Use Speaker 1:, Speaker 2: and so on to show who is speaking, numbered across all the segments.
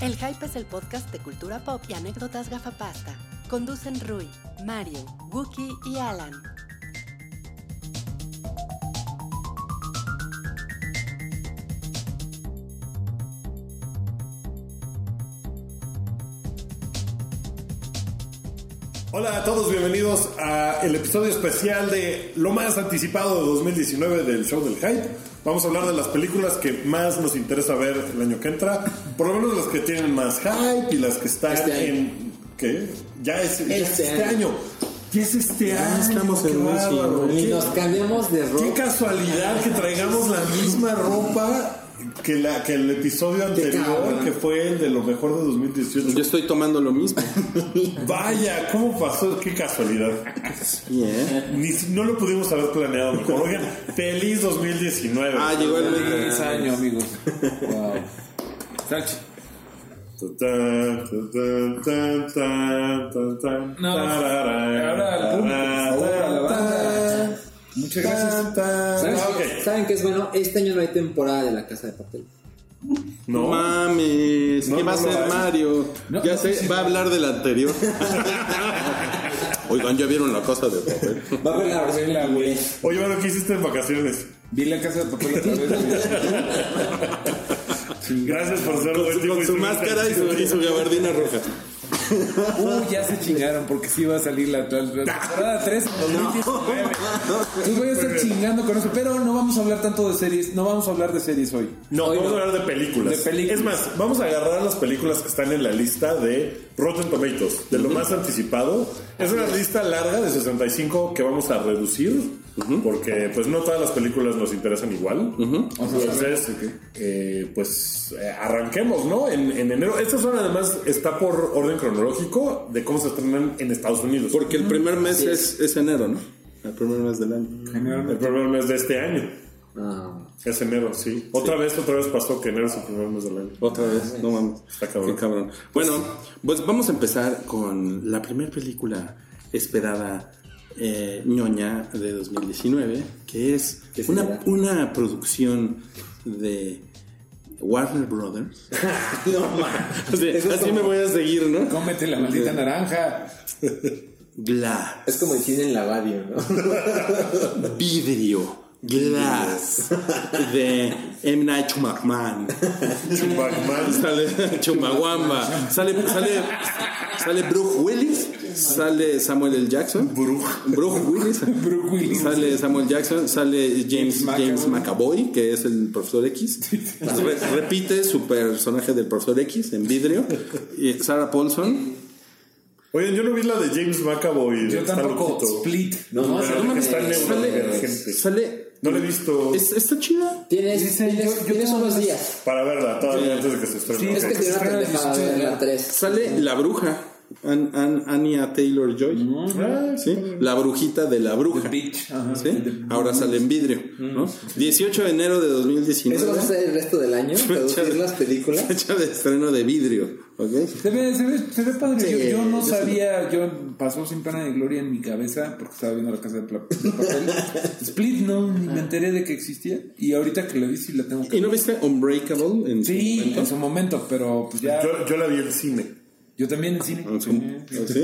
Speaker 1: El Hype es el podcast de cultura pop y anécdotas gafapasta. Conducen Rui, Mario, Wookie y Alan.
Speaker 2: Hola a todos, bienvenidos a el episodio especial de lo más anticipado de 2019 del show del hype. Vamos a hablar de las películas que más nos interesa ver el año que entra, por lo menos las que tienen más hype y las que están
Speaker 3: Este año.
Speaker 2: en que ya es ya es
Speaker 3: Este
Speaker 2: este año. Ya es este año.
Speaker 4: estamos en
Speaker 2: qué
Speaker 4: un
Speaker 2: bárbaro,
Speaker 4: siglo.
Speaker 3: Y
Speaker 2: qué-
Speaker 3: nos cambiamos de
Speaker 2: Qué
Speaker 3: ropa.
Speaker 2: casualidad que traigamos la misma ropa que, la, que el episodio anterior,
Speaker 3: cabrón.
Speaker 2: que fue el de lo mejor de 2018.
Speaker 4: Yo estoy tomando lo mismo.
Speaker 2: Vaya, ¿cómo pasó? Qué casualidad.
Speaker 4: Bien.
Speaker 2: Ni si- no lo pudimos haber planeado mejor. Oigan, feliz 2019.
Speaker 4: Ah, llegó el
Speaker 5: Feliz
Speaker 4: medio.
Speaker 5: año, amigos. Wow. Sachi.
Speaker 2: Tan, tan, tan, tan, tan, tan,
Speaker 5: No,
Speaker 2: tarara,
Speaker 5: ahora al público, por favor, a la banda. Muchas gracias.
Speaker 2: tan, tan.
Speaker 3: ¿Saben,
Speaker 2: Ah, ok.
Speaker 3: ¿Saben qué es bueno? Este año no hay temporada de la casa de papel.
Speaker 4: No
Speaker 2: No,
Speaker 4: mames.
Speaker 2: No,
Speaker 4: ¿Qué va a
Speaker 2: no lo
Speaker 4: hacer
Speaker 2: hagas.
Speaker 4: Mario?
Speaker 5: No,
Speaker 4: ya
Speaker 5: no,
Speaker 4: sé,
Speaker 5: sí,
Speaker 4: va a hablar del anterior. Oigan, ya vieron la cosa de eh? papel.
Speaker 3: Va a haber la versión
Speaker 5: Vela, güey.
Speaker 2: Oye, bueno, ¿qué hiciste en vacaciones?
Speaker 5: Vi la casa de papel otra vez. güey.
Speaker 2: Gracias por ser buen
Speaker 4: Con su,
Speaker 2: tipo
Speaker 4: con su
Speaker 2: y
Speaker 4: máscara y su, y su gabardina roja.
Speaker 5: Uh, ya se chingaron porque sí iba a salir la, la- la temporada 3 2019. Tú voy a estar chingando con eso, pero no vamos a hablar tanto de series. No vamos a hablar de series hoy.
Speaker 2: No, vamos a hablar de películas.
Speaker 5: De películas.
Speaker 2: Es más, vamos a agarrar las películas que están en la lista de Rotten Tomatoes, de lo más anticipado. Es una lista larga de 65 que vamos a reducir, porque pues no todas las películas nos interesan igual. Entonces, eh, pues eh, arranquemos, ¿no? En, en enero. Estas son además, está por orden cronológico de cómo se estrenan en Estados Unidos.
Speaker 4: Porque el primer mes es, es enero, ¿no? El primer mes del año.
Speaker 2: el primer mes de este año.
Speaker 3: Ah,
Speaker 2: Es enero, sí. Otra vez, otra vez pasó que enero es el primer mes del año.
Speaker 4: Otra vez, no mames.
Speaker 2: Está cabrón.
Speaker 4: Qué cabrón. Bueno, pues vamos a empezar con la primera película esperada eh, ñoña de 2019, que es
Speaker 3: ¿Qué será?
Speaker 4: una, una producción de Warner Brothers.
Speaker 3: no man.
Speaker 4: O sea,
Speaker 3: Eso es
Speaker 4: así
Speaker 3: como-
Speaker 4: me voy a seguir, ¿no?
Speaker 5: Cómete la maldita naranja.
Speaker 4: Glass.
Speaker 3: Es como el cine en la radio, ¿no?
Speaker 4: Vidrio. Glass. De M. Night Shyamalan.
Speaker 2: Chupacman.
Speaker 4: Sale Chumawamba. Sale, sale, sale Bruce Willis. Sale Samuel L. Jackson. Bruce. Willis.
Speaker 5: Brooke Willis.
Speaker 4: Sale Samuel Jackson. Sale James,
Speaker 5: James
Speaker 4: James
Speaker 5: McAvoy.
Speaker 4: McAvoy, que es el profesor X. Re- repite su personaje del profesor X en vidrio. Y Sarah Paulson.
Speaker 2: Oigan, yo no vi la de James McAvoy.
Speaker 5: Yo
Speaker 2: está
Speaker 5: tampoco.
Speaker 2: loquito.
Speaker 5: Split.
Speaker 3: No, no,
Speaker 2: Pero
Speaker 3: no
Speaker 2: que está
Speaker 3: mames.
Speaker 2: neurodivergente.
Speaker 4: Sale. sale
Speaker 2: No la he visto
Speaker 4: es- está chida.
Speaker 3: Tienes,
Speaker 5: Sí, sí,
Speaker 3: tienes,
Speaker 5: yo- yo
Speaker 3: tienes
Speaker 5: tengo
Speaker 3: unos
Speaker 5: unas-
Speaker 3: días.
Speaker 2: para verla todavía antes de que se estrene.
Speaker 5: Sí,
Speaker 2: Ok.
Speaker 3: Es que tiene una
Speaker 5: Espera,
Speaker 3: pendejada de
Speaker 5: dieciocho,
Speaker 3: la 3.
Speaker 4: Sale la bruja. An- An- Anya Taylor Joy.
Speaker 2: Ah,
Speaker 4: ¿sí? La brujita de la bruja.
Speaker 5: Mm. The Beach, ajá. Mm.
Speaker 4: ¿sí? Ahora sale en vidrio. ¿no? 18 de enero de 2019.
Speaker 3: Eso vas a hacer el resto del año, producir las películas.
Speaker 4: Fecha de estreno de vidrio. ¿ok?
Speaker 5: Se ve, se ve, se ve padre.
Speaker 3: Sí,
Speaker 5: yo, yo no
Speaker 3: yo sí
Speaker 5: sabía, yo pasó sin pena ni gloria en mi cabeza porque estaba viendo la casa de, pla- de papel. Split no, ni
Speaker 3: Ah.
Speaker 5: me enteré de que existía. Y ahorita que la vi, sí la tengo que
Speaker 4: ¿Y no viste Unbreakable? En su
Speaker 5: Sí,
Speaker 4: momento?
Speaker 5: en su momento, pero pues ya. Yo,
Speaker 2: Yo, yo la vi en cine.
Speaker 5: también en cine.
Speaker 4: En su- ¿Sí?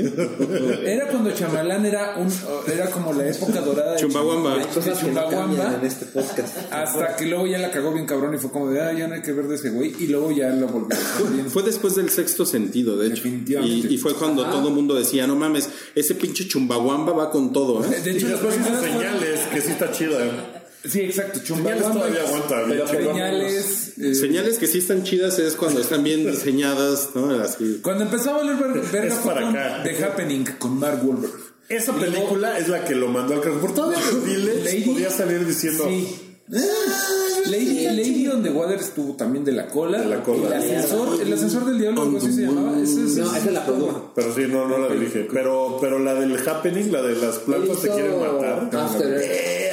Speaker 5: Era cuando Chamalán era un era como la época dorada de
Speaker 4: Chumbawamba.
Speaker 3: Hay cosas que no cambian en
Speaker 5: Chumbawamba.
Speaker 3: este podcast.
Speaker 5: Hasta que luego ya la cagó bien cabrón y fue como de, ah, ya no hay que ver de ese güey. Y luego ya la volvió a hacer bien.
Speaker 4: Fue después del sexto sentido, de hecho.
Speaker 5: Definitivamente. Ah.
Speaker 4: Y, y fue cuando todo el mundo decía, no mames, ese pinche chumbawamba va con todo, ¿eh?".
Speaker 5: De
Speaker 2: Y
Speaker 5: hecho, las
Speaker 2: después hizo
Speaker 5: primeras fueron-
Speaker 2: pues, señales, que sí está chida.
Speaker 5: Sí, exacto.
Speaker 2: Señales
Speaker 5: Chumbawamba.
Speaker 2: todavía aguanta. bien
Speaker 5: Pero
Speaker 2: chingón.
Speaker 5: señales. eh,
Speaker 4: Señales que sí están chidas es cuando están bien diseñadas, ¿no? Así.
Speaker 5: Cuando empezó a valer ver- verga
Speaker 2: Es
Speaker 5: fue
Speaker 2: para
Speaker 5: con
Speaker 2: acá.
Speaker 5: The Happening con Mark Wahlberg.
Speaker 2: Esa película es la que lo mandó al carajo. Por todavía los
Speaker 5: Lady-
Speaker 2: diles podía salir diciendo.
Speaker 5: Sí. Lady, Lady on the Water estuvo también de la cola.
Speaker 2: Ah, De la cola.
Speaker 5: El ascensor, el ascensor del diablo, algo así se llamaba. Ese es-
Speaker 3: No, esa la produjo.
Speaker 2: Pero sí, no, no la dirige. Pero, pero la del happening, la de las plantas te
Speaker 3: Hizo
Speaker 2: quieren matar.
Speaker 3: After Earth.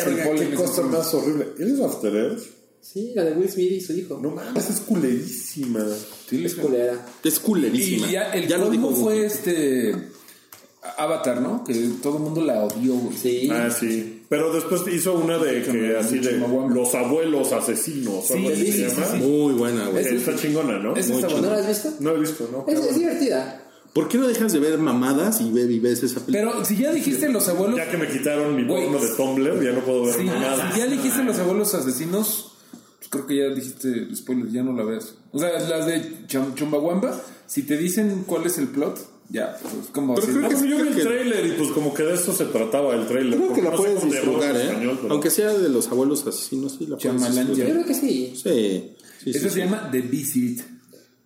Speaker 2: Verga,
Speaker 5: Paul
Speaker 2: qué
Speaker 5: Emerson.
Speaker 2: cosa más horrible. ¿Eres After Earth?
Speaker 3: Sí, la de Will Smith y su hijo.
Speaker 2: No mames, es culerísima.
Speaker 5: Sí, le-
Speaker 3: Es culera.
Speaker 4: Es
Speaker 5: Y
Speaker 4: culerísima.
Speaker 5: ya el
Speaker 4: lo
Speaker 5: colmo
Speaker 4: dijo
Speaker 5: fue este. Avatar, ¿no? Que todo el mundo la odió, güey.
Speaker 3: Sí.
Speaker 2: Ah, sí. Pero después hizo una de que así de
Speaker 5: Chimawamba.
Speaker 2: los abuelos asesinos. o algo
Speaker 5: Sí,
Speaker 2: así
Speaker 5: sí,
Speaker 2: se
Speaker 5: sí,
Speaker 2: llama.
Speaker 5: sí,
Speaker 4: Muy buena, güey.
Speaker 2: Que Está chingona, ¿no?
Speaker 5: Esa está
Speaker 3: ¿No
Speaker 5: buena.
Speaker 3: la has visto?
Speaker 2: No he visto, ¿no?
Speaker 3: Es, es divertida.
Speaker 4: ¿Por qué no dejas de ver mamadas y ve- y ves esa película?
Speaker 5: Pero si ya dijiste los abuelos.
Speaker 2: Ya que me quitaron mi
Speaker 5: Güey.
Speaker 2: porno de Tumblr, ya no puedo ver
Speaker 5: Sí,
Speaker 2: nada.
Speaker 5: si ya dijiste los abuelos asesinos, pues creo que ya dijiste spoilers, ya no la veas. O sea, las de Chum- Chumbawamba, si te dicen cuál es el plot, ya, pues como
Speaker 2: Pero
Speaker 5: así,
Speaker 2: creo
Speaker 5: ¿no?
Speaker 2: que
Speaker 4: sí,
Speaker 2: Ah, yo vi
Speaker 4: creo
Speaker 2: el
Speaker 4: que-
Speaker 2: tráiler y pues como que de eso se trataba el tráiler.
Speaker 4: Creo
Speaker 2: porque
Speaker 4: que la
Speaker 2: no sé
Speaker 4: puedes
Speaker 2: cómo se llama en
Speaker 4: disfrutar, ¿eh?
Speaker 2: español, pero-
Speaker 4: Aunque sea de los abuelos asesinos, sí la puedes
Speaker 5: Shyamalan
Speaker 4: disfrutar.
Speaker 5: ya.
Speaker 3: Yo creo que sí.
Speaker 4: Sí. sí, sí,
Speaker 5: Eso
Speaker 4: sí.
Speaker 5: se llama The Visit.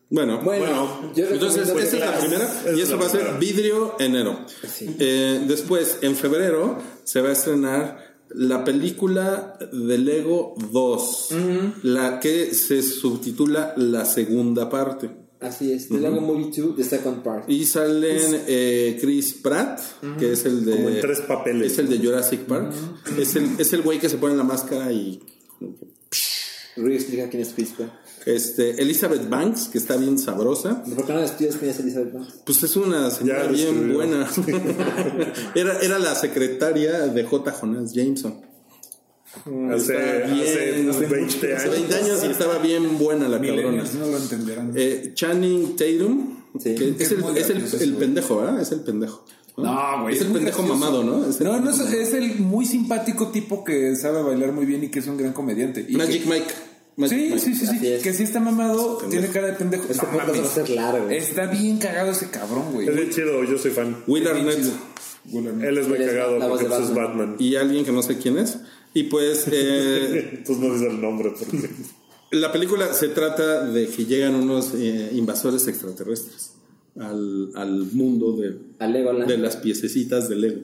Speaker 4: Bueno,
Speaker 3: Bueno,
Speaker 2: Bueno,
Speaker 3: yo
Speaker 4: entonces
Speaker 3: recomiendo
Speaker 4: esa es la
Speaker 3: verlas.
Speaker 4: primera
Speaker 2: es
Speaker 4: y
Speaker 2: la
Speaker 4: eso va a ser
Speaker 2: primera.
Speaker 4: vidrio enero. Eh, después, en febrero, se va a estrenar la película de Lego 2, la que se subtitula la segunda parte.
Speaker 3: Así es. The Lego Movie 2, The Second Part.
Speaker 4: Y salen eh, Chris Pratt, que es el de.
Speaker 2: Como en tres papeles.
Speaker 4: Es el de Jurassic Park. Es el es el güey que se pone la máscara y.
Speaker 3: Rui explica quién es Pisco.
Speaker 4: Este, Elizabeth Banks, que está bien sabrosa.
Speaker 3: ¿Por qué no despides quién es Elizabeth Banks?
Speaker 4: Pues es una señora
Speaker 2: Ya lo
Speaker 4: bien
Speaker 2: escribió.
Speaker 4: buena. era, era la secretaria de J. Jonas Jameson.
Speaker 2: Hace,
Speaker 4: Está
Speaker 2: hace
Speaker 4: bien, hace
Speaker 2: 20
Speaker 4: Hace
Speaker 2: años.
Speaker 4: 20 años y estaba bien buena la cabrona.
Speaker 5: Millennials no lo entenderán.
Speaker 4: Eh, Channing Tatum,
Speaker 3: Sí.
Speaker 4: que es, el,
Speaker 5: muy
Speaker 4: es el-
Speaker 5: gracioso,
Speaker 4: el
Speaker 5: güey.
Speaker 4: pendejo, ¿verdad? Es el pendejo.
Speaker 5: No, güey.
Speaker 4: Es el
Speaker 5: muy
Speaker 4: pendejo
Speaker 5: gracioso.
Speaker 4: mamado, ¿no? Es el-
Speaker 5: No, no, es, es el muy simpático tipo que sabe bailar muy bien y que es un gran comediante. Y
Speaker 4: Magic
Speaker 5: que-
Speaker 4: Mike. Magic
Speaker 5: Sí,
Speaker 4: Mike.
Speaker 5: sí, sí, sí.
Speaker 3: Así es.
Speaker 5: Que sí está mamado, tiene cara de pendejo.
Speaker 3: Este
Speaker 5: No
Speaker 3: podcast va a
Speaker 5: mames.
Speaker 3: ser largo.
Speaker 5: Está bien cagado ese cabrón, güey.
Speaker 2: Es bien chido, yo soy fan.
Speaker 4: Will
Speaker 5: Bien
Speaker 4: Arnett.
Speaker 5: chido. Will Arnett.
Speaker 2: Él es muy
Speaker 3: Él es
Speaker 2: cagado
Speaker 3: la voz
Speaker 2: porque
Speaker 3: de
Speaker 2: pues, es Batman.
Speaker 4: Y alguien que no sé quién es. Y pues eh,
Speaker 2: Entonces no dice el nombre porque...
Speaker 4: La película se trata de que llegan unos eh, invasores extraterrestres al, al mundo de,
Speaker 3: A Legoland.
Speaker 4: de las piececitas de Lego.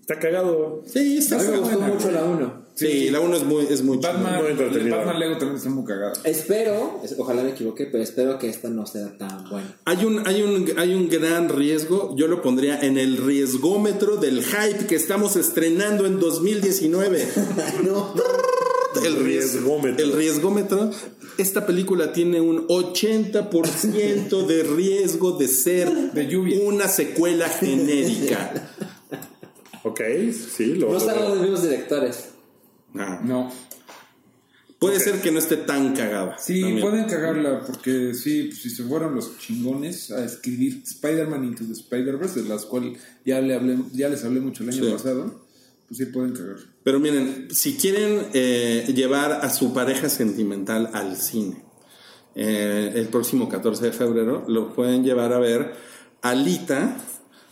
Speaker 2: Está cagado.
Speaker 4: Sí, está
Speaker 3: A mí me
Speaker 4: buena,
Speaker 3: gustó
Speaker 4: güey.
Speaker 3: mucho la 1.
Speaker 4: Sí, la 1 es muy, es muy chida.
Speaker 5: Batman,
Speaker 2: Muy entretenido.
Speaker 5: Batman Lego también está muy cagado.
Speaker 3: Espero, es- ojalá me equivoque, pero espero que esta no sea tan buena.
Speaker 4: Hay un, hay, un, hay un gran riesgo, yo lo pondría en el riesgómetro del hype que estamos estrenando en 2019.
Speaker 3: No,
Speaker 4: El
Speaker 2: Riesgómetro.
Speaker 4: El riesgómetro. Esta película tiene un 80% de riesgo de ser
Speaker 5: De lluvia.
Speaker 4: una secuela genérica.
Speaker 2: Ok, sí, lo
Speaker 3: no
Speaker 2: lo
Speaker 3: están
Speaker 2: veo.
Speaker 3: los mismos directores.
Speaker 4: Ah.
Speaker 5: No.
Speaker 4: Puede ser que no esté tan cagada.
Speaker 5: Sí,
Speaker 4: también.
Speaker 5: pueden cagarla porque sí, pues, si se fueron los chingones a escribir Spider-Man Into the Spider-Verse, de las cuales ya, le hablé, ya les hablé mucho el año
Speaker 4: Sí.
Speaker 5: pasado, pues sí pueden cagar.
Speaker 4: Pero miren, si quieren eh, llevar a su pareja sentimental al cine, eh, el próximo 14 de febrero lo pueden llevar a ver Alita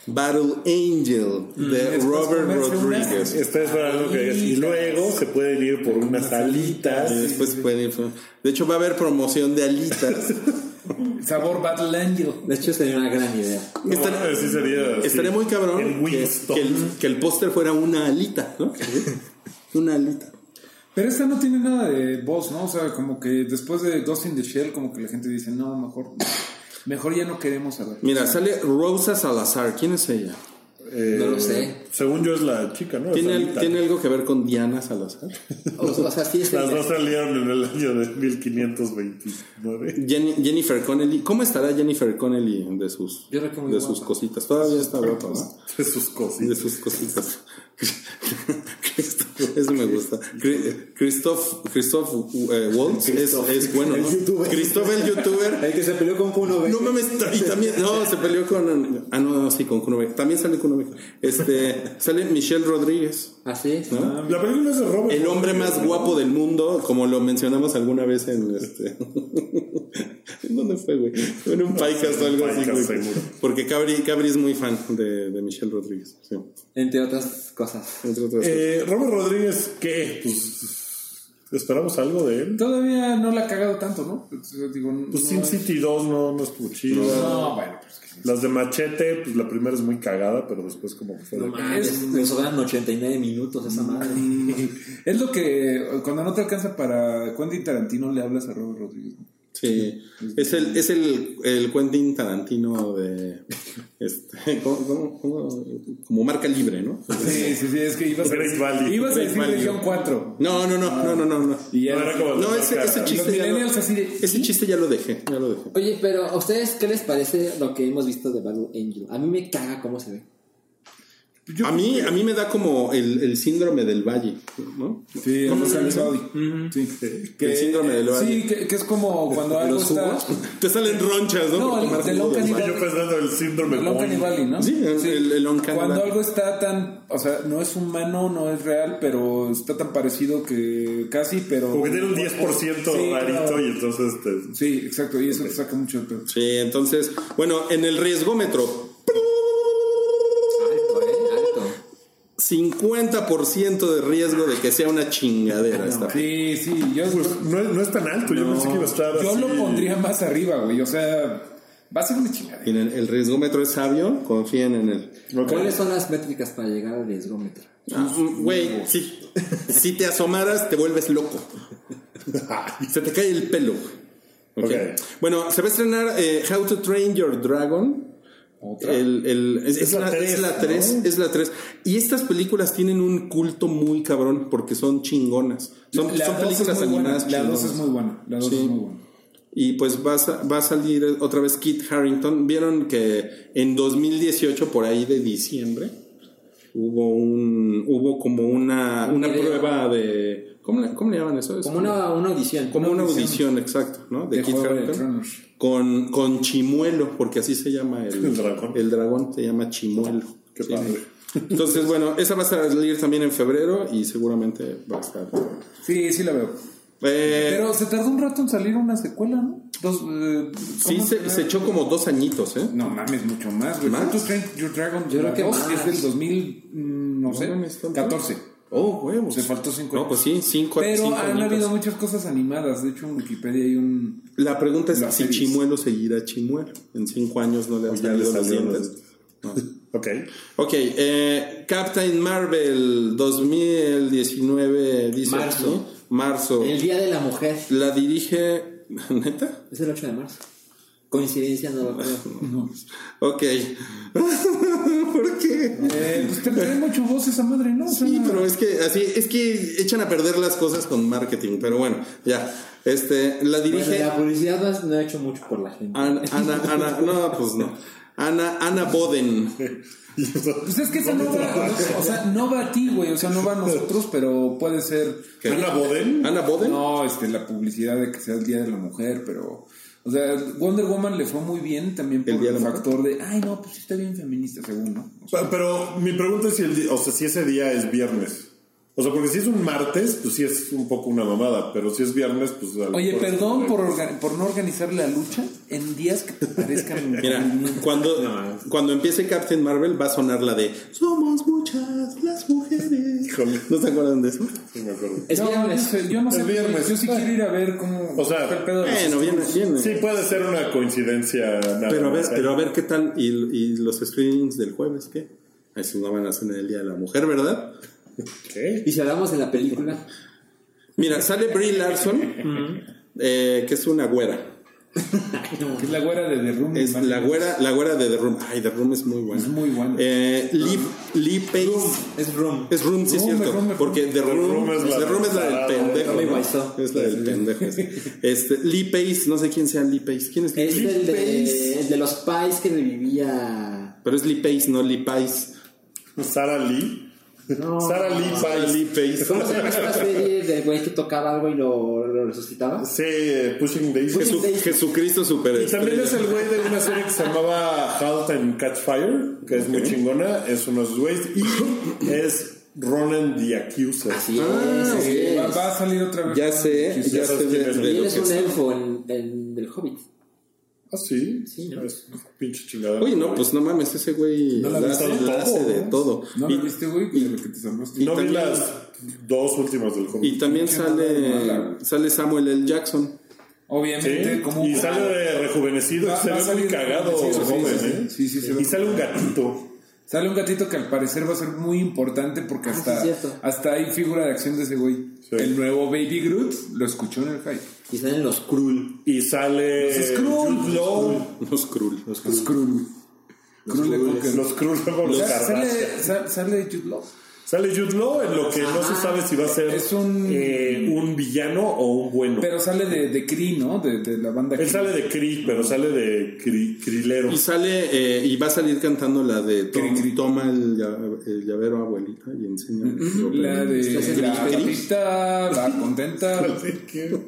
Speaker 4: Battle Angel de
Speaker 5: después
Speaker 4: Robert
Speaker 5: comerse una-
Speaker 4: Rodriguez.
Speaker 2: Estoy esperando que digas. Y luego se pueden ir por unas alitas.
Speaker 4: Y después pueden ir- De hecho, va a haber promoción de alitas.
Speaker 5: Sabor Battle Angel.
Speaker 3: De hecho, sería una gran idea.
Speaker 2: No,
Speaker 4: Estar-
Speaker 2: sí sería, sí.
Speaker 4: Estaría muy
Speaker 2: En
Speaker 4: cabrón que,
Speaker 2: Wingstop.
Speaker 4: que el, que el póster fuera una alita, ¿no? Una alita.
Speaker 5: Pero esta no tiene nada de voz, ¿no? O sea, como que después de Ghost in the Shell, como que la gente dice, no, mejor, mejor ya no queremos saber.
Speaker 4: Mira, sale Rosa Salazar. ¿Quién es ella?
Speaker 2: Eh,
Speaker 3: No lo sé.
Speaker 2: Según yo es la chica, ¿no?
Speaker 4: ¿Tiene,
Speaker 2: Salita.
Speaker 4: tiene algo que ver con Diana Salazar?
Speaker 3: O, o sea, sí es
Speaker 2: Las
Speaker 3: el-
Speaker 2: dos salieron en el año de 1529.
Speaker 4: Jenny- Jennifer Connelly. ¿Cómo estará Jennifer Connelly de sus,
Speaker 3: Yo creo que muy
Speaker 4: de sus
Speaker 3: guapa.
Speaker 4: cositas? Todavía está guapa,
Speaker 3: pues.
Speaker 4: ¿no?
Speaker 2: De sus
Speaker 4: De
Speaker 2: cositas.
Speaker 4: sus cositas. Christoph- Eso me gusta. Cri- Christoph, Christoph eh, Waltz es,
Speaker 3: Christoph.
Speaker 4: es bueno. ¿no?
Speaker 3: El youtuber.
Speaker 4: Christoph el youtuber.
Speaker 3: El que se peleó con Kuno
Speaker 4: No mames, y también, no, se peleó con, ah, no, sí, con Kuno Becker. También sale Kuno Becker. Este, sale Michelle Rodríguez.
Speaker 3: Así es.
Speaker 4: ¿no?
Speaker 2: La película es de Robert.
Speaker 4: El hombre más guapo del mundo, como lo mencionamos alguna vez en este. ¿En dónde fue, güey? En un podcast o algo así,
Speaker 2: Podcast,
Speaker 4: güey.
Speaker 2: seguro.
Speaker 4: Porque Cabri, Cabri es muy fan de, de Michelle Rodríguez. sí,
Speaker 3: Entre otras cosas.
Speaker 4: entre otras
Speaker 2: Eh, Robert Rodríguez, ¿qué? Pues esperamos algo de él.
Speaker 5: Todavía no la ha cagado tanto, ¿no? Pues, digo,
Speaker 2: Pues
Speaker 5: no-
Speaker 2: Sin City 2 no, no estuvo chida.
Speaker 5: No, bueno, pues que sí.
Speaker 2: Las de Machete, pues la primera es muy cagada, pero después como que fue de...
Speaker 3: Ah,
Speaker 5: Es-
Speaker 3: me sobran 89 minutos esa madre.
Speaker 5: Es lo que eh, cuando no te alcanza para Quentin Tarantino le hablas a Robert Rodríguez. ¿no?
Speaker 4: cosas. Sí, es el, es el, el Quentin Tarantino de. Este, ¿cómo- cómo- cómo? como marca libre, ¿no?
Speaker 5: Sí, sí, sí, es que ibas a
Speaker 2: Great
Speaker 5: decir,
Speaker 2: value.
Speaker 5: ibas a
Speaker 4: Great
Speaker 5: decir
Speaker 4: value.
Speaker 5: Legión 4.
Speaker 4: No, no, no, no, no, no. No,
Speaker 5: Y ya
Speaker 2: No, era como-
Speaker 4: No, ese, ese
Speaker 2: Los
Speaker 5: los
Speaker 4: chiste. Ya
Speaker 5: millennials
Speaker 4: lo,
Speaker 5: así de...
Speaker 4: ese chiste ya lo dejé, ya lo dejé.
Speaker 3: Oye, pero ¿a ustedes qué les parece lo que hemos visto de Battle Angel? A mí me caga cómo se ve.
Speaker 4: a, mí, a mí me da como el, el síndrome del valle, ¿no?
Speaker 5: Sí,
Speaker 4: ¿Cómo
Speaker 5: el
Speaker 4: se
Speaker 5: Sally
Speaker 4: dice?
Speaker 5: Body. Sí. Que-
Speaker 4: El síndrome del valle.
Speaker 5: Sí, que, que es como cuando algo
Speaker 3: los
Speaker 5: está...
Speaker 3: jugos?
Speaker 4: pues, Te salen ronchas, ¿no?
Speaker 5: No,
Speaker 4: Por
Speaker 5: el-
Speaker 4: tomar
Speaker 5: del
Speaker 4: jugo
Speaker 5: Uncanny
Speaker 4: del
Speaker 5: Valley.
Speaker 4: valle.
Speaker 2: Yo pensando en el síndrome
Speaker 5: El Uncanny
Speaker 2: Boing.
Speaker 5: Valley, ¿no?
Speaker 4: Sí, el- el- el Uncanny
Speaker 5: Cuando
Speaker 4: Valley.
Speaker 5: algo está tan... O sea, no es humano, no es real, pero está tan parecido que casi, pero...
Speaker 2: Como que tiene un 10%
Speaker 5: Sí,
Speaker 2: rarito
Speaker 5: claro.
Speaker 2: y entonces este, te-
Speaker 5: Sí, exacto, y eso te saca mucho de pedo.
Speaker 4: Sí, entonces, bueno, en el riesgómetro,
Speaker 3: Alto, ¿eh? Alto.
Speaker 4: 50% de riesgo de que sea una
Speaker 5: Ah,
Speaker 4: chingadera esta.
Speaker 5: Sí, sí, yo...
Speaker 2: Pues no, es- no es tan alto, yo pensé que iba a estar
Speaker 5: Yo
Speaker 2: así.
Speaker 5: lo pondría más arriba, güey. O sea, va a ser una chingadera.
Speaker 4: Miren, el riesgómetro es sabio, confíen en él.
Speaker 2: Ok.
Speaker 3: ¿Cuáles son las métricas para llegar al riesgómetro?
Speaker 4: Ah, Güey, si, si te asomaras, te vuelves loco. Se te cae el pelo. güey.
Speaker 2: Ok.
Speaker 4: Ok. Bueno, se va a estrenar eh, How to Train Your Dragon. El- el- es, es
Speaker 2: la
Speaker 4: la,
Speaker 2: tres,
Speaker 4: es la
Speaker 2: ¿no?
Speaker 4: tres, es la tres. Y estas películas tienen un culto muy cabrón porque son chingonas. Son, son
Speaker 5: dos
Speaker 4: películas
Speaker 5: es muy buena,
Speaker 4: animadas
Speaker 5: La dos es
Speaker 4: chingonas.
Speaker 5: muy buena. La dos
Speaker 4: Sí.
Speaker 5: es muy buena.
Speaker 4: Y pues va a, sa- va a salir otra vez Kit Harrington. Vieron que en 2018, por ahí de diciembre, hubo un hubo como una, una
Speaker 3: video.
Speaker 4: prueba de. ¿Cómo le, cómo le llaman eso? Es
Speaker 3: Pues Como una, una audición.
Speaker 4: como una audición, exacto, ¿no? De,
Speaker 5: De
Speaker 4: Kit
Speaker 5: Juego de
Speaker 4: Harrington.
Speaker 5: Tronos.
Speaker 4: Con, con Chimuelo, porque así se llama el,
Speaker 2: El dragón.
Speaker 4: El dragón se llama Chimuelo.
Speaker 2: Qué
Speaker 4: Sí.
Speaker 2: padre.
Speaker 4: Entonces, bueno, esa va a salir también en febrero y seguramente va a estar.
Speaker 5: Sí, sí la veo.
Speaker 4: Eh,
Speaker 5: Pero se tardó un rato en salir una secuela, ¿no? Dos, eh,
Speaker 4: sí,
Speaker 5: ¿cómo
Speaker 4: se, se
Speaker 5: era?
Speaker 4: echó como dos añitos, ¿eh?
Speaker 5: No mames, mucho más, güey.
Speaker 4: ¿Más?
Speaker 5: ¿Cuánto Train Your Dragon?
Speaker 3: Yo creo
Speaker 5: la
Speaker 3: que
Speaker 5: dos
Speaker 3: más.
Speaker 5: es del 2000, mm, no sé,
Speaker 4: mames, tanto.
Speaker 5: 14.
Speaker 4: Oh, huevos.
Speaker 5: Se faltó cinco
Speaker 4: No,
Speaker 5: años.
Speaker 4: pues sí, cinco
Speaker 5: Pero
Speaker 4: cinco
Speaker 5: han
Speaker 4: añitos.
Speaker 5: habido muchas cosas animadas. De hecho, en Wikipedia hay un.
Speaker 4: La pregunta es
Speaker 5: las
Speaker 4: si
Speaker 5: series.
Speaker 4: Chimuelo seguirá Chimuelo. En cinco años no le han
Speaker 2: ya le
Speaker 4: salido los
Speaker 2: salieron
Speaker 4: dientes.
Speaker 2: Ok.
Speaker 4: Ok, eh, Captain Marvel 2019, dice
Speaker 3: Marzo.
Speaker 4: aquí, marzo.
Speaker 3: El Día de la Mujer.
Speaker 4: La dirige. ¿Neta?
Speaker 3: Es el 8 de marzo. Coincidencia, Pues, no lo creo.
Speaker 4: Ok. ¿Por qué?
Speaker 5: Eh, pues te trae mucho voz esa madre, ¿no? O sea,
Speaker 4: Sí, pero es que así, es que echan a perder las cosas con marketing, pero bueno, ya. Este, la
Speaker 3: Bueno,
Speaker 4: dirige
Speaker 3: la publicidad no, has- no ha hecho mucho por la gente.
Speaker 4: Ana, Ana, Ana, no, pues no. Ana, Ana Boden.
Speaker 5: Pues es que esa no va, o sea, no va a ti, güey, o sea, no va a nosotros, pero puede ser.
Speaker 4: ¿Qué?
Speaker 2: ¿Ana Boden?
Speaker 5: Ah,
Speaker 4: ¿Ana Boden?
Speaker 5: No, este, la publicidad de que sea el Día de la Mujer, pero. O sea, Wonder Woman le fue muy bien también por
Speaker 4: El
Speaker 5: el,
Speaker 4: Día de la
Speaker 5: factor de, ay, no, pues sí está bien feminista, según, ¿no? O sea,
Speaker 2: Pa- Pero mi pregunta es si, el di- o sea, si ese día es viernes. O sea, porque si es un martes, pues sí es un poco una mamada, pero si es viernes, pues... a lo
Speaker 5: Oye,
Speaker 2: mejor es
Speaker 5: perdón por,
Speaker 2: correcto.
Speaker 5: orga- por no organizar la lucha en días que te parezcan.
Speaker 4: Mira, cuando, cuando empiece Captain Marvel va a sonar la de Somos muchas las mujeres.
Speaker 2: Híjole.
Speaker 4: ¿No se acuerdan de eso?
Speaker 2: Sí, me acuerdo.
Speaker 3: Es
Speaker 5: no, yo,
Speaker 3: viernes.
Speaker 5: sé, yo no sé,
Speaker 2: Es viernes.
Speaker 5: yo sí quiero ir a ver cómo.
Speaker 2: O sea,
Speaker 5: fue el pedo de los
Speaker 4: Bueno, viene, viene.
Speaker 2: Sí, puede ser una coincidencia. nada
Speaker 4: Pero a ver,
Speaker 2: más.
Speaker 4: pero a ver qué tal. ¿Y, y los screenings del jueves, ¿qué? Eso no van a hacer en el Día de la Mujer, ¿verdad?
Speaker 2: ¿Qué?
Speaker 3: Y si hablamos de la película,
Speaker 4: Mira, sale Brie Larson, eh, que es una güera.
Speaker 5: Que es la güera de The Room.
Speaker 4: Es
Speaker 5: man.
Speaker 4: la güera, la güera de The Room. Ay, The Room es muy buena.
Speaker 5: Es muy buena.
Speaker 4: Eh, Lee, Lee Pace.
Speaker 3: es Room.
Speaker 4: Es Room, sí es
Speaker 5: Room,
Speaker 4: cierto.
Speaker 5: Room, Room.
Speaker 4: porque The Room, es la, The Room es la del
Speaker 2: la-
Speaker 4: pendejo.
Speaker 3: Tommy
Speaker 4: ¿no?
Speaker 3: Wiseau.
Speaker 4: Es la del pendejo. Este, Lee Pace, no sé quién sea Lee Pace. ¿Quién es Lee
Speaker 3: Es
Speaker 6: Este
Speaker 4: Pace?
Speaker 3: el de, el de los pais que revivía.
Speaker 4: Pero es Lee Pace, no Lee Pace.
Speaker 2: Sara Lee.
Speaker 3: No.
Speaker 2: Sara Lee
Speaker 4: Sara
Speaker 2: Pice.
Speaker 4: Lee Pace.
Speaker 3: ¿Cómo se llama esta serie del güey que tocaba algo y lo, lo resucitaba?
Speaker 2: Sí, eh, Pushing Daisy.
Speaker 4: Jesu- Jesucristo super.
Speaker 2: Y también es el güey de una serie que se llamaba Halt and Catch Fire, que es muy chingona, es uno de sus güeyes, y es Ronan the Accuser.
Speaker 3: Así es,
Speaker 4: Ah,
Speaker 3: así
Speaker 5: Sí, va,
Speaker 3: es.
Speaker 5: va a salir otra vez.
Speaker 4: Ya sé, ya
Speaker 2: sabes
Speaker 4: sé de,
Speaker 2: quién es.
Speaker 4: de
Speaker 3: Y él
Speaker 4: lo que
Speaker 3: es un
Speaker 4: es.
Speaker 3: elfo en, en del Hobbit.
Speaker 2: Ah, sí,
Speaker 3: Sí, ¿no?
Speaker 2: es una pinche chingada.
Speaker 4: Oye, no, pues no mames, ese güey
Speaker 5: No la
Speaker 4: la
Speaker 5: viste
Speaker 4: hace,
Speaker 2: todo,
Speaker 4: la hace de
Speaker 2: ¿no?
Speaker 4: todo.
Speaker 5: ¿eh? ¿No
Speaker 4: y,
Speaker 5: la viste, güey? De lo que te salvaste.
Speaker 2: no vi
Speaker 4: también-
Speaker 2: las dos últimas del juego.
Speaker 4: y también sale, sale Samuel L. Jackson.
Speaker 5: Obviamente, como
Speaker 2: Y sale de rejuvenecido,
Speaker 5: Va-
Speaker 2: se
Speaker 5: va a
Speaker 2: ve muy
Speaker 5: salir
Speaker 2: cagado
Speaker 5: rejuvenecido, sí,
Speaker 2: joven,
Speaker 5: sí,
Speaker 2: ¿eh?
Speaker 5: sí. Sí, sí, se ve.
Speaker 2: Y sale un gatito.
Speaker 5: Sale un gatito que al parecer va a ser muy importante porque
Speaker 3: sí,
Speaker 5: hasta,
Speaker 3: cierto.
Speaker 5: hasta hay figura de acción de ese güey.
Speaker 2: Sí.
Speaker 5: El nuevo Baby Groot lo escuchó en el hype.
Speaker 3: Y salen los Krull.
Speaker 2: Y sale.
Speaker 5: Los Skrull.
Speaker 2: Jude Law.
Speaker 4: Los Krull. Los
Speaker 5: Los Krull. Krull de Cocker.
Speaker 2: Los Krulls con los
Speaker 5: Sa-
Speaker 2: Kardashian.
Speaker 5: sale, sa- sale Jude Law.
Speaker 2: Sale Jude Law en lo que no se sabe si va a ser
Speaker 5: Es un-
Speaker 2: eh, un villano o un bueno.
Speaker 5: Pero sale de, de Cree, ¿no? De, de la banda
Speaker 2: Él
Speaker 5: Cree.
Speaker 2: sale de Cree, pero sale de Cri- Crilero.
Speaker 4: Y sale, eh, y va a salir cantando la de Tom-
Speaker 5: Cri, cri.
Speaker 4: Toma el, lla- el llavero abuelita y enseña.
Speaker 5: La
Speaker 3: Estás
Speaker 5: de
Speaker 3: en
Speaker 5: la
Speaker 3: los Cree.
Speaker 5: gatita, la contenta.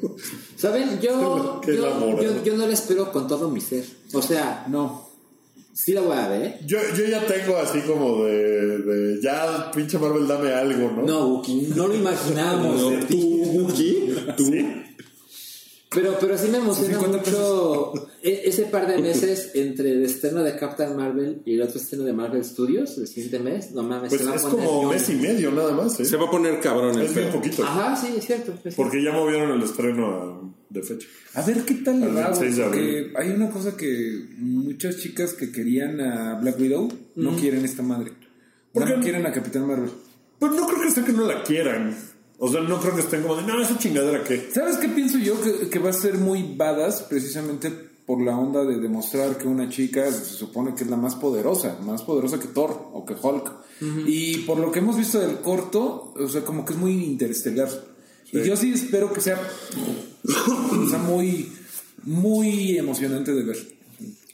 Speaker 3: ¿Saben? Yo,
Speaker 2: Qué
Speaker 3: yo,
Speaker 2: enamorado.
Speaker 3: yo, yo no la espero con todo mi ser. O sea,
Speaker 5: No.
Speaker 3: sí la voy a ver.
Speaker 2: Yo, yo ya tengo así como de, de, Ya, pinche Marvel, dame algo, ¿no?
Speaker 3: No, Wookie, no lo imaginamos.
Speaker 4: No, tú, Wookie, tú.
Speaker 3: Pero, pero sí me emociona
Speaker 5: 50
Speaker 3: mucho e- ese par de meses entre el estreno de Captain Marvel y el otro estreno de Marvel Studios, el siguiente mes. No mames,
Speaker 2: Pues
Speaker 3: se va
Speaker 2: es
Speaker 3: a poner
Speaker 2: como
Speaker 3: ñoño.
Speaker 2: mes y medio nada más, ¿eh?
Speaker 4: Se va a poner cabrón el
Speaker 2: Es bien
Speaker 4: pedo.
Speaker 2: poquito.
Speaker 3: Ajá, sí, es cierto. es cierto.
Speaker 2: Porque ya movieron el estreno a- de fecha.
Speaker 5: A ver qué tal le
Speaker 2: Al
Speaker 5: va, güey,
Speaker 2: 26 de
Speaker 5: porque
Speaker 2: abril.
Speaker 5: hay una cosa que muchas chicas que querían a Black Widow no quieren esta madre.
Speaker 2: ¿Por
Speaker 5: Ya
Speaker 2: qué
Speaker 5: no
Speaker 2: no?
Speaker 5: quieren a Capitán Marvel.
Speaker 2: Pero no creo que sea que no la quieran. O sea, no creo que estén como de, no, esa chingadera que.
Speaker 5: ¿Sabes qué pienso yo? Que, que va a ser muy badass precisamente por la onda de demostrar que una chica se supone que es la más poderosa, más poderosa que Thor o que Hulk. Y por lo que hemos visto del corto, o sea, como que es muy interestelar. Y yo sí espero que sea, o sea, muy, muy emocionante de ver.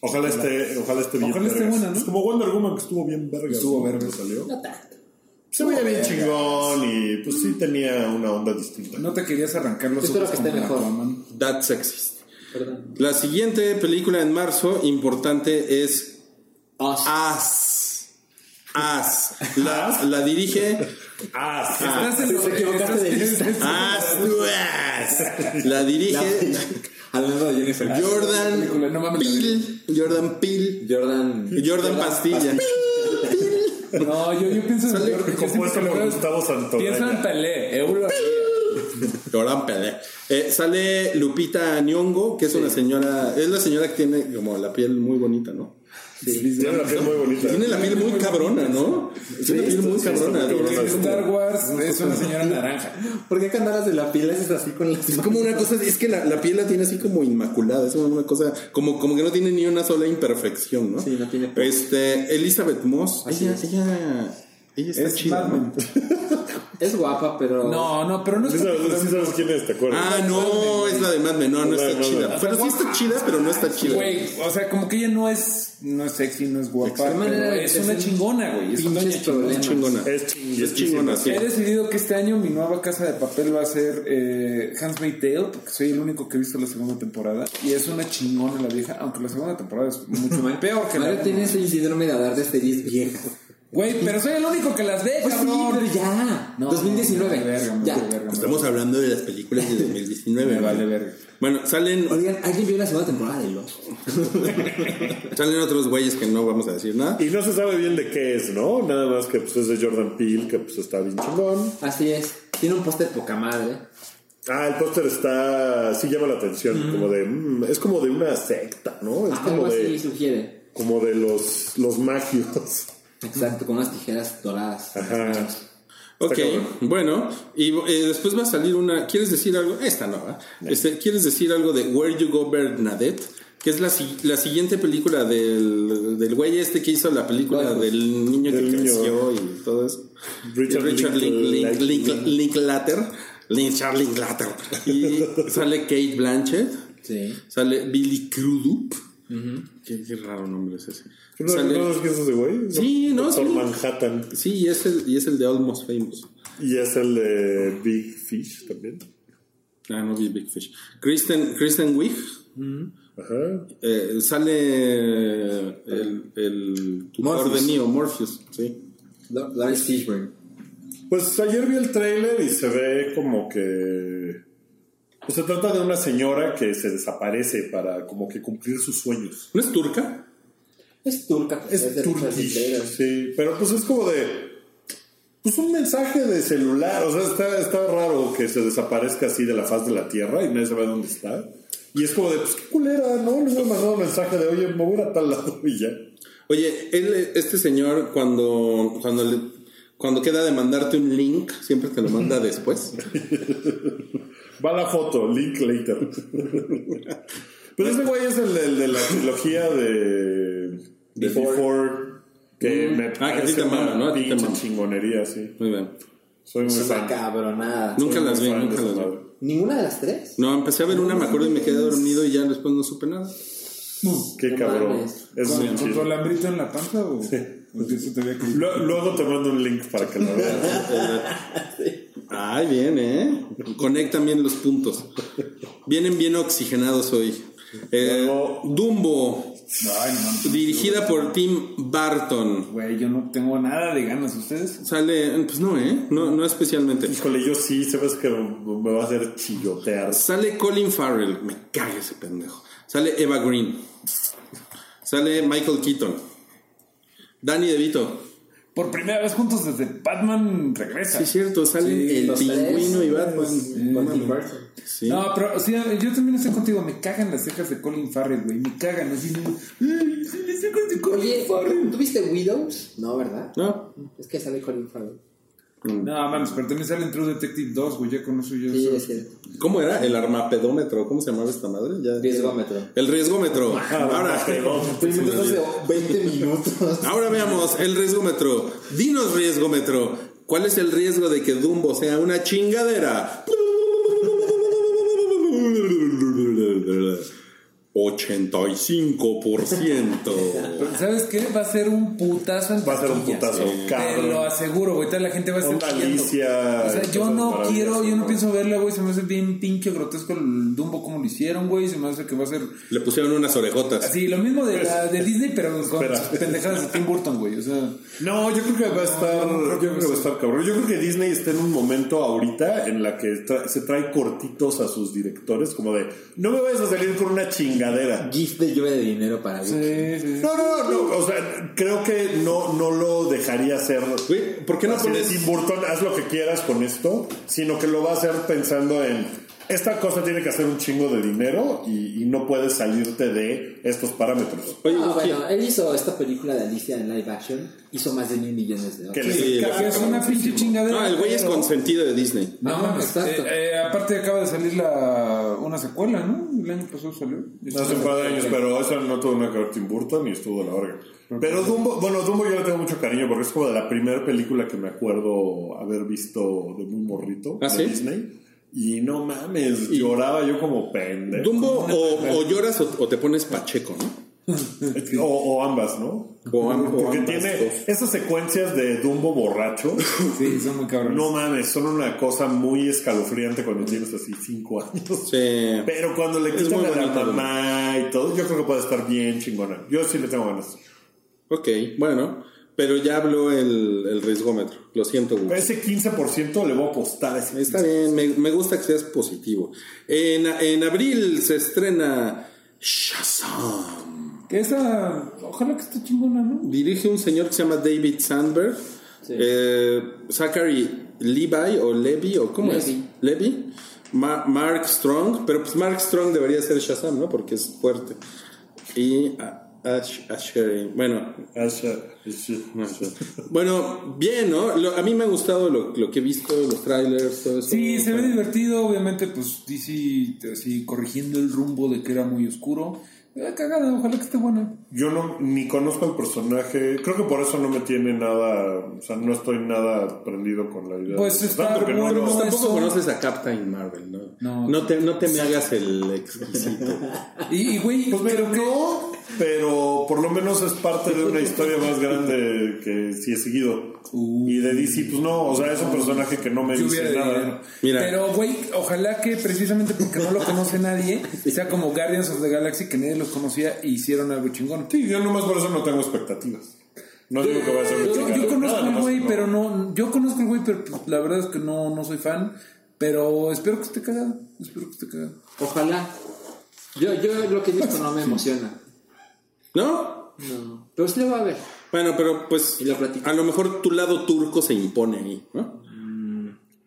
Speaker 2: Ojalá esté, ojalá esté bien.
Speaker 5: Ojalá esté
Speaker 2: vergas.
Speaker 5: buena, ¿no?
Speaker 2: Es como Wonder Woman que estuvo bien verga.
Speaker 5: Estuvo
Speaker 2: ¿no?
Speaker 5: verga.
Speaker 2: Cuando salió.
Speaker 3: No tanto.
Speaker 2: Se veía bien chingón y pues sí tenía una onda distinta.
Speaker 5: No te querías arrancar los
Speaker 3: Espero
Speaker 5: ojos
Speaker 3: que esté
Speaker 5: como en
Speaker 3: mejor.
Speaker 5: Aquaman.
Speaker 4: That's sexist.
Speaker 3: Perdón.
Speaker 4: La siguiente película en marzo importante es
Speaker 5: Ah,
Speaker 3: Us.
Speaker 4: As. As. La, la dirige
Speaker 2: Ah, sí.
Speaker 5: Estás en-
Speaker 3: Te equivocaste de lista.
Speaker 4: As. As. La dirige
Speaker 3: Hablando de Jennifer.
Speaker 5: película, no
Speaker 4: Jordan
Speaker 5: mames, la
Speaker 4: Peele. Jordan Peele.
Speaker 3: Jordan.
Speaker 4: Jordan Pastilla.
Speaker 5: No, yo, yo pienso en
Speaker 4: Sale
Speaker 5: Jordan, yo
Speaker 2: compuesto por
Speaker 5: siempre lo veo-
Speaker 2: Gustavo Santaolalla.
Speaker 5: Pienso en Pelé, Euro.
Speaker 4: Jordan Peele. Eh, sale Lupita Nyong'o, que es una señora, es la señora que tiene como la piel muy bonita, ¿no?
Speaker 2: Tiene la piel muy bonita.
Speaker 4: Tiene la piel muy cabrona, ¿no? Es una piel muy
Speaker 2: sí,
Speaker 4: cabrona.
Speaker 2: está muy
Speaker 4: cabrona.
Speaker 2: cabrona.
Speaker 5: Star Wars es una señora naranja.
Speaker 3: ¿Por qué candalas de la piel haces así con las
Speaker 4: Es como una cosa, es que la, la piel la tiene así como inmaculada, es una cosa, como, como que no tiene ni una sola imperfección, ¿no?
Speaker 3: Sí, no tiene-
Speaker 4: Este, Elizabeth Moss,
Speaker 3: Así
Speaker 4: ella,
Speaker 3: es.
Speaker 4: ella, ella está
Speaker 5: Es
Speaker 4: chida.
Speaker 5: Batman.
Speaker 4: ¿no?
Speaker 3: Es guapa, pero.
Speaker 5: No, no, pero no es
Speaker 2: Sí sabes, sí sabes quién es, ¿te acuerdas?
Speaker 4: Ah, no, es la de Mad Men, no, no
Speaker 2: La de
Speaker 4: está
Speaker 2: Mad Men.
Speaker 4: chida. Pero sí está chida, pero no está chida.
Speaker 5: Güey, o sea, como que ella no es, no es sexy, no es guapa.
Speaker 3: Qué
Speaker 5: pero
Speaker 3: manera de
Speaker 5: Es una
Speaker 3: decir-
Speaker 5: chingona, güey. Es una doña
Speaker 3: Pinches
Speaker 4: Es
Speaker 5: chingona.
Speaker 3: problemas.
Speaker 4: chingona.
Speaker 2: Es chinguísima.
Speaker 4: Es chingona, sí.
Speaker 5: He decidido que este año mi nueva casa de papel va a ser eh, Handmaid's Tale, porque soy el único que he visto la segunda temporada. Y es una chingona la vieja, aunque la segunda temporada es mucho más peor que
Speaker 3: Mario
Speaker 5: la
Speaker 3: tiene ese síndrome de hablar de series viejas.
Speaker 5: Güey, pero soy el único que las ve,
Speaker 3: Pues sí,
Speaker 5: cabrón.
Speaker 3: pero ya.
Speaker 5: No,
Speaker 3: 2019.
Speaker 5: me vale verga, me
Speaker 3: ya.
Speaker 5: vale verga, me
Speaker 4: Estamos hablando de las películas de 2019.
Speaker 5: Me vale
Speaker 4: ¿no?
Speaker 5: verga.
Speaker 4: Bueno, salen,
Speaker 3: Oigan, ¿alguien vio la segunda temporada de Los?
Speaker 4: salen otros güeyes que no vamos a decir nada.
Speaker 2: Y no se sabe bien de qué es, ¿no? Nada más que pues, es de Jordan Peele, que pues está bien chingón.
Speaker 3: Así es. Tiene un póster poca madre.
Speaker 2: Ah, el póster está. Sí llama la atención. Como de. mm, es como de una secta, ¿no? Es
Speaker 3: Ah,
Speaker 2: como
Speaker 3: algo así
Speaker 2: de.
Speaker 3: sugiere.
Speaker 2: Como de los, los magios.
Speaker 3: Exacto, con unas tijeras doradas.
Speaker 2: Ajá.
Speaker 4: Ok,
Speaker 2: cabrón.
Speaker 4: bueno, y eh, después va a salir una. ¿Quieres decir algo? Esta no, ¿verdad? Este, ¿Quieres decir algo de Where You Go Bernadette? Que es la, si- la siguiente película del, del güey este que hizo la película
Speaker 3: Bueno,
Speaker 4: del niño que
Speaker 2: del niño.
Speaker 4: creció y todo eso.
Speaker 2: Richard
Speaker 4: Y Richard Link-
Speaker 2: Link-
Speaker 4: Link- Link- Linklater. Richard Linklater. Y sale Kate Blanchett.
Speaker 3: Sí.
Speaker 4: Sale Billy Crudup. qué, qué raro nombre es ese.
Speaker 2: ¿No
Speaker 4: Sale-
Speaker 2: no es que es ese güey?
Speaker 4: Sí, no,
Speaker 2: Doctor
Speaker 4: sí.
Speaker 2: Manhattan.
Speaker 4: Sí, y es, el, y es el de Almost Famous.
Speaker 2: Y es el de Big Fish también.
Speaker 4: Ah, no vi Big Fish. Kristen, Kristen Wiig
Speaker 2: Ajá.
Speaker 4: eh, sale el, el tutor
Speaker 3: Morpheus.
Speaker 4: de Neo, Morpheus. Sí.
Speaker 3: Dor- Doris Fishburne.
Speaker 2: Pues ayer vi el tráiler y se ve como que. Pues se trata de una señora que se desaparece para como que cumplir sus sueños.
Speaker 4: ¿No es turca?
Speaker 3: Es turca. pues,
Speaker 2: Es
Speaker 3: de Richard
Speaker 2: turquish,
Speaker 3: Linklater.
Speaker 2: sí. Pero pues es como de. Pues un mensaje de celular. O sea, está, está raro que se desaparezca así de la faz de la tierra y nadie sabe dónde está. Y es como de, pues qué culera, ¿no? Les voy a mandar un mensaje de, oye, me voy a ir a tal lado y ya.
Speaker 4: Oye, él, este señor, cuando, cuando, le- cuando queda de mandarte un link, siempre te lo manda después.
Speaker 2: Va la foto, link later. Pero ese güey es el, el de la trilogía de Before.
Speaker 4: Before.
Speaker 2: que
Speaker 4: Mm.
Speaker 2: me
Speaker 4: Ah, que a ti
Speaker 2: parece
Speaker 4: te
Speaker 2: una
Speaker 4: mama, ¿no? A ti te
Speaker 2: pinche
Speaker 4: mama.
Speaker 2: chingonería, sí.
Speaker 4: Muy bien.
Speaker 2: Soy muy
Speaker 3: Es una
Speaker 2: fan.
Speaker 3: cabronada.
Speaker 4: Nunca
Speaker 2: Soy
Speaker 4: las
Speaker 2: muy
Speaker 4: vi,
Speaker 2: fan de
Speaker 4: nunca
Speaker 2: esa
Speaker 4: las vi.
Speaker 2: madre.
Speaker 3: ¿Ninguna de las tres?
Speaker 4: No, empecé a ver una, me acuerdo, y me quedé dormido y ya después no supe nada.
Speaker 2: Qué
Speaker 3: No
Speaker 2: cabrón.
Speaker 3: mames.
Speaker 2: Es muy
Speaker 5: ¿Con, con tu
Speaker 2: chido.
Speaker 5: alambrito en la panza o...? o que eso te había caído?
Speaker 2: Lu- Luego te mando un link para que lo veas.
Speaker 4: Ay, bien, ¿eh? Conectan bien los puntos. Vienen bien oxigenados hoy. Eh,
Speaker 2: Luego-
Speaker 4: Dumbo,
Speaker 5: Ay, no.
Speaker 4: dirigida por Tim Burton.
Speaker 5: Güey, yo no tengo nada de ganas. ¿Ustedes?
Speaker 4: Sale, pues no, ¿eh? No, no especialmente.
Speaker 2: Híjole, yo sí, sabes que me va a hacer chillotear.
Speaker 4: Sale Colin Farrell, me caga ese pendejo. Sale Eva Green. Sale Michael Keaton. Danny DeVito.
Speaker 5: Por primera vez juntos desde Batman Regresa.
Speaker 4: Sí, es cierto, sale
Speaker 3: Sí,
Speaker 4: el
Speaker 3: los
Speaker 4: pingüino
Speaker 3: tres.
Speaker 4: y Batman.
Speaker 3: Batman Burton.
Speaker 4: Sí.
Speaker 5: No, pero sí, yo también estoy contigo. Me cagan las cejas de Colin Farrell, güey. Me cagan. Así, no, "Ay, sí, las cejas de Colin
Speaker 3: Oye,
Speaker 5: Farrell.
Speaker 3: ¿tú viste Widows? No, ¿verdad?
Speaker 4: No.
Speaker 3: Es que sale Colin Farrell.
Speaker 5: No, mames, pero también sale en True Detective 2, güey. Ya con eso yo
Speaker 3: Sí,
Speaker 5: soy-
Speaker 3: es cierto.
Speaker 4: ¿Cómo era? El armapedómetro. ¿Cómo se llamaba esta madre? Ya-
Speaker 3: Riesgómetro.
Speaker 4: El riesgómetro. Ahora,
Speaker 3: Primero hace 20 minutos.
Speaker 4: ahora veamos el riesgómetro. Dinos riesgómetro. ¿Cuál es el riesgo de que Dumbo sea una chingadera? 85%.
Speaker 5: Pero, ¿Sabes qué? Va a ser un putazo en
Speaker 2: Va a ser un
Speaker 5: taquillas.
Speaker 2: putazo,
Speaker 5: Te
Speaker 2: cabrón.
Speaker 5: lo aseguro, güey. Toda la gente va a estar
Speaker 2: Onda
Speaker 5: chillando.
Speaker 2: Alicia,
Speaker 5: O sea, yo
Speaker 2: cosas
Speaker 5: no
Speaker 2: maravillosas,
Speaker 5: quiero, yo
Speaker 2: ¿no?
Speaker 5: no pienso verla, güey. Se me hace bien pinche grotesco el Dumbo como lo hicieron, güey. Se me hace que va a ser
Speaker 4: Le pusieron unas orejotas.
Speaker 5: así, lo mismo de, la, de Disney, pero con
Speaker 2: Espera.
Speaker 5: sus pendejadas de Tim Burton, güey. O sea,
Speaker 2: No, yo creo que va a estar, yo creo que va a estar cabrón. Yo creo que Disney está en un momento ahorita en la que tra- se trae cortitos a sus directores, como de no me vayas a salir con una chingadera.
Speaker 3: GIF de lluvia de dinero para Vicky.
Speaker 2: No, no, no, no, o sea, creo que no, no lo dejaría hacer.
Speaker 4: Güey, ¿por qué no
Speaker 2: Así de
Speaker 4: pones-
Speaker 2: Tim Burton, haz lo que quieras con esto, sino que lo va a hacer pensando en esta cosa tiene que hacer un chingo de dinero y, y no puedes salirte de estos parámetros.
Speaker 4: Oye,
Speaker 3: Ah,
Speaker 4: Wookie,
Speaker 3: bueno, él hizo esta película de Alicia en live action. Hizo más de mil millones de
Speaker 2: Que
Speaker 3: dólares.
Speaker 2: les
Speaker 4: Sí,
Speaker 2: encanta.
Speaker 5: Que es una pinche chingadera.
Speaker 4: no, el güey es
Speaker 5: pero-
Speaker 4: consentido de Disney.
Speaker 5: No,
Speaker 3: Ajá,
Speaker 5: mames,
Speaker 3: exacto.
Speaker 5: eh, eh, aparte acaba de salir la, una secuela, ¿no? El año pasado salió.
Speaker 2: Hace un par de años, pero eso no tuvo nada que ver Tim Burton y estuvo de la verga. Pero Dumbo, bueno, Dumbo yo le tengo mucho cariño porque es como de la primera película que me acuerdo haber visto de muy morrito
Speaker 4: ¿Ah,
Speaker 2: de
Speaker 4: sí?
Speaker 2: Disney. Y no mames, lloraba yo como pendejo.
Speaker 4: Dumbo o, o lloras o, o te pones pacheco, ¿no?
Speaker 2: O, o ambas, ¿no?
Speaker 4: O am- o
Speaker 2: Porque
Speaker 4: ambas
Speaker 2: tiene
Speaker 4: dos.
Speaker 2: esas secuencias de Dumbo borracho.
Speaker 5: Sí, son muy cabrones.
Speaker 2: No mames, son una cosa muy escalofriante cuando tienes así cinco años.
Speaker 4: Sí.
Speaker 2: Pero cuando le
Speaker 4: Es
Speaker 2: quitan
Speaker 4: muy
Speaker 2: a la
Speaker 4: bonito,
Speaker 2: mamá y todo, yo creo que puede estar bien chingona. Yo sí le tengo ganas.
Speaker 4: Ok, bueno, pero ya habló el, el riesgómetro. Lo siento, Wookie.
Speaker 2: Ese 15% le voy a apostar a ese.
Speaker 4: Está bien, me, me gusta que seas positivo. En, en abril se estrena Shazam.
Speaker 5: Que esa, ojalá que esté chingona, ¿no?
Speaker 4: Dirige un señor que se llama David Sandberg. Eh, Zachary Levi o Levy o cómo es?
Speaker 3: Levy.
Speaker 4: Levy. Ma- Mark Strong. Pero pues Mark Strong debería ser Shazam, ¿no? Porque es fuerte. Y a- Ash, Asher. Bueno,
Speaker 2: Asha, Asha.
Speaker 4: bueno, bien, ¿no? Lo- a mí me ha gustado lo, lo que he visto, los trailers, todo eso.
Speaker 5: Sí, se ve divertido, obviamente, pues DC así corrigiendo el rumbo de que era muy oscuro. Eh, cagada, ojalá que esté buena.
Speaker 2: Yo no, ni conozco al personaje. Creo que por eso no me tiene nada. O sea, no estoy nada prendido con la idea.
Speaker 5: Pues
Speaker 2: de-
Speaker 5: está
Speaker 2: Tanto que no,
Speaker 5: bueno.
Speaker 4: Pero pues
Speaker 2: no.
Speaker 4: tampoco
Speaker 5: Eso-
Speaker 4: conoces a Captain Marvel, ¿no?
Speaker 5: No.
Speaker 4: te, no te me hagas el exquisito.
Speaker 5: Y, y, güey,
Speaker 2: Pues mira,
Speaker 5: creo que-
Speaker 2: no, pero por lo menos es parte de una historia más grande que sí he seguido.
Speaker 5: Uh.
Speaker 2: y de DC, pues no. O sea, es un personaje que no me
Speaker 5: Lluvia
Speaker 2: dice
Speaker 5: de
Speaker 2: nada.
Speaker 5: dinero.
Speaker 4: Mira.
Speaker 5: Pero, güey, ojalá que precisamente porque no lo conoce nadie, sea como Guardians of the Galaxy, que nadie los conocía e hicieron algo chingón.
Speaker 2: Sí, yo nomás por eso no tengo expectativas. No digo que vaya a ser un
Speaker 5: Yo,
Speaker 2: chingadero,
Speaker 5: yo conozco
Speaker 2: nada
Speaker 5: al
Speaker 2: más,
Speaker 5: güey,
Speaker 2: no.
Speaker 5: pero no. Yo conozco al güey, pero pues, la verdad es que no, no soy fan. Pero espero que esté cagado. Espero que esté cagado.
Speaker 3: Ojalá. Yo, yo lo que he visto no me emociona.
Speaker 4: ¿No?
Speaker 3: No. Pero usted lo va a ver.
Speaker 4: Bueno, pero pues
Speaker 3: Y lo platico.
Speaker 4: a lo mejor tu lado turco se impone ahí, ¿no?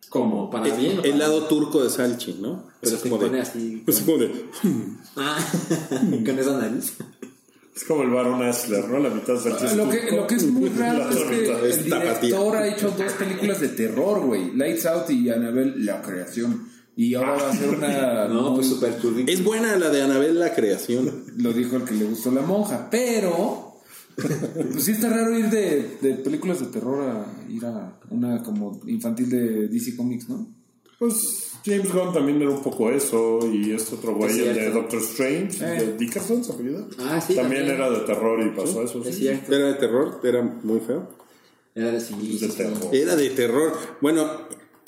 Speaker 3: ¿Cómo? Eh, pues, ¿Para
Speaker 4: el,
Speaker 3: Ah, bien? o
Speaker 4: el
Speaker 3: para-
Speaker 4: lado turco de Salchi, ¿no?
Speaker 3: Pero
Speaker 4: Es
Speaker 3: se
Speaker 6: Pues
Speaker 4: como de-
Speaker 3: impone así.
Speaker 4: es como de,
Speaker 3: Ah, con esa nariz.
Speaker 2: Es como el varón Asler, ¿no? La mitad del chiste.
Speaker 5: Lo que, lo que es muy raro
Speaker 2: La
Speaker 5: es que
Speaker 2: torta.
Speaker 5: el director ha hecho dos películas de terror, güey. Lights Out y Annabelle, la creación. Y ahora va a ser una...
Speaker 3: No, pues súper currículum.
Speaker 4: Es buena la de Anabel la creación.
Speaker 5: Lo dijo el que le gustó la monja. Pero... Pues sí está raro ir de, de películas de terror a ir a una como infantil de DC Comics, ¿no?
Speaker 2: Pues James Gunn también era un poco eso. Y este otro güey,
Speaker 3: Es
Speaker 2: el de
Speaker 3: cierto.
Speaker 2: Doctor Strange,
Speaker 5: Eh.
Speaker 2: de Dickerson, ¿se apellida?
Speaker 3: Ah, sí, también.
Speaker 2: También, era de terror y pasó eso.
Speaker 3: Es
Speaker 2: sí.
Speaker 3: cierto.
Speaker 4: Era de terror, era muy feo.
Speaker 3: Era Pues, de sí.
Speaker 2: De terror.
Speaker 4: Era de terror. Bueno,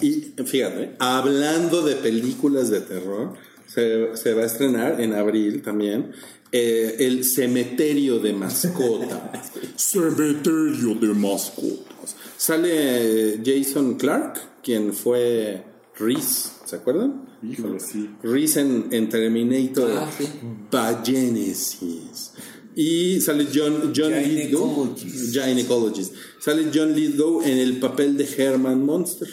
Speaker 4: y fíjate, hablando de películas de terror, se, se va a estrenar en abril también eh, El Cementerio de Mascotas. cementerio de Mascotas. Sale eh, Jason Clark, quien fue Reese, ¿se acuerdan?
Speaker 2: Híjole, sí.
Speaker 4: Reese en, en Terminator
Speaker 3: Ah, sí.
Speaker 4: Bagenesis. Y sale John, John Lithgow.
Speaker 5: Gynecologist.
Speaker 4: Gynecologist. Sale John Lithgow en el papel de Herman Monster,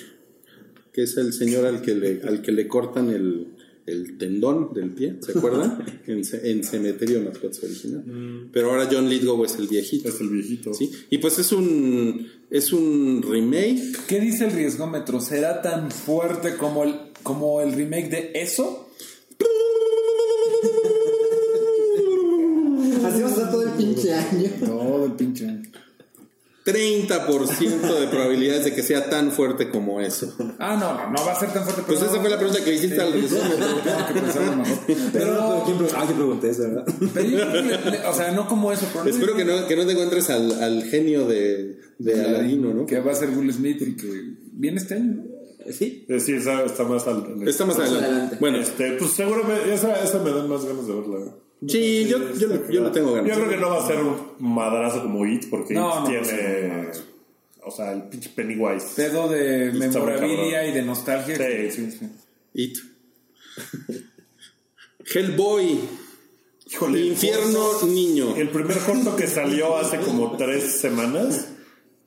Speaker 4: que es el señor al que le, al que le cortan el, el tendón del pie, ¿se acuerdan? en, ce- en Cementerio de Mascotas original. Pero ahora John Lithgow es el viejito.
Speaker 2: Es el viejito.
Speaker 4: ¿sí? Y pues es un, es un remake
Speaker 5: ¿Qué dice el riesgómetro? ¿Será tan fuerte como el, como el remake de eso?
Speaker 3: Así va a estar todo el pinche año.
Speaker 5: No, del pinche año.
Speaker 4: 30% de probabilidades de que sea tan fuerte como eso.
Speaker 5: Ah, no, no, no va a ser tan fuerte.
Speaker 4: Pues
Speaker 5: pero-
Speaker 4: esa fue la pregunta que le hiciste al
Speaker 5: Tengo que pensarlo mejor.
Speaker 6: Pero,
Speaker 5: Pero,
Speaker 6: ¿quién preguntó? Ah, yo pregunté eso, ¿verdad?
Speaker 5: pero yo creo que le- le- o sea, no como eso. Pero
Speaker 4: Espero que no, que no te encuentres al, al genio de, de Aladino, ¿no?
Speaker 5: Que va a ser Will Smith y que viene este año. ¿no?
Speaker 3: Sí.
Speaker 2: Eh, Sí, esa está más al.
Speaker 4: Está más adelante.
Speaker 3: adelante.
Speaker 4: Bueno,
Speaker 2: Este, pues seguramente esa, esa me dan más ganas de verla.
Speaker 4: sí, yo, yo, yo, le tengo
Speaker 2: Yo
Speaker 4: ganas.
Speaker 2: creo que no va a ser un madrazo como It, porque
Speaker 5: No,
Speaker 2: It
Speaker 5: no,
Speaker 2: tiene. o sea, el pinche Pennywise.
Speaker 5: Pedo de
Speaker 2: muy
Speaker 5: memorabilia
Speaker 2: cabrón.
Speaker 5: y de nostalgia.
Speaker 2: Sí, sí, sí.
Speaker 4: It. Hellboy,
Speaker 2: Híjole,
Speaker 4: Infierno Niño.
Speaker 2: El primer corto que salió hace como tres semanas.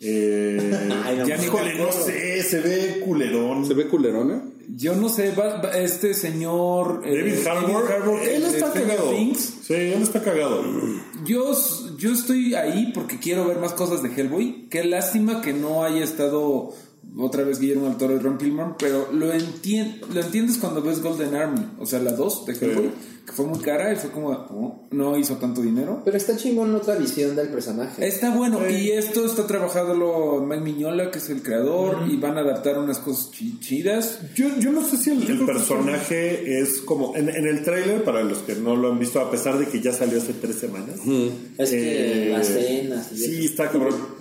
Speaker 2: Eh,
Speaker 6: Ay, no.
Speaker 5: Ya ni
Speaker 2: híjole, no sé, se ve culerón.
Speaker 4: ¿Se ve culerona?
Speaker 5: Yo no sé, va- va- este señor. eh,
Speaker 2: David Harbour,
Speaker 5: que
Speaker 2: él
Speaker 5: de
Speaker 2: está
Speaker 5: Stranger
Speaker 2: cagado.
Speaker 5: Things,
Speaker 2: Sí, él está cagado.
Speaker 5: Yo, s- yo estoy ahí porque quiero ver más cosas de Hellboy. Qué lástima que no haya estado otra vez Guillermo del Toro y Ron Kilmer, pero lo, entien- lo entiendes cuando ves Golden Army, o sea, la 2 de Hellboy, que fue muy cara y fue como, "Oh, no hizo tanto dinero.
Speaker 3: Pero está chingón otra visión del personaje.
Speaker 5: Está bueno, y esto está trabajado lo Mike Miñola, que es el creador, y van a adaptar unas cosas chi- chidas.
Speaker 2: Yo, yo no sé si el, el personaje es como. En, en el tráiler, para los que no lo han visto, a pesar de que ya salió hace tres semanas.
Speaker 3: Es que
Speaker 2: Eh,
Speaker 3: las cenas. y
Speaker 2: Sí,
Speaker 3: eso.
Speaker 2: está cabrón.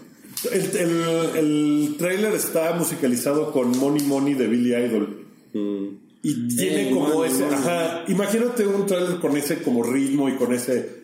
Speaker 2: El, el, el trailer está musicalizado con Money Money de Billy Idol.
Speaker 3: Mm.
Speaker 2: Y
Speaker 3: Eh,
Speaker 2: tiene como ese. Ajá. Imagínate un trailer con ese como ritmo y con ese.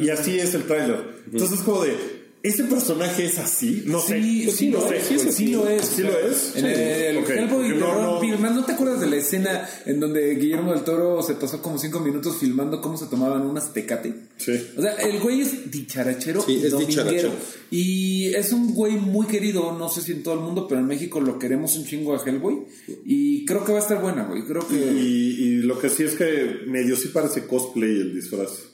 Speaker 2: Y así es el trailer. Entonces, es como de. ¿Ese personaje es así? No sé.
Speaker 5: Sí, sí, lo
Speaker 2: sé,
Speaker 5: es, sí,
Speaker 2: güey.
Speaker 5: sí lo es.
Speaker 2: ¿Sí lo es? Eh,
Speaker 5: En el
Speaker 2: Ok,
Speaker 5: Hellboy
Speaker 2: porque
Speaker 5: de
Speaker 2: no,
Speaker 5: Ron
Speaker 2: no.
Speaker 5: Perlman, ¿no te acuerdas de la escena en donde Guillermo del Toro se pasó como cinco minutos filmando cómo se tomaban unas tecate?
Speaker 2: Sí.
Speaker 5: O sea, el güey es dicharachero
Speaker 4: Sí,
Speaker 5: y
Speaker 4: es
Speaker 5: dominguero.
Speaker 4: dicharachero.
Speaker 5: Y es un güey muy querido, no sé si en todo el mundo, pero en México lo queremos un chingo a Hellboy. Y creo que va a estar buena, güey. Creo
Speaker 2: Y,
Speaker 5: que.
Speaker 2: y lo que sí es que medio sí parece cosplay el disfraz.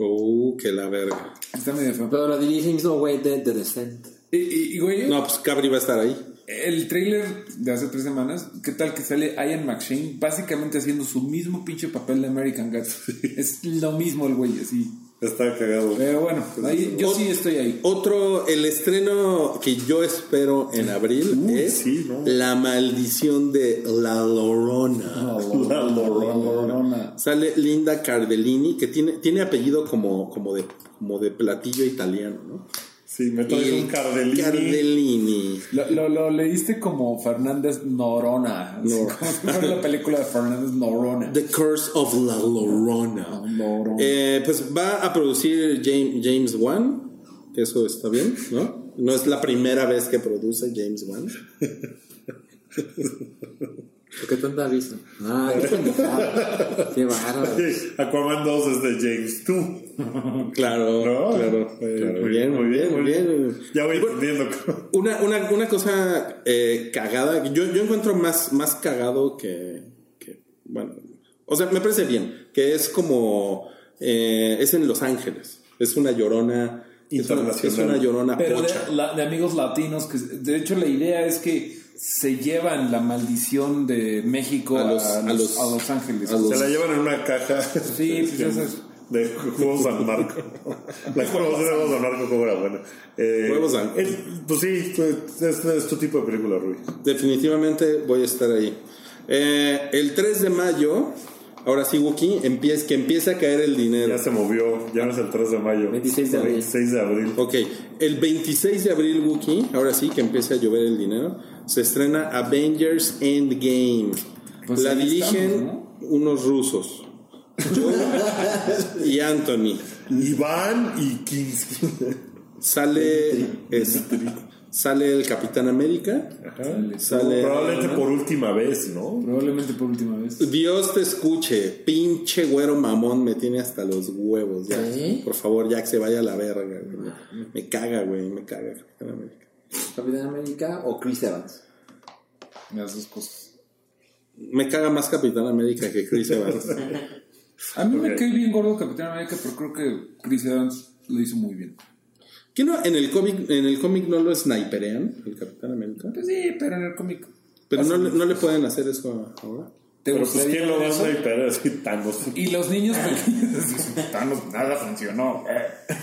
Speaker 4: Oh, que la verga.
Speaker 5: Está medio feo.
Speaker 6: Pero lo dirige el mismo güey de The Descent.
Speaker 5: Y, y- y, güey,
Speaker 4: No, pues Cabri va a estar ahí.
Speaker 5: el trailer de hace tres semanas, ¿qué tal que sale Ian McShane básicamente haciendo su mismo pinche papel de American Gods? Es lo mismo el güey, así.
Speaker 2: Está cagado.
Speaker 5: Pero bueno,
Speaker 4: Pues,
Speaker 5: ahí- yo sí estoy ahí.
Speaker 4: Otro, el estreno que yo espero en abril
Speaker 2: Uy,
Speaker 4: es
Speaker 2: sí, no.
Speaker 4: La Maldición de La Lorona.
Speaker 2: La lorona.
Speaker 4: Sale Linda Cardellini, que tiene, tiene apellido como, como, de, como de platillo italiano, ¿no?
Speaker 2: Sí, me traes
Speaker 4: Y
Speaker 2: un Cardellini.
Speaker 4: Cardellini.
Speaker 5: Lo, lo- lo leíste como Fernández Norona. así
Speaker 4: Nor-
Speaker 5: Como si fuera la película de Fernández Norona.
Speaker 4: The Curse of La Lorona.
Speaker 5: Lorona.
Speaker 4: Eh, pues va a producir James, James Wan, que eso está bien, ¿no? No es la primera vez que produce James Wan.
Speaker 6: ¿Por qué tanta risa? Ah, qué pendejada. Qué bárbaro.
Speaker 2: Sí, Aquaman 2 es de James tú
Speaker 4: Claro,
Speaker 2: ¿no?
Speaker 4: claro,
Speaker 2: Eh,
Speaker 4: claro. Bien, muy bien, muy bien.
Speaker 2: Ya voy entendiendo. cabrón.
Speaker 4: Una, una, una cosa eh, cagada, yo, yo encuentro más, más cagado que, que, bueno, O sea, me parece bien, que es como, eh, es en Los Ángeles, es una llorona es una- Es
Speaker 2: Internacional.
Speaker 4: una, llorona
Speaker 5: Pero de,
Speaker 4: pocha.
Speaker 5: la- de amigos latinos, que de hecho la idea es que se llevan la maldición de México
Speaker 4: A
Speaker 5: a,
Speaker 4: los-
Speaker 5: los,
Speaker 4: a los-
Speaker 5: a Los Ángeles.
Speaker 4: a los-
Speaker 2: Se la llevan en una caja
Speaker 5: Sí, pues ya sabes.
Speaker 2: de huevos San Marco. La huevos de huevos San Marco cobra bueno. Eh,
Speaker 4: Huevos San-
Speaker 2: es- Pues sí, pues, es, es tu tipo de película, Rui.
Speaker 4: Definitivamente voy a estar ahí. Eh, el 3 de mayo, ahora sí, Wookie, empieza, que empiece a caer el dinero.
Speaker 2: Ya se movió, ya no es el 3 de mayo.
Speaker 6: 26 de abril.
Speaker 2: 26 de abril.
Speaker 4: Ok, el 26 de abril, Wookie, ahora sí que empiece a llover el dinero, se estrena Avengers Endgame.
Speaker 5: Pues
Speaker 4: la
Speaker 5: ahí
Speaker 4: dirigen
Speaker 5: estamos,
Speaker 4: unos rusos. Yo y Anthony.
Speaker 2: Iván y Kinski.
Speaker 4: Sale, es- sale el Capitán América. Sale-
Speaker 2: Probablemente por última vez, ¿no?
Speaker 5: Probablemente por última vez.
Speaker 4: Dios te escuche, pinche güero mamón, me tiene hasta los huevos. ya.
Speaker 6: ¿Eh?
Speaker 4: Por favor, ya que se vaya a la verga. güey. Me caga, güey, me caga Capitán América.
Speaker 6: Capitán América o Chris Evans.
Speaker 5: Las dos cosas.
Speaker 4: Me caga más Capitán América que Chris Evans.
Speaker 5: A mí me
Speaker 2: Ok.
Speaker 5: cae bien gordo Capitán América, pero creo que Chris Evans lo hizo muy bien.
Speaker 4: ¿Qué no? En el cómic, en el cómic no lo sniperean, el Capitán América.
Speaker 5: Pues sí, pero en el cómic.
Speaker 4: Pero no, le- no le pueden hacer eso ahora.
Speaker 5: ¿Te
Speaker 2: Pero pues
Speaker 5: gustaría
Speaker 2: quién lo Ah. va a
Speaker 5: eso?
Speaker 2: sniper, es que Thanos.
Speaker 5: Y los niños pequeños. Thanos, nada funcionó.
Speaker 2: Eh,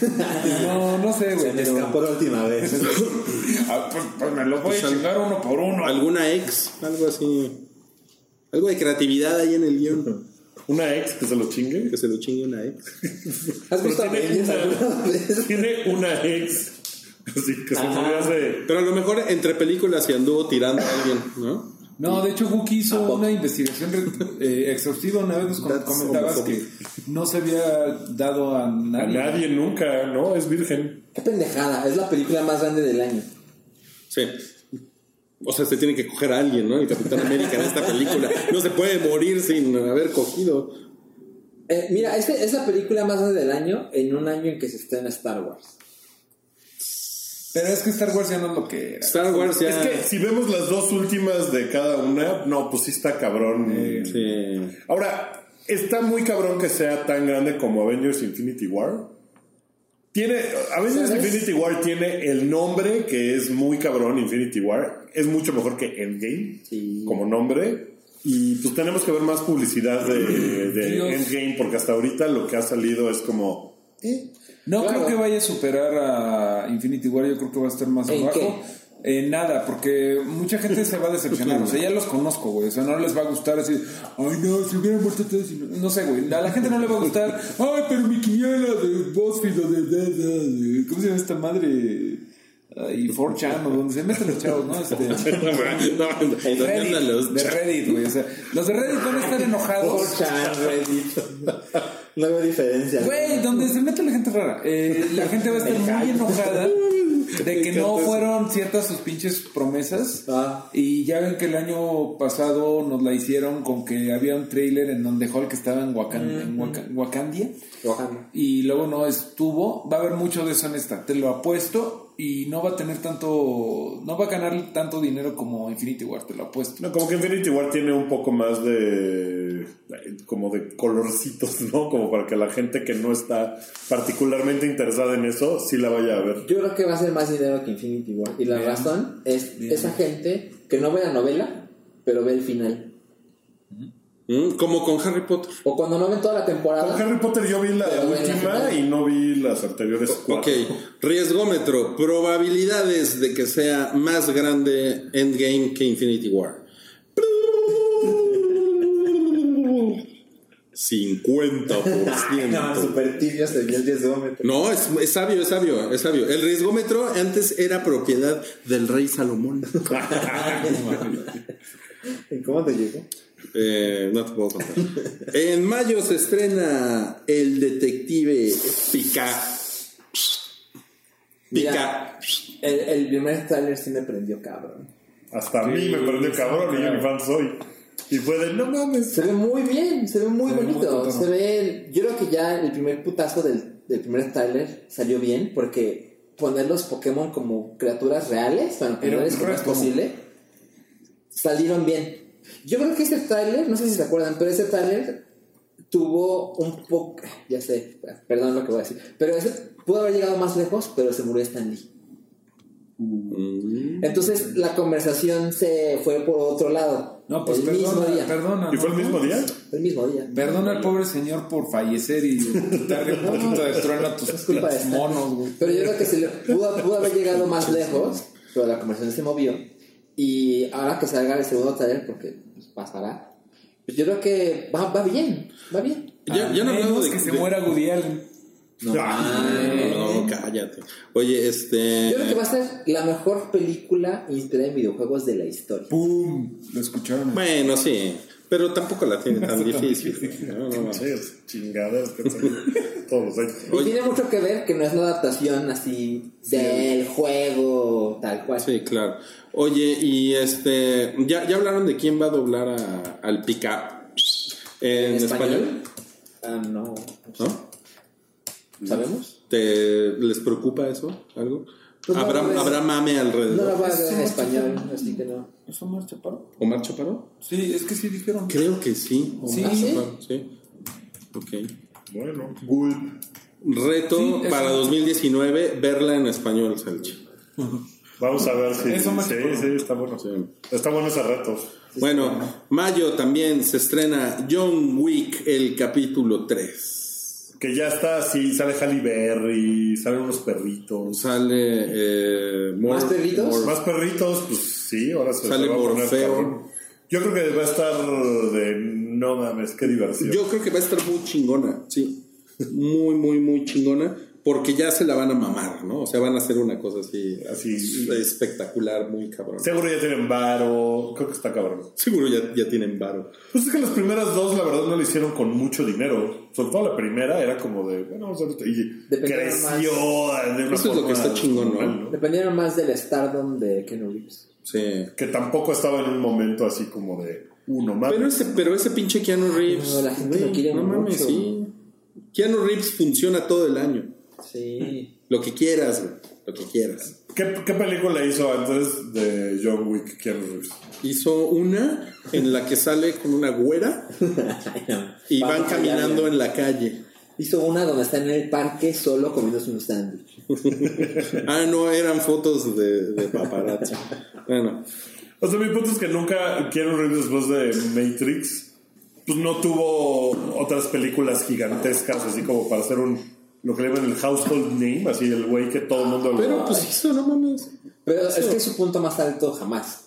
Speaker 5: no, no sé, güey.
Speaker 6: Me
Speaker 5: pero-
Speaker 6: escapó la última vez.
Speaker 5: Ah, pues, pues me los voy a chingar uno por uno.
Speaker 4: ¿Alguna ex? Algo así. Algo de creatividad ahí en el guión.
Speaker 2: Una ex que se lo chingue.
Speaker 4: Que se lo chingue una ex.
Speaker 6: ¿Has visto
Speaker 2: Pero tiene
Speaker 6: Avengers
Speaker 2: una-
Speaker 6: alguna vez?
Speaker 2: Tiene una ex. Así que se murió hace.
Speaker 4: Pero a lo mejor entre películas y anduvo tirando a alguien, ¿no?
Speaker 5: No, de hecho, Wookie hizo una investigación eh, exhaustiva. Una vez nos com-
Speaker 4: That's
Speaker 5: comentabas que no se había dado a
Speaker 2: A
Speaker 5: nadie.
Speaker 2: nadie nunca, ¿no? Es virgen.
Speaker 6: Qué pendejada. Es la película más grande del año.
Speaker 4: Sí. O sea, se tiene que coger a alguien, ¿no? El Capitán América en esta película. No se puede morir sin haber cogido.
Speaker 6: Eh, mira, este es la película más grande del año en un año en que se estrena Star Wars.
Speaker 5: Pero es que Star Wars ya no es lo que era.
Speaker 4: Star Wars ya.
Speaker 6: Ah.
Speaker 2: Es que si vemos las dos últimas de cada una, no, pues sí está cabrón.
Speaker 4: Sí.
Speaker 2: Ahora, está muy cabrón que sea tan grande como Avengers Infinity War. Tiene, Avengers
Speaker 6: ¿Sabes?
Speaker 2: Infinity War tiene el nombre que es muy cabrón, Infinity War. Es mucho mejor que Endgame
Speaker 6: Sí.
Speaker 2: como nombre. Y pues tenemos que ver más publicidad de, de
Speaker 5: Dios.
Speaker 2: Endgame porque hasta ahorita lo que ha salido es como... ¿eh?
Speaker 5: No
Speaker 6: Claro.
Speaker 5: creo que vaya a superar a Infinity War. Yo creo que va a estar más
Speaker 6: ¿En
Speaker 5: abajo. En nada, porque mucha gente se va a decepcionar. O sea, ya los conozco, güey. O sea, no les va a gustar así. Ay, no, si hubieran muerto todos. y No, no sé, güey. A la gente no le va a gustar. Ay, pero mi quiniela de BuzzFeed o de, de- de- de- ¿Cómo se llama esta madre? Ay, 4chan o donde se meten los chavos, ¿no? Este,
Speaker 4: No, no,
Speaker 5: Reddit,
Speaker 4: los-
Speaker 5: de Reddit, güey. O sea, los de Reddit van a estar enojados.
Speaker 6: No veo diferencia.
Speaker 5: Güey, donde se mete la gente rara. Eh, la gente va a estar muy enojada de que no fueron ciertas sus pinches promesas.
Speaker 6: Ah.
Speaker 5: Y ya ven que el año pasado nos la hicieron con que había un trailer en donde Hulk estaba en, Wakan- en Waka- Wakandia.
Speaker 6: Ojalá.
Speaker 5: Y luego no estuvo. Va a haber mucho de eso en esta. Te lo apuesto. Y no va a tener tanto. No va a ganar tanto dinero como Infinity War. Te lo apuesto.
Speaker 2: No, como que Infinity War tiene un poco más de... como de colorcitos, ¿no? Como para que la gente que no está particularmente interesada en eso sí la vaya a ver.
Speaker 6: Yo creo que va a ser más dinero que Infinity War. Y la
Speaker 5: Bien.
Speaker 6: razón es
Speaker 5: Bien.
Speaker 6: esa gente que no ve la novela, pero ve el final.
Speaker 4: Mm, Como con Harry Potter.
Speaker 6: O cuando no ven toda la
Speaker 2: Con
Speaker 6: temporada.
Speaker 2: Harry Potter yo vi la
Speaker 6: Pero bueno,
Speaker 2: última
Speaker 6: bueno.
Speaker 2: y no vi las anteriores
Speaker 4: Ok,
Speaker 2: cuatro.
Speaker 4: riesgómetro, probabilidades de que sea más grande Endgame que Infinity War. 50%.
Speaker 6: Super tibio se vio el diezómetro.
Speaker 4: No, es, es sabio, es sabio, es sabio. El riesgómetro antes era propiedad del rey Salomón.
Speaker 6: ¿Y cómo te llegó?
Speaker 4: Eh, no te puedo contar. En mayo se estrena El Detective Pica. Pica.
Speaker 6: Mira. El, el primer trailer sí me prendió, cabrón.
Speaker 2: Hasta a mí me perdió cabrón y yo ni fan soy. Y fue de, no mames.
Speaker 6: Se ve muy bien, se ve muy
Speaker 5: pues, Se ve muy
Speaker 6: bonito.
Speaker 5: cotorro.
Speaker 6: se ve. Yo creo que ya el primer putazo del, del primer trailer salió bien, porque poner los Pokémon como criaturas reales, bueno,
Speaker 5: Pero
Speaker 6: criaturas como es
Speaker 5: ¿cómo?
Speaker 6: posible, salieron bien. Yo creo que este trailer, no sé si se acuerdan, pero este trailer tuvo un poco, ya sé, perdón lo que voy a decir, pero ese pudo haber llegado más lejos, pero se murió Stan Lee. Entonces la conversación se fue por otro lado.
Speaker 5: No, pues
Speaker 6: el
Speaker 5: perdona,
Speaker 6: mismo día.
Speaker 5: perdona.
Speaker 2: ¿Y
Speaker 5: no,
Speaker 2: fue el mismo
Speaker 5: no.
Speaker 2: día?
Speaker 6: El mismo día.
Speaker 5: Perdona al pobre señor por fallecer y quitarle un poquito de trueno a tus,
Speaker 6: Es culpa de
Speaker 5: tus
Speaker 6: Stan.
Speaker 5: monos, güey.
Speaker 6: Pero yo creo que se le pudo, pudo haber llegado más lejos, pero la conversación se movió. Y ahora que salga el segundo taller, porque pues, pasará, pues yo creo que va, va bien, va bien.
Speaker 4: Yo, yo no
Speaker 5: A
Speaker 4: hablo
Speaker 5: menos
Speaker 4: de
Speaker 5: que se
Speaker 4: de-
Speaker 5: muera Woody Allen.
Speaker 2: Ah,
Speaker 4: No, no, cállate. Oye, este.
Speaker 6: Yo creo que va a ser la mejor película inspirada en videojuegos de la historia.
Speaker 5: ¡Pum! Lo escucharon.
Speaker 4: Bueno, sí. Pero tampoco la tiene tan difícil. güey. No, no, no.
Speaker 2: Pinches chingaderas que han salido todos los años.
Speaker 6: Y tiene mucho que ver que no es una adaptación así del juego tal cual.
Speaker 4: Sí, claro. Oye, y este. Ya, ya hablaron de quién va a doblar a- al pick-up en, español.
Speaker 6: Ah, no.
Speaker 4: ¿No?
Speaker 6: ¿Sabemos?
Speaker 4: ¿Te, ¿Les preocupa eso? ¿Algo?
Speaker 6: Pues no,
Speaker 4: ¿Habrá,
Speaker 6: no es-
Speaker 4: habrá mame
Speaker 6: No la
Speaker 4: alrededor?
Speaker 6: va a ver en español, así que no.
Speaker 5: ¿Eso más chaparro?
Speaker 4: ¿Omar Chaparro?
Speaker 5: Sí, es que sí dijeron.
Speaker 4: Creo que sí.
Speaker 5: Sí.
Speaker 4: Omar
Speaker 6: ¿Ah, sí?
Speaker 4: Chaparro, sí. Ok.
Speaker 2: Bueno, Gul.
Speaker 4: Reto
Speaker 5: Sí, es-
Speaker 4: para 2019, verla en español, Salchi.
Speaker 2: Vamos a ver si.
Speaker 5: Eso más
Speaker 2: sí,
Speaker 5: seguro.
Speaker 2: sí, está bueno.
Speaker 4: Sí.
Speaker 2: Está bueno ese reto.
Speaker 6: Este,
Speaker 4: Bueno, mayo también se estrena John Wick, el capítulo 3.
Speaker 2: Que ya está así, sale Halle Berry, salen unos perritos.
Speaker 4: Sale. eh,
Speaker 6: ¿Más perritos?
Speaker 4: Mor-
Speaker 2: Más perritos, pues sí, ahora se
Speaker 4: Sale
Speaker 2: se va a poner
Speaker 4: Morfeo.
Speaker 2: cabrón. Yo creo que va a estar de no mames, qué diversión.
Speaker 4: Yo creo que va a estar muy chingona, sí. Muy, muy, muy chingona. Porque ya se la van a mamar, ¿no? O sea, van a hacer una cosa así,
Speaker 2: Así.
Speaker 4: espectacular, muy cabrón.
Speaker 2: Seguro ya tienen varo, creo que está cabrón.
Speaker 4: Seguro ya, ya tienen varo.
Speaker 2: Pues es que las primeras dos, la verdad, no le hicieron con mucho dinero. Sobre todo la primera era como de, bueno, vamos ahorita. Y
Speaker 6: Dependieron
Speaker 2: creció de una
Speaker 4: Eso es lo
Speaker 2: forma
Speaker 4: que está chingón, ¿no?
Speaker 2: normal, ¿no?
Speaker 6: Dependieron más del stardom de Ken Reeves.
Speaker 4: Sí.
Speaker 2: Que tampoco estaba en un momento así como de uno más.
Speaker 4: Pero ese, pero ese pinche Keanu Reeves.
Speaker 6: No, la gente
Speaker 4: güey,
Speaker 6: lo quiere
Speaker 4: no mames,
Speaker 6: mucho.
Speaker 4: sí. Keanu Reeves funciona todo el año.
Speaker 6: Sí.
Speaker 4: Lo que quieras, güey, Lo que quieras.
Speaker 2: ¿Qué, qué película hizo antes de John Wick, Keanu Reeves?
Speaker 4: Hizo una en la que sale con una güera y van
Speaker 6: Vamos allá,
Speaker 4: caminando
Speaker 6: ya.
Speaker 4: en la calle.
Speaker 6: Hizo una donde está en el parque solo comiéndose un sándwich.
Speaker 4: Ah, no, eran fotos de, de paparazzi. Bueno,
Speaker 2: O sea, mi punto es que nunca Keanu Reeves después de Matrix, pues no tuvo otras películas gigantescas, así como para hacer un, lo que le llaman el household name, así el güey que todo el mundo lo-
Speaker 4: pero pues hizo, no mames.
Speaker 6: Pero es que es su punto más alto jamás.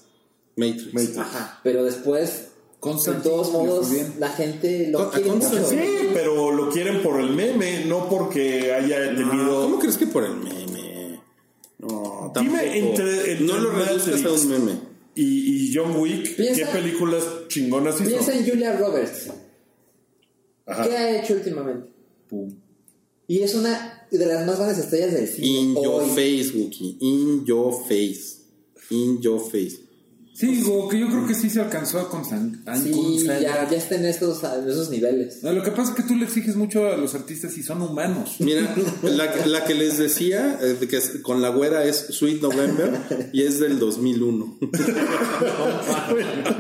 Speaker 4: Matrix.
Speaker 2: Matrix.
Speaker 6: Ajá. Pero después, de
Speaker 5: Constantine
Speaker 6: todos
Speaker 5: le fue
Speaker 6: modos,
Speaker 5: bien.
Speaker 6: la gente lo
Speaker 4: Con-
Speaker 6: quiere
Speaker 4: a
Speaker 6: mucho.
Speaker 4: Constantine.
Speaker 2: Sí, pero lo quieren por el meme, no porque haya tenido...
Speaker 4: ¿Cómo crees que por el meme? No, tampoco.
Speaker 2: Dime entre- entre
Speaker 4: no lo
Speaker 2: Matrix.
Speaker 4: reduzcas a un meme.
Speaker 2: Y, y John Wick,
Speaker 6: Piensa-
Speaker 2: ¿qué películas chingonas hizo?
Speaker 6: Piensa en Julia Roberts.
Speaker 2: Ajá.
Speaker 6: ¿Qué ha hecho últimamente? Y es una de las más grandes estrellas del cine.
Speaker 4: In your
Speaker 6: hoy.
Speaker 4: face, Wookie. In your face. In your face.
Speaker 5: Sí, digo, que yo creo que sí se alcanzó a Constan- a
Speaker 6: Sí,
Speaker 5: Constantine.
Speaker 6: ya, ya está en estos, en esos niveles.
Speaker 5: No, Lo que pasa es que tú le exiges mucho a los artistas y son humanos.
Speaker 4: Mira, la, la que les decía, eh, que es- con la güera es Sweet November y es del 2001.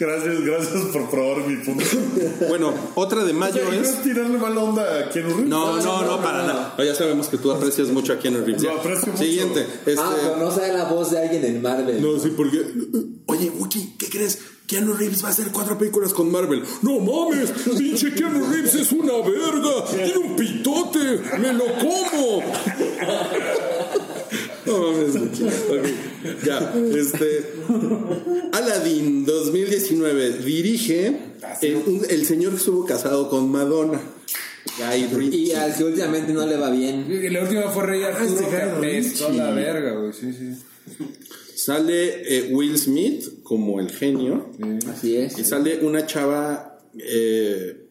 Speaker 2: Gracias, gracias por probar mi punto.
Speaker 4: Bueno, otra de
Speaker 2: Oye,
Speaker 4: mayo
Speaker 2: ¿y no
Speaker 4: es...
Speaker 2: es tirarle mala onda a Keanu Reeves?
Speaker 4: No, no, no,
Speaker 6: no, no,
Speaker 4: para
Speaker 6: no.
Speaker 4: nada. No, ya sabemos que tú aprecias mucho a Keanu Reeves.
Speaker 2: Lo
Speaker 4: Ya.
Speaker 2: aprecio mucho.
Speaker 4: Siguiente. Este,
Speaker 6: Ah, pero no sabe la voz de alguien en Marvel.
Speaker 4: no, sí, porque... Oye, Wookie, ¿qué crees? Keanu Reeves va a hacer cuatro películas con Marvel. ¡No mames! ¡Pinche Keanu Reeves es una verga! ¡Tiene un pitote! ¡Me lo como! No mames, Wookie. Ok, Ya, este... Aladdin 2019 dirige el, un- el señor que estuvo casado con Madonna. Guy Ritchie.
Speaker 6: Y al que últimamente no le va bien.
Speaker 5: Y La última fue Rey Arturo,
Speaker 4: este
Speaker 5: que
Speaker 4: Guy
Speaker 5: apestó a
Speaker 4: Ritchie.
Speaker 5: la verga, güey. Sí, sí.
Speaker 4: Sale eh, Will Smith como el genio
Speaker 6: Así es.
Speaker 4: y sale una chava eh,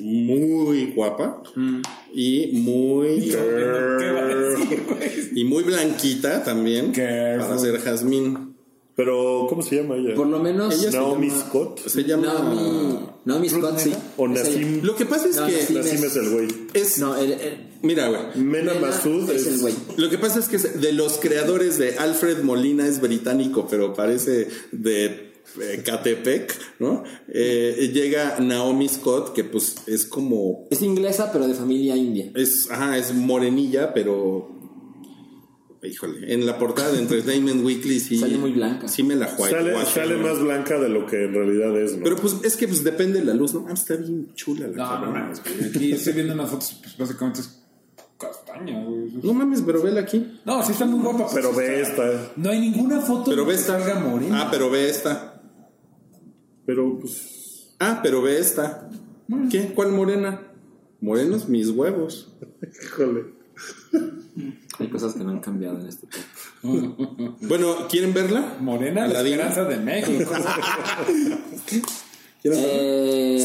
Speaker 4: muy guapa y muy
Speaker 5: Mm. ¿Qué va a decir, güey?
Speaker 4: y muy blanquita también
Speaker 5: Girl.
Speaker 4: para ser Jazmín.
Speaker 2: Pero, ¿cómo se llama ella?
Speaker 6: Por lo menos.
Speaker 4: Pues Ella se
Speaker 2: Naomi
Speaker 4: llama-
Speaker 2: Scott.
Speaker 4: Se llama
Speaker 6: Naomi. Naomi Scott, sí.
Speaker 2: O
Speaker 6: Es ella.
Speaker 2: Nassim.
Speaker 4: Lo que pasa es
Speaker 6: No,
Speaker 4: que
Speaker 6: Nassim.
Speaker 2: Nassim es el güey.
Speaker 4: es
Speaker 6: No, el, el-
Speaker 4: mira, güey.
Speaker 2: Mena
Speaker 6: Mena
Speaker 2: Massoud
Speaker 6: es el güey.
Speaker 4: Lo que pasa es que es de los creadores de Alfred Molina es británico, pero parece de eh, Catepec, ¿no? Eh, llega Naomi Scott, que pues es como.
Speaker 6: Es inglesa, pero de familia india.
Speaker 4: Es, ajá, es morenilla, pero. Híjole, en la portada de Entertainment Weekly sí.
Speaker 6: Sale muy blanca.
Speaker 4: Sí me la juega.
Speaker 2: Sale, sale más blanca de lo que en realidad es, ¿no?
Speaker 4: Pero pues es que pues depende de la luz, ¿no? Ah, está bien chula la
Speaker 5: No, no
Speaker 4: cabrona.
Speaker 5: mames, güey. Aquí estoy viendo unas fotos, pues básicamente es castaña, güey.
Speaker 4: No mames, pero vela aquí.
Speaker 5: No, sí está muy guapa. pues,
Speaker 2: Pero
Speaker 5: sí
Speaker 2: ve
Speaker 5: está-
Speaker 2: esta.
Speaker 5: No hay ninguna foto
Speaker 4: Pero
Speaker 5: que
Speaker 4: ve esta.
Speaker 5: salga morena.
Speaker 4: Ah, pero ve esta.
Speaker 2: Pero pues.
Speaker 4: Ah, pero ve esta. ¿Qué? ¿Cuál morena? Morenos, mis huevos.
Speaker 2: Híjole.
Speaker 6: Hay cosas que no han cambiado en este tiempo.
Speaker 4: Bueno, ¿quieren verla?
Speaker 5: Morena, la
Speaker 4: Aladín.
Speaker 5: esperanza de México.
Speaker 6: Eh,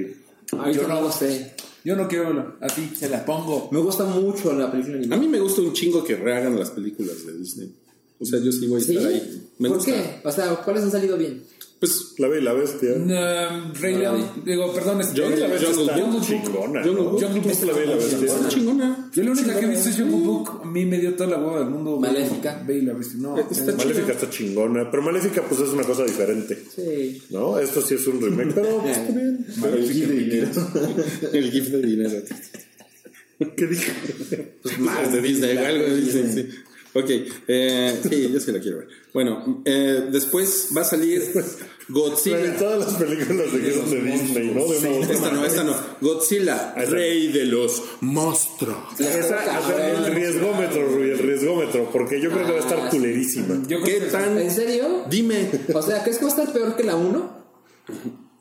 Speaker 2: Eh,
Speaker 6: ay,
Speaker 5: Yo
Speaker 6: yo no
Speaker 5: no.
Speaker 6: lo sé.
Speaker 5: Yo no quiero verlo. A ti se la pongo.
Speaker 6: Me gusta mucho la película
Speaker 4: A
Speaker 6: animada.
Speaker 4: mí me gusta un chingo que rehagan las películas de Disney. O sea, yo sí voy a
Speaker 6: Ah, ¿Sí?
Speaker 4: estar ahí. Me
Speaker 6: ¿Por
Speaker 4: gusta.
Speaker 6: qué? O sea, ¿cuáles han salido bien?
Speaker 4: Pues
Speaker 2: la ve la bestia.
Speaker 5: No, Mm, um, Rey León. Digo, perdón, este, es
Speaker 4: Jungle-
Speaker 5: la bestia
Speaker 4: Jungle
Speaker 5: está
Speaker 4: Book.
Speaker 2: Chingona.
Speaker 4: Jungle
Speaker 2: ¿no?
Speaker 4: Book.
Speaker 5: Jungle Book
Speaker 2: Esta la ve la
Speaker 5: está
Speaker 2: bestia.
Speaker 4: es chingona.
Speaker 5: Yo la única que he visto es Jungle Book. A mí me dio toda la hueva del mundo. güey.
Speaker 6: Maléfica.
Speaker 5: Ve y la bestia. No, eh,
Speaker 4: Está
Speaker 5: es-
Speaker 2: Maléfica Eh, está chingona. Pero Maléfica, pues es una cosa diferente.
Speaker 6: Sí.
Speaker 2: ¿No? Esto sí es un remake. Pero pues, está bien.
Speaker 4: El gif de dinero. El gif de dinero.
Speaker 2: ¿Qué dije?
Speaker 4: Pues más de Disney, algo de Disney, sí. Ok, eh, sí, yo sí la quiero ver. Bueno, eh, después va a salir
Speaker 2: En
Speaker 4: Godzilla.
Speaker 2: todas las películas de que son de Disney, ¿no? De una u otra
Speaker 4: Esta no, esta no. Godzilla,
Speaker 2: Ahí está.
Speaker 4: rey de los monstruos.
Speaker 2: Esa, o sea, el riesgómetro, Rui, el riesgómetro, porque yo creo que va a
Speaker 4: Ah,
Speaker 2: estar culerísima.
Speaker 5: Yo
Speaker 4: ¿Qué
Speaker 5: creo que
Speaker 4: tan?
Speaker 6: ¿En serio?
Speaker 4: Dime,
Speaker 6: O sea, ¿crees que va a estar peor que la 1?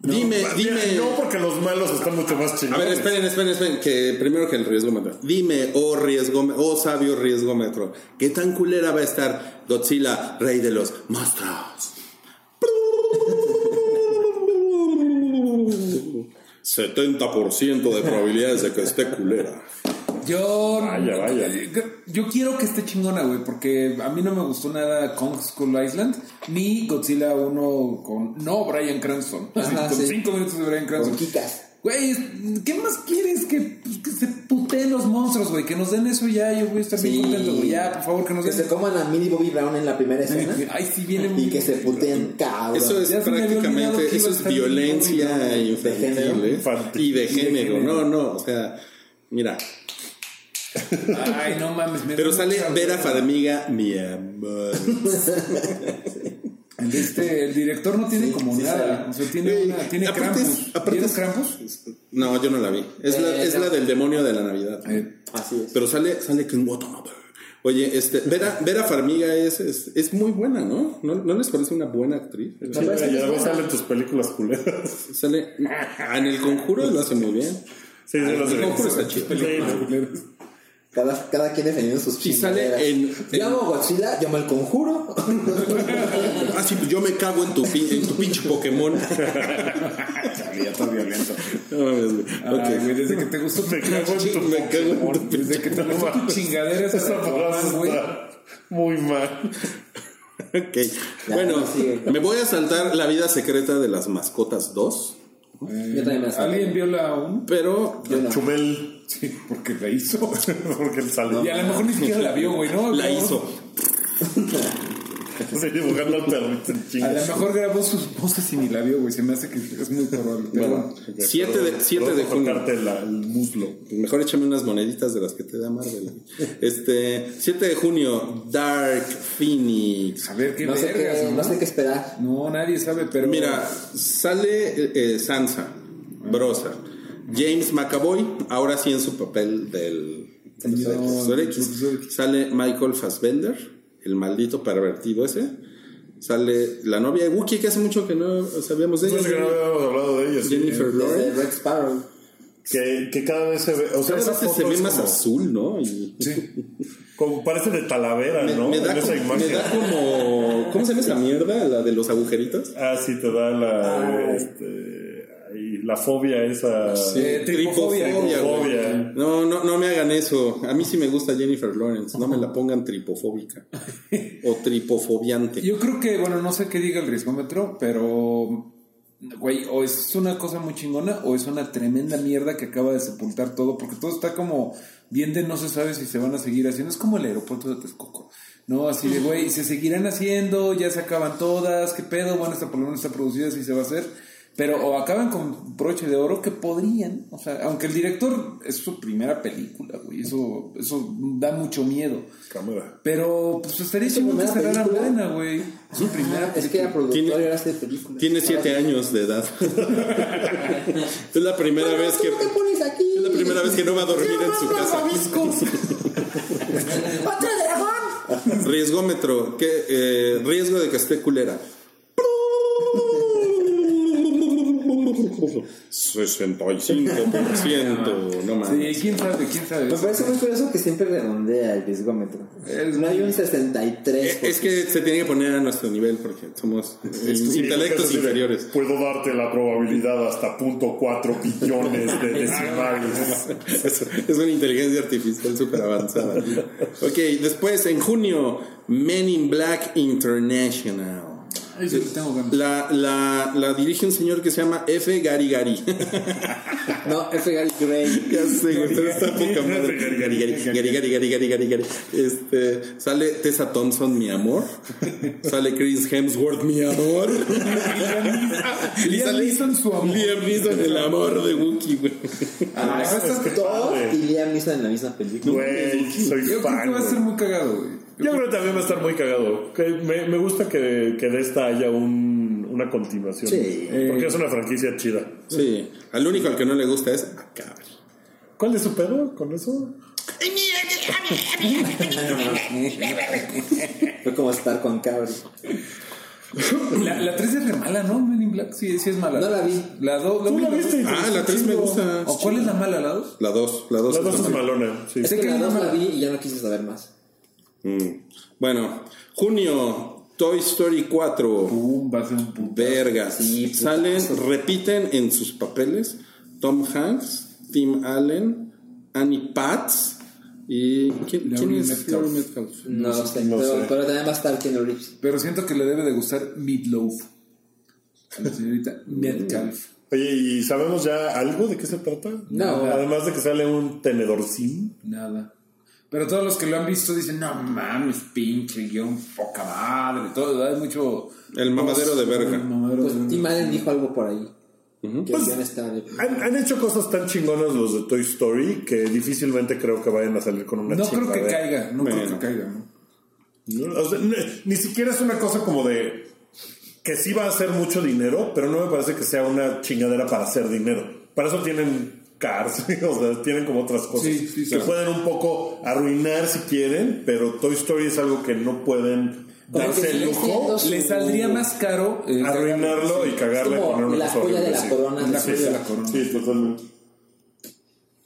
Speaker 4: dime, dime.
Speaker 2: No, porque los malos están mucho más
Speaker 4: A ver,
Speaker 2: chingados.
Speaker 4: esperen, esperen, esperen, que primero que el riesgómetro. Dime, oh riesgómetro, oh sabio riesgómetro, ¿qué tan culera va a estar Godzilla, rey de los monstruos? 70% de probabilidades de que esté culera.
Speaker 5: Yo,
Speaker 2: Vaya, vaya.
Speaker 5: yo quiero que esté chingona, güey, porque a mí no me gustó nada Kong School Island ni Godzilla 1 con no Brian Cranston. Así,
Speaker 6: Ajá,
Speaker 5: con
Speaker 6: sí.
Speaker 5: 5 minutos de Brian
Speaker 6: Con
Speaker 5: Cranston.
Speaker 6: Kikas.
Speaker 5: Güey, ¿qué más quieres? Que, pues, que se puteen los monstruos, güey. Que nos den eso ya. Yo voy a estar bien contento, güey. Ya, por favor, que nos
Speaker 6: Que se
Speaker 5: den.
Speaker 6: coman a Millie Bobby Brown en la primera escena.
Speaker 5: Ay, sí, viene
Speaker 6: y
Speaker 5: muy-
Speaker 6: que se puteen cabrón.
Speaker 4: Eso es
Speaker 5: Ya se me había olvidado que
Speaker 4: prácticamente,
Speaker 5: iba
Speaker 4: eso
Speaker 5: a
Speaker 4: es
Speaker 5: estar bien
Speaker 4: violencia
Speaker 5: conmigo.
Speaker 4: infantil
Speaker 6: género.
Speaker 4: ¿eh?
Speaker 2: Infantil.
Speaker 4: y de género. No, no, o sea, mira.
Speaker 5: Ay, no mames. me
Speaker 4: Pero
Speaker 5: da
Speaker 4: sale
Speaker 5: mucha
Speaker 4: Vera
Speaker 5: hueva.
Speaker 4: Farmiga, mi amor.
Speaker 5: Este, el director no tiene como
Speaker 6: sí,
Speaker 5: nada. O sea, tiene,
Speaker 4: Güey,
Speaker 5: una, tiene
Speaker 4: aparte es-
Speaker 5: Krampus.
Speaker 4: aparte
Speaker 5: ¿Tienes
Speaker 4: es-
Speaker 5: Krampus?
Speaker 4: No, yo no la vi. Es, la,
Speaker 6: Eh,
Speaker 4: es
Speaker 6: no.
Speaker 4: la del demonio de la Navidad.
Speaker 5: Eh,
Speaker 6: Así es.
Speaker 4: Pero sale, sale Ken Watanabe. Oye, este, Vera, Vera Farmiga es, es, es muy buena, ¿no? ¿no? ¿No les parece una buena actriz?
Speaker 2: Sí,
Speaker 6: parece que
Speaker 2: ya
Speaker 6: es
Speaker 2: ves,
Speaker 6: buena.
Speaker 2: salen tus películas culeras.
Speaker 4: Sale ah, en el conjuro lo hace muy bien.
Speaker 2: Sí, sí, las
Speaker 4: El
Speaker 2: de
Speaker 4: conjuro está chido.
Speaker 6: Cada, cada quien defendiendo sus
Speaker 4: Y sale
Speaker 6: chingaderas.
Speaker 4: en- en-
Speaker 6: Yo amo Godzilla, yo amo el conjuro.
Speaker 4: Ah, sí, pues yo me cago en tu, pin- en tu pinche Pokémon.
Speaker 5: violento.
Speaker 4: No mames, Ah, güey.
Speaker 5: Ay,
Speaker 4: Ok.
Speaker 5: Ah, güey, desde que te gustó
Speaker 2: Me cago en tu
Speaker 4: Me cago en tu
Speaker 2: Pokémon.
Speaker 4: pinche-
Speaker 5: Desde que te gustó tu chingadera esa de
Speaker 2: Esa
Speaker 5: Aquaman,
Speaker 2: frase
Speaker 5: güey.
Speaker 2: está muy mal.
Speaker 4: Ok.
Speaker 6: Ya,
Speaker 4: Bueno,
Speaker 6: sigue.
Speaker 4: me voy a saltar La vida secreta de las mascotas 2,
Speaker 6: Yo también me la salto.
Speaker 5: ¿Alguien vio la 1?
Speaker 4: pero
Speaker 6: Yo no.
Speaker 2: Chumel,
Speaker 5: Sí, porque la hizo.
Speaker 2: porque él salió.
Speaker 5: Y a lo mejor ni siquiera la vio, güey, ¿no?
Speaker 4: la
Speaker 5: No.
Speaker 4: hizo.
Speaker 2: Así Pues dibujando al perrito en
Speaker 5: A
Speaker 2: chinga.
Speaker 5: lo mejor grabó sus voces y ni la vio, güey. Se me hace que es muy probable. Pero bueno.
Speaker 4: Siete de- siete
Speaker 2: Luego
Speaker 4: de junio.
Speaker 2: tocarte la- el muslo.
Speaker 4: Mejor échame unas moneditas de las que te da Marvel. Este, 7 de junio, Dark Phoenix.
Speaker 5: A ver qué
Speaker 6: No sé
Speaker 5: vergas,
Speaker 6: qué,
Speaker 5: ¿no?
Speaker 6: no sé qué esperar.
Speaker 5: No, nadie sabe, pero.
Speaker 4: Mira, sale eh, Sansa, Brosa, James McAvoy, ahora sí en su papel del
Speaker 5: Señor
Speaker 4: Profesor X.
Speaker 5: Profesor X.
Speaker 4: Sale Michael Fassbender, el maldito pervertido ese. Sale la novia de Wookiee, que hace mucho que no sabíamos de
Speaker 2: No sé Pues que no
Speaker 4: ella.
Speaker 2: habíamos hablado de ellos.
Speaker 4: Jennifer
Speaker 6: Desde
Speaker 4: Lawrence.
Speaker 6: Red Sparrow.
Speaker 2: Que, que cada vez se ve. O sea,
Speaker 4: Cada
Speaker 2: esa
Speaker 4: vez se
Speaker 2: foto
Speaker 4: ve
Speaker 2: es
Speaker 4: más
Speaker 2: como-
Speaker 4: azul, ¿no? Y
Speaker 5: Sí.
Speaker 2: Como parece de Talavera,
Speaker 4: me,
Speaker 2: ¿no?
Speaker 4: me da
Speaker 2: en esa
Speaker 4: como, me
Speaker 2: imagen.
Speaker 4: da como. ¿Cómo se llama esa mierda? La de los agujeritos.
Speaker 2: Ah, sí, te da
Speaker 5: Ah.
Speaker 2: la. Este, ay, la fobia esa.
Speaker 5: Eh, tripofobia.
Speaker 4: güey.
Speaker 2: Tripofobia.
Speaker 4: No, no, no me hagan eso. A mí sí me gusta Jennifer Lawrence. No me la pongan tripofóbica o tripofobiante.
Speaker 5: Yo creo que, bueno, no sé qué diga el riesgómetro, pero. Güey, o es una cosa muy chingona o es una tremenda mierda que acaba de sepultar todo, porque todo está como bien de no se sabe si se van a seguir haciendo. Es como el aeropuerto de Texcoco. ¿no? Así de, güey, se seguirán haciendo, ya se acaban todas, qué pedo, bueno, esta por lo menos está producida, sí se va a hacer. Pero o acaban con broche de oro que podrían, o sea, aunque el director es su primera película, güey, eso, eso da mucho miedo.
Speaker 2: Cámara.
Speaker 5: Pero pues estaría
Speaker 6: ¿Es su
Speaker 5: chido que
Speaker 6: primera
Speaker 5: cerraran
Speaker 6: película?
Speaker 5: buena, güey. Su primera
Speaker 6: Es que era productor y
Speaker 4: Tiene-
Speaker 6: ahora hace películas.
Speaker 4: Tiene siete años de edad. es la primera vez que.
Speaker 6: ¿Tú qué pones aquí?
Speaker 4: Es la primera vez que no va a dormir en su casa.
Speaker 6: ¡Otro dragón!
Speaker 4: Riesgómetro. ¿qué, eh, riesgo de que esté culera. 65%. No mames.
Speaker 5: Sí, Eh, quién sabe, quién sabe.
Speaker 6: Me parece muy curioso que siempre redondea el disgómetro. No hay un 63.
Speaker 4: Eh, Es que se tiene que poner a nuestro nivel porque somos eh,
Speaker 2: Sí,
Speaker 4: intelectos
Speaker 2: porque es así de,
Speaker 4: inferiores.
Speaker 2: Puedo darte la probabilidad hasta punto cuatro billones
Speaker 5: Ah,
Speaker 2: de decimales.
Speaker 4: Es, es una inteligencia artificial súper avanzada. ok, después en junio, Men in Black International.
Speaker 5: Ay, sí, tengo ganas.
Speaker 4: La, la, la dirige un señor que se llama F. Gary Gary.
Speaker 6: No, F. Gary Gray.
Speaker 4: Ya sé, güey, pero está poca madre. Gary, Gary, Gary, Gary, Gary, Gary, Gary, Gary. Este, sale Tessa Thompson, mi amor. Sale Chris Hemsworth, mi amor. Y
Speaker 5: Liam
Speaker 4: sale
Speaker 5: Neeson, su amor.
Speaker 4: Liam Neeson, el amor de Wookiee, güey.
Speaker 6: Ah,
Speaker 5: es que
Speaker 6: es Thor
Speaker 2: padre.
Speaker 6: y Liam Neeson en la misma película.
Speaker 2: Güey, soy
Speaker 5: Yo creo que
Speaker 2: fan.
Speaker 5: va a ser
Speaker 2: güey.
Speaker 5: muy cagado, güey.
Speaker 2: Yo creo que también va a estar muy cagado. Que me, me gusta que, que de esta haya un, una continuación.
Speaker 6: Sí.
Speaker 2: Porque es una franquicia chida.
Speaker 4: Sí, al único al que no le gusta es a Cabri.
Speaker 2: ¿Cuál es su pedo con eso?
Speaker 6: Fue como estar con Cabri.
Speaker 5: La, la 3 es re mala, ¿no? Men in Black, sí, sí es mala.
Speaker 6: No la vi.
Speaker 5: La 2,
Speaker 2: ¿Tú la viste?
Speaker 4: Ah, la 3 me gusta.
Speaker 5: ¿O cuál es la mala, la 2?
Speaker 4: La 2, la 2.
Speaker 2: La dos es malona. Sí.
Speaker 6: Es
Speaker 5: Sé
Speaker 6: que
Speaker 5: que
Speaker 6: la
Speaker 5: hay una
Speaker 6: dos la
Speaker 5: mala.
Speaker 6: vi y ya no quise saber más.
Speaker 4: Bueno, junio, Toy Story 4.
Speaker 5: Pum, va a ser un puto.
Speaker 4: Vergas.
Speaker 6: Sí, putazo.
Speaker 4: Salen, repiten en sus papeles Tom Hanks, Tim Allen, Annie Patz y. ¿Quién, quién
Speaker 5: Laurie
Speaker 4: es
Speaker 5: Metcalf.
Speaker 4: Laurie Metcalf?
Speaker 6: No, lo sé,
Speaker 2: no
Speaker 6: pero,
Speaker 2: sé.
Speaker 6: pero también va a estar Keanu Reeves.
Speaker 5: Pero siento que le debe de gustar Meatloaf. A la señorita
Speaker 6: Mm.
Speaker 5: Metcalf.
Speaker 2: Oye, ¿y sabemos ya algo de qué se trata?
Speaker 6: No.
Speaker 2: Además de que sale un tenedorcín.
Speaker 5: Nada. Pero todos los que lo han visto dicen, no mames, pinche guión, poca madre. Todo, hay mucho...
Speaker 4: El mamadero de verga.
Speaker 5: El mamadero
Speaker 6: Pues
Speaker 5: de
Speaker 6: Tim
Speaker 5: verga.
Speaker 6: Allen dijo algo por ahí. Que
Speaker 2: Pues-
Speaker 6: el guion está de...
Speaker 2: Han, han hecho cosas tan chingonas los de Toy Story que difícilmente creo que vayan a salir con una
Speaker 5: No creo que
Speaker 2: chingadera.
Speaker 5: caiga, no creo
Speaker 4: Bueno.
Speaker 5: que caiga, ¿no?
Speaker 2: No, o sea, ni, ni siquiera es una cosa como de que sí va a hacer mucho dinero, pero no me parece que sea una chingadera para hacer dinero. Para eso tienen cars, o sea, tienen como otras cosas
Speaker 5: Sí, sí,
Speaker 2: que
Speaker 5: claro.
Speaker 2: pueden un poco arruinar si quieren, pero Toy Story es algo que no pueden
Speaker 6: Como que
Speaker 2: darse el
Speaker 6: sigue
Speaker 2: lujo,
Speaker 6: siendo su-
Speaker 5: Le saldría
Speaker 4: Uh.
Speaker 5: más caro... eh,
Speaker 4: Ah,
Speaker 2: arruinarlo y
Speaker 6: Es
Speaker 2: cagarle con
Speaker 6: como
Speaker 2: una
Speaker 6: la
Speaker 2: cosa
Speaker 6: joya
Speaker 2: horrible,
Speaker 6: de la
Speaker 2: sí.
Speaker 6: corona. de
Speaker 5: La joya de la corona.
Speaker 2: Sí, totalmente.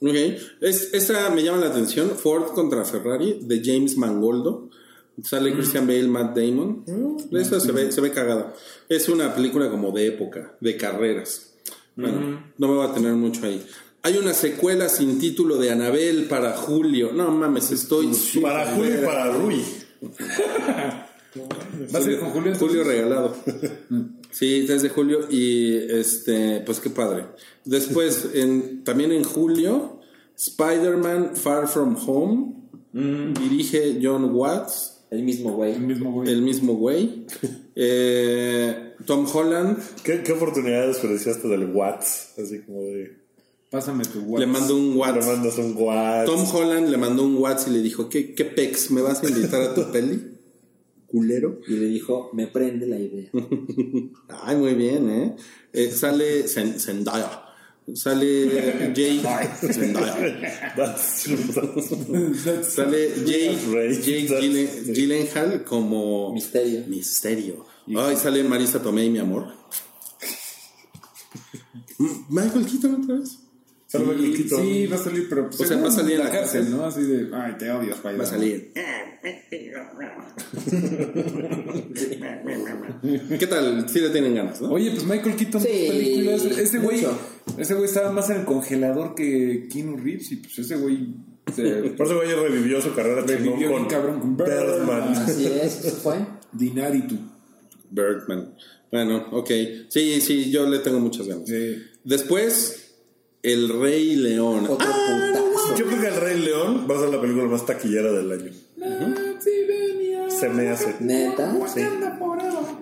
Speaker 4: Ok, es, esa me llama la atención. Ford contra Ferrari de James Mangoldo.
Speaker 2: Mm.
Speaker 4: Sale Christian Bale, Matt Damon. Esa se ve, se ve cagada. Es una película como de época, de carreras. Bueno,
Speaker 2: Mm.
Speaker 4: no me va a tener mucho ahí. Hay una secuela sin título de Anabel para Julio. No mames, estoy. súper
Speaker 2: Para Julio y
Speaker 4: verga.
Speaker 2: para Rui.
Speaker 5: Va a ser con Julio. entonces.
Speaker 4: Julio regalado. Mm. Sí, 3 de julio y este, pues qué padre. Después, en, también en julio, Spider-Man Far From Home, Mm. dirige John Watts,
Speaker 6: El mismo güey.
Speaker 5: El mismo güey.
Speaker 4: el mismo güey. Eh, Tom Holland,
Speaker 2: ¿Qué, qué oportunidad desperdiciaste del Watts? Así como de.
Speaker 5: Pásame tu
Speaker 4: le
Speaker 5: WhatsApp.
Speaker 4: mandó un
Speaker 2: Le
Speaker 4: Watts.
Speaker 2: mandas un Watts.
Speaker 4: Tom Holland le mandó un Watts y le dijo, ¿qué, qué pex? ¿Me vas a invitar a tu peli? Culero.
Speaker 6: Y le dijo, me prende la idea.
Speaker 4: Ay, muy bien, ¿eh? Eh, sale Zend- Zendaya. Sale Jay. Zendaya.
Speaker 2: That's-
Speaker 4: Sale Jay,
Speaker 2: That's right.
Speaker 4: Jay
Speaker 2: That's-
Speaker 4: Gyllen- Gyllenhaal como
Speaker 6: Misterio.
Speaker 4: Misterio. Ay, sale Marisa Tomei, mi amor. M- Michael Keaton otra vez.
Speaker 2: Sale Michael
Speaker 5: Sí,
Speaker 2: Keaton.
Speaker 5: sí, va a salir, pero. pues,
Speaker 4: O sea, va a salir en la cárcel.
Speaker 5: ¿no? Así de. Ay, te odio, Spider-Man.
Speaker 4: Va a salir. ¿Qué tal? Sí le tienen ganas, ¿no?
Speaker 5: Oye, pues Michael Keaton,
Speaker 6: Sí,
Speaker 5: sus películas. Ese güey.
Speaker 6: mucho.
Speaker 5: Ese güey estaba más en el congelador que Keanu Reeves. Y pues ese güey. se-
Speaker 2: Por eso güey revivió su carrera chingón
Speaker 5: Revivió
Speaker 2: con
Speaker 5: bien cabrón con
Speaker 2: Birdman.
Speaker 5: Birdman.
Speaker 6: Así es, eso fue.
Speaker 5: Ah, Dinaritu.
Speaker 4: Bergman. Bueno, ok. Sí, sí, yo le tengo muchas ganas. Después, El Rey León. Ah,
Speaker 6: Otro putazo.
Speaker 2: Yo creo que El Rey León va a ser la película más taquillera del año.
Speaker 5: Sí, venía.
Speaker 2: Se me hace.
Speaker 6: Neta.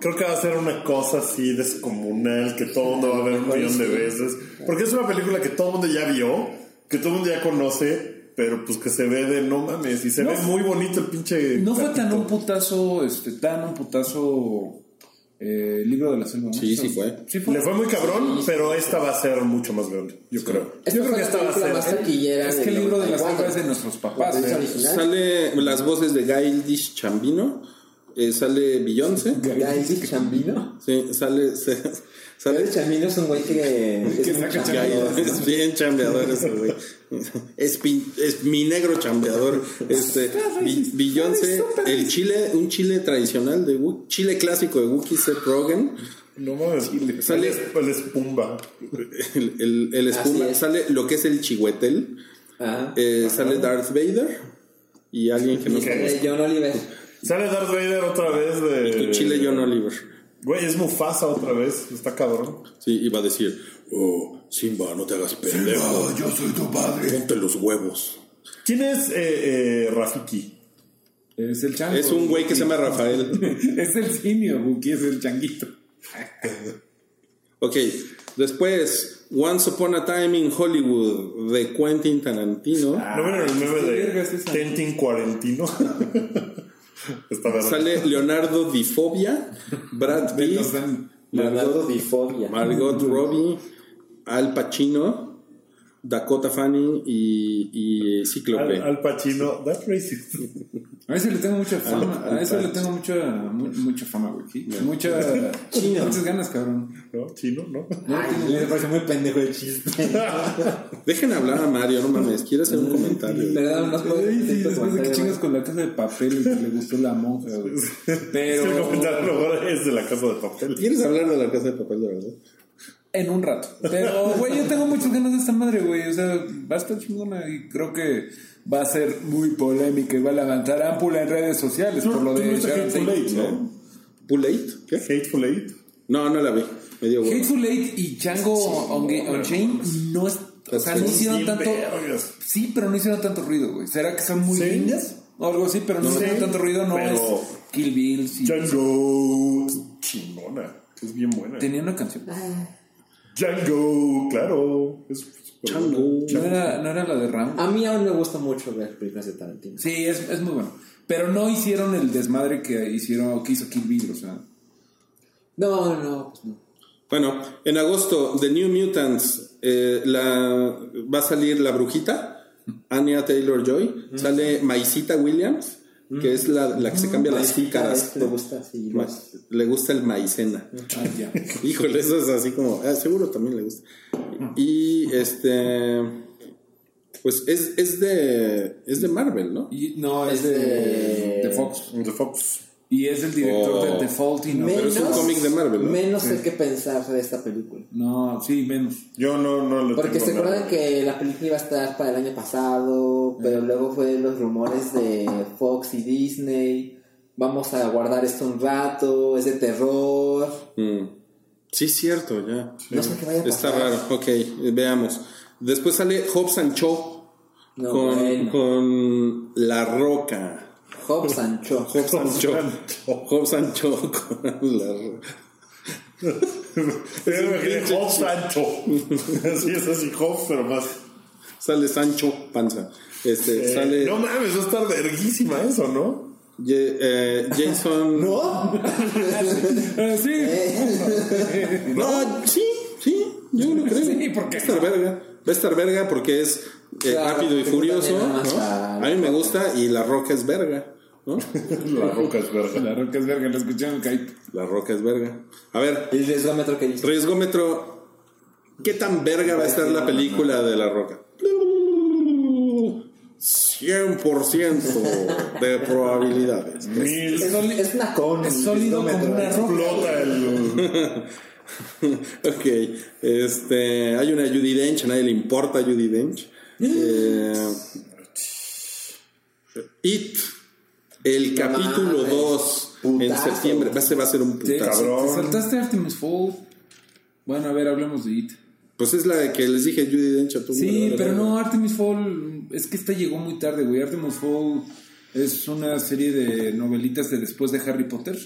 Speaker 2: Creo que va a ser una cosa así descomunal que todo el mundo va a ver un millón de veces. Porque es una película que todo el mundo ya vio, que todo el mundo ya conoce, pero pues que se ve de no mames. Y se
Speaker 5: No
Speaker 2: ve
Speaker 5: fue-
Speaker 2: muy bonito el pinche.
Speaker 5: No fue tan
Speaker 2: gatito.
Speaker 5: un putazo, este, tan un putazo eh, libro de la selva. ¿no?
Speaker 4: Sí, sí fue.
Speaker 5: Sí
Speaker 2: Le fue muy cabrón, pero esta va a ser mucho más grande, yo creo.
Speaker 6: Esta
Speaker 2: yo creo
Speaker 6: fue
Speaker 2: que
Speaker 6: la
Speaker 2: esta va a
Speaker 6: película más
Speaker 2: ser.
Speaker 6: taquillera
Speaker 5: Es
Speaker 6: del
Speaker 5: que el libro de la
Speaker 6: 94.
Speaker 5: selva es de nuestros papás.
Speaker 6: La
Speaker 5: ¿eh?
Speaker 6: original.
Speaker 4: Sale las voces de Gail Dish Chambino, eh, sale Beyoncé,
Speaker 6: Gael Chambino.
Speaker 4: sí, sale, se-
Speaker 6: Gael
Speaker 4: sale
Speaker 6: Chambino es un güey que. es un
Speaker 5: saca
Speaker 6: chambeador,
Speaker 4: Gail,
Speaker 6: ¿no?
Speaker 4: es bien chambeador ese güey. Es, pin- es mi negro chambeador. Este, Bi- Beyoncé, el chile, un chile tradicional de Woo- chile clásico de Wookiee Seth Rogen,
Speaker 2: No mames.
Speaker 4: Sale-
Speaker 2: Sale pues, el espumba.
Speaker 4: el, el- el espuma,
Speaker 6: Así es.
Speaker 4: sale lo que es el chihuetel,
Speaker 6: Ajá.
Speaker 4: eh, sale Darth Vader y alguien que no
Speaker 2: Ok.
Speaker 4: sabe.
Speaker 6: Eh, John Oliver.
Speaker 2: Sale Darth Vader otra vez de.
Speaker 4: Tu chile John Oliver.
Speaker 2: Güey, es Mufasa otra vez. Está cabrón.
Speaker 4: Sí, iba a decir, oh, Simba, no te hagas pendejo. yo soy tu padre. Ponte los huevos.
Speaker 2: ¿Quién es eh, eh, Rafiki?
Speaker 5: Es el chango.
Speaker 4: Es un güey que se llama Rafael.
Speaker 5: es el simio, Buki, es el changuito.
Speaker 4: Ok, después, Once Upon a Time in Hollywood de Quentin Tarantino.
Speaker 2: ¿No vieron el meme
Speaker 5: qué verga Ah, es
Speaker 2: de
Speaker 5: esa.
Speaker 2: Tentin Cuarentino? Está verdad.
Speaker 4: Sale Leonardo Difobia, Brad Pitt,
Speaker 5: Nos dan-
Speaker 6: Leonardo Difobia.
Speaker 4: Margot Robbie, Al Pacino, Dakota Fanning y, y Cíclope.
Speaker 2: Al, Al Pacino, that's racist.
Speaker 5: A ese le tengo
Speaker 4: Ah,
Speaker 5: mucha fama. A ese le tengo mucha, mu- mucha fama, güey. sí. Mucha.
Speaker 6: Chino.
Speaker 5: Muchas ganas, cabrón.
Speaker 2: ¿No? Chino, ¿no?
Speaker 6: Ay, me parece muy pendejo el chiste.
Speaker 4: Dejen hablar a Mario, no mames, quiero hacer un comentario.
Speaker 6: ¿Verdad? No puedo.
Speaker 5: Ay, sí,
Speaker 6: intento
Speaker 5: después
Speaker 4: ¿eh?
Speaker 5: de que
Speaker 6: aguantar,
Speaker 5: chingas con la casa de papel y que le gustó la monja, güey.
Speaker 2: Es que el
Speaker 5: Pero.
Speaker 2: comentario ahora es de la casa de papel.
Speaker 4: ¿Quieres hablar de la casa de papel de verdad?
Speaker 5: En un rato. Pero, güey, yo tengo muchas ganas de esta madre, güey. O sea, va a estar chingona y creo que va a ser muy polémica y va a levantar ámpula en redes sociales por lo
Speaker 2: Tú
Speaker 5: de
Speaker 2: viste
Speaker 5: Sharon
Speaker 2: Hateful
Speaker 5: Tate.
Speaker 2: Eight, ¿no?
Speaker 4: ¿Pull Eight? ¿Qué?
Speaker 2: Hateful Eight.
Speaker 4: No, no la vi. Me dio hueva.
Speaker 5: Hateful Eight y Django on, Chain no es. O sea, no
Speaker 4: Son
Speaker 5: hicieron
Speaker 2: bien
Speaker 5: tanto.
Speaker 2: Pues, vergas.
Speaker 5: Sí, pero no hicieron tanto ruido, güey. ¿Será que son muy
Speaker 2: Sí.
Speaker 5: lindas? O algo así, pero no,
Speaker 2: Sí,
Speaker 5: hicieron tanto ruido. No
Speaker 2: pero-
Speaker 5: es Kill Bill. sí.
Speaker 2: Django. Chingona. Es bien buena.
Speaker 5: Tenía una canción. ¿No
Speaker 2: Django, claro. Es súper buena.
Speaker 4: Chango.
Speaker 5: era, no era la de Ram?
Speaker 6: güey. A mí aún me gusta mucho ver películas de Tarantino.
Speaker 5: Sí, es, es muy bueno. Pero no hicieron el desmadre que hicieron que hizo Kill Bill, o sea.
Speaker 6: No, no, pues no.
Speaker 4: Bueno, en agosto, The New Mutants, eh, la, va a salir La Brujita, Anya Taylor-Joy,
Speaker 6: Mm.
Speaker 4: sale Maisita Williams, que es la, la que se cambia las
Speaker 6: Cada vez
Speaker 4: caras.
Speaker 6: que Mm. este, le gusta Mm. así.
Speaker 4: Ma-
Speaker 6: los-
Speaker 4: Le gusta el maicena.
Speaker 5: Ay, Ah, ya.
Speaker 4: Híjole, eso es así como, ah, seguro también le gusta. Y este, pues es, es de es de Marvel, ¿no?
Speaker 5: Y- no, es
Speaker 6: Es
Speaker 5: de,
Speaker 6: de-
Speaker 5: de Fox.
Speaker 2: The Fox.
Speaker 5: Y es el director
Speaker 4: Oh.
Speaker 5: de The Fault y no.
Speaker 6: menos,
Speaker 4: pero es un cómic de Marvel, ¿no?
Speaker 6: Menos hay que pensar de esta película.
Speaker 5: No, sí, menos.
Speaker 2: Yo no, no le
Speaker 6: Porque
Speaker 2: tengo
Speaker 6: se
Speaker 2: nada.
Speaker 6: acuerdan que la película iba a estar para el año pasado, pero luego fue los rumores de Fox y Disney. Vamos a guardar esto un rato, es de terror.
Speaker 4: Mm. Sí, cierto, ya.
Speaker 6: No sé qué vaya a
Speaker 4: Está
Speaker 6: pasar.
Speaker 4: raro, ok, veamos. Después sale Hobbs and Shaw
Speaker 6: No,
Speaker 4: con,
Speaker 6: bueno.
Speaker 4: con La Roca.
Speaker 6: Hobbs and Shaw.
Speaker 4: Hobbs and Shaw. Hobbs and Shaw con La Roca.
Speaker 2: Yo me imaginé Hobbs Sancho. Así es así, Hobbs, pero más.
Speaker 4: Sale Sancho Panza. Este,
Speaker 2: Eh,
Speaker 4: sale
Speaker 2: No mames, va a estar verguísima eso, ¿no?
Speaker 4: Ye- eh, Jason.
Speaker 5: Eh, sí.
Speaker 4: No, sí, sí, yo lo creo.
Speaker 5: Sí, ¿por qué
Speaker 4: Va a estar verga. Va a estar verga porque es eh,
Speaker 6: Claro,
Speaker 4: rápido y
Speaker 6: porque
Speaker 4: furioso.
Speaker 6: también nada más
Speaker 4: ¿no?
Speaker 6: la-
Speaker 4: A mí me gusta y la roca es verga. ¿no?
Speaker 2: La roca es verga.
Speaker 5: La roca es verga, la escucharon caí.
Speaker 4: La roca es verga. A ver,
Speaker 6: El riesgómetro que dice.
Speaker 4: riesgómetro. ¿Qué tan verga va a estar la película de la roca? 100% de probabilidades.
Speaker 2: Mil
Speaker 6: Es, soli- es una con.
Speaker 5: Es sólido como una roca.
Speaker 2: explota el.
Speaker 4: Ok, este, hay una Judy Dench, a nadie le importa Judy Dench. Eh, It, el
Speaker 6: No
Speaker 4: capítulo
Speaker 6: mames,
Speaker 4: 2 en
Speaker 6: putazo.
Speaker 4: septiembre, ese va a ser un
Speaker 5: Te,
Speaker 4: putazo.
Speaker 2: Cabrón.
Speaker 5: te saltaste Artemis Fowl. Bueno, a ver, hablemos de It.
Speaker 4: Pues es la de que les dije Judy Dench a tu
Speaker 5: Sí, pero no, Artemis Fowl. Es que esta llegó muy tarde, güey. Artemis Fowl Es una serie de novelitas de después de Harry Potter,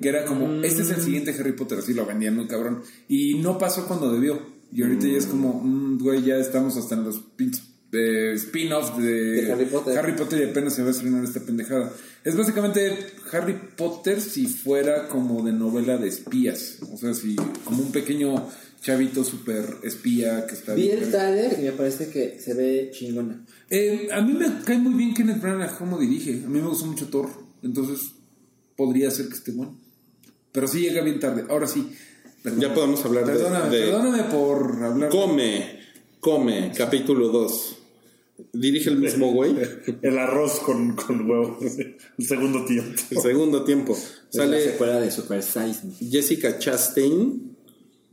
Speaker 5: que era como, este es el siguiente Harry Potter, así lo vendían muy cabrón. Y no pasó cuando debió. Y ahorita ya es como, mm, güey, ya estamos hasta en los pinches eh, spin-offs de,
Speaker 6: De Harry Potter.
Speaker 5: Potter y apenas se va a estrenar esta pendejada. Es básicamente Harry Potter si fuera como de novela de espías. O sea, si como un pequeño chavito super espía que está...
Speaker 6: Vi
Speaker 5: bien
Speaker 6: el
Speaker 5: perdido.
Speaker 6: trailer y me parece que se ve chingona.
Speaker 5: Eh, a mí me cae muy bien Kenneth Branagh como dirige. A mí me gustó mucho Thor. Entonces, podría ser que esté bueno. Pero sí llega bien tarde. Ahora sí. Perdón.
Speaker 4: Ya podemos hablar de-
Speaker 5: perdóname,
Speaker 4: de-
Speaker 5: Perdóname por hablar.
Speaker 4: Come, come, capítulo 2. Dirige el mismo güey.
Speaker 2: El arroz con, con huevo. El segundo tiempo.
Speaker 4: El segundo tiempo.
Speaker 3: Es la
Speaker 4: Sale
Speaker 3: secuela de Super Size Me.
Speaker 4: Jessica Chastain,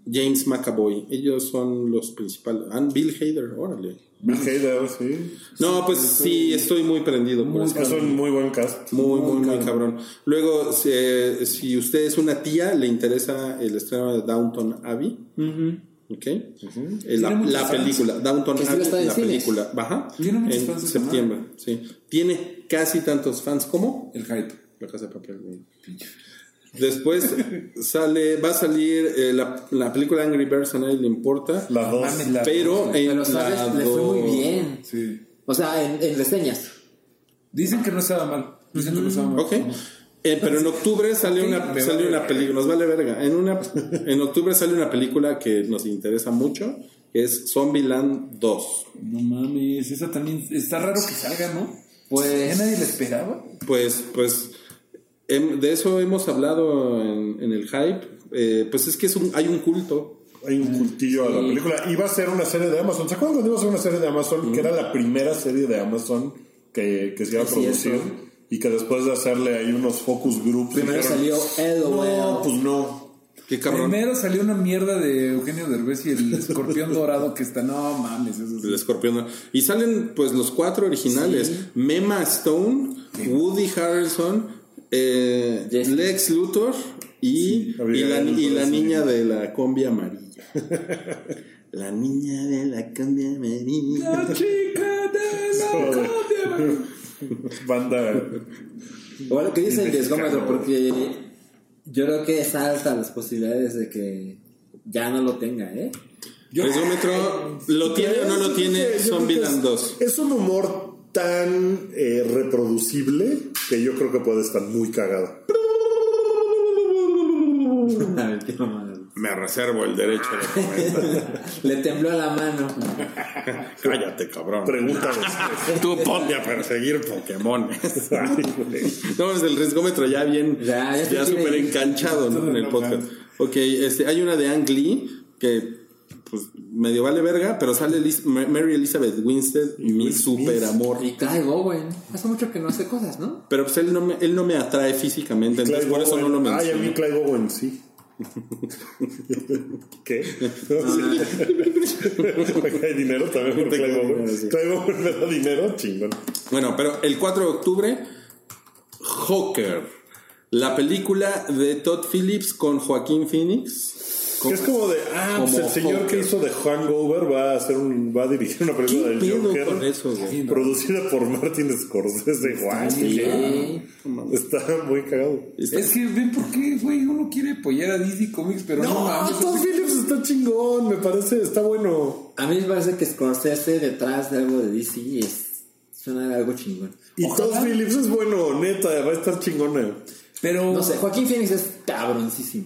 Speaker 4: James McAvoy. Ellos son los principales. Ah, Bill Hader, órale.
Speaker 2: Bill Hader, sí.
Speaker 4: No, pues sí, estoy muy prendido por eso.
Speaker 2: Es un muy buen cast.
Speaker 4: Muy, muy, muy cabrón. Luego, si, eh, si usted es una tía, le interesa el estreno de Downton Abbey. ¿Ok? Eh, la, la película, Downton
Speaker 6: Que sí va a
Speaker 4: Abbey,
Speaker 6: estar en
Speaker 4: la
Speaker 6: cines.
Speaker 4: película. Baja.
Speaker 5: Tiene muchos
Speaker 4: en
Speaker 5: fans esa
Speaker 4: septiembre, sí. Tiene casi tantos fans como
Speaker 5: El hype.
Speaker 4: La Casa de Papel. güey. Después sale, va a salir eh, la, la película Angry Birds, a nadie le importa.
Speaker 2: La dos.
Speaker 5: Mames, la-
Speaker 4: pero en
Speaker 6: Pero
Speaker 4: la
Speaker 6: sabes, le fue muy
Speaker 4: dos-
Speaker 6: bien.
Speaker 5: Sí.
Speaker 6: O sea, en, en reseñas.
Speaker 5: Dicen que no estaba mal. Dicen que no estaba mal.
Speaker 4: Ok. Eh, pero en octubre sale una,
Speaker 5: me
Speaker 4: sale
Speaker 5: vale
Speaker 4: una
Speaker 5: verga.
Speaker 4: película, nos vale verga. En, una, en octubre sale una película que nos interesa mucho, que es Zombieland 2.
Speaker 5: No mames. Esa también. Está raro que salga, ¿no? Ya
Speaker 6: Pues.
Speaker 5: nadie la esperaba.
Speaker 4: Pues, pues, em, de eso hemos hablado en, en el hype. Eh, pues es que es un, hay un culto.
Speaker 2: Hay
Speaker 4: Mm,
Speaker 2: un cultillo a la película. Iba a ser una serie de Amazon. ¿Se acuerdan cuando iba a ser una serie de Amazon?
Speaker 4: Mm.
Speaker 2: Que era la primera serie de Amazon que, que se iba a
Speaker 6: Es cierto.
Speaker 2: producir. Y que después de hacerle ahí unos focus groups.
Speaker 6: Primero
Speaker 2: dijeron,
Speaker 6: salió
Speaker 2: No,
Speaker 6: LOL.
Speaker 2: pues no.
Speaker 4: Qué cabrón.
Speaker 5: Primero salió una mierda de Eugenio Derbez y el escorpión dorado que está. No mames. Eso
Speaker 4: El
Speaker 5: sí.
Speaker 4: escorpión. Y salen pues los cuatro originales. Mema Stone, Woody Harrelson, eh,
Speaker 6: Yes.
Speaker 4: Lex Luthor y, y la,
Speaker 2: Abigail
Speaker 4: y la
Speaker 2: Breslin.
Speaker 4: niña de la combi amarilla. la niña de la combi amarilla.
Speaker 5: La chica de la
Speaker 2: Joder.
Speaker 5: cumbia.
Speaker 2: Banda.
Speaker 6: O lo que dice el
Speaker 2: Investigando.
Speaker 6: desgómetro, porque yo creo que salta las posibilidades de que ya no lo tenga, ¿eh?
Speaker 4: Presómetro, Pues, ¿lo tiene o no lo tiene Zombieland 2?
Speaker 2: Es un humor tan eh, reproducible que yo creo que puede estar muy cagado.
Speaker 6: Ay, qué mamada.
Speaker 4: Me reservo el derecho de comentar.
Speaker 6: Le tembló la mano.
Speaker 4: Cállate, cabrón.
Speaker 2: Pregunta después.
Speaker 4: Tú ponte a perseguir Pokémon. No, es el riesgómetro ya bien,
Speaker 6: Ya, ya
Speaker 4: ya,
Speaker 6: se tiene
Speaker 4: súper
Speaker 6: ahí.
Speaker 4: enganchado ¿no? en el podcast. Ok, este, hay una de Ang Lee que pues medio vale verga, pero sale Elis- Ma- Mary Elizabeth Winstead, mi super amor.
Speaker 6: Y Clive Owen. Hace mucho que no hace cosas, ¿no?
Speaker 4: Pero pues él no me, él no me atrae físicamente, entonces
Speaker 2: Clive
Speaker 4: por eso no
Speaker 2: Owen.
Speaker 4: lo
Speaker 2: Ay, a mí
Speaker 4: menciono.
Speaker 2: Clive Owen, sí. ¿Qué? Hay dinero también por Clive Owen. Clive Owen me da dinero, chingón.
Speaker 4: Bueno, pero el 4 de octubre, Joker, la película de Todd Phillips con Joaquín Phoenix.
Speaker 2: Que es como de, ah, pues el
Speaker 4: Como
Speaker 2: señor
Speaker 4: Joker.
Speaker 2: que hizo de Hangover va a hacer un, va a dirigir una película
Speaker 4: ¿Qué
Speaker 2: del
Speaker 4: pedo
Speaker 2: Joker.
Speaker 4: con eso, güey?
Speaker 2: Producida por Martin Scorsese, guay.
Speaker 6: Sí.
Speaker 2: Está muy cagado.
Speaker 4: Está-
Speaker 5: Es que ven por qué, güey, uno quiere apoyar a DC Comics, pero no, mames.
Speaker 2: Todd Phillips está chingón, me parece, está bueno.
Speaker 6: A mí me parece que Scorsese detrás de algo de DC es, suena algo chingón.
Speaker 2: Y
Speaker 5: Ojalá.
Speaker 2: Todd Phillips es bueno, neta, va a estar chingona.
Speaker 5: Pero,
Speaker 6: No sé, Joaquín Phoenix es cabroncísimo.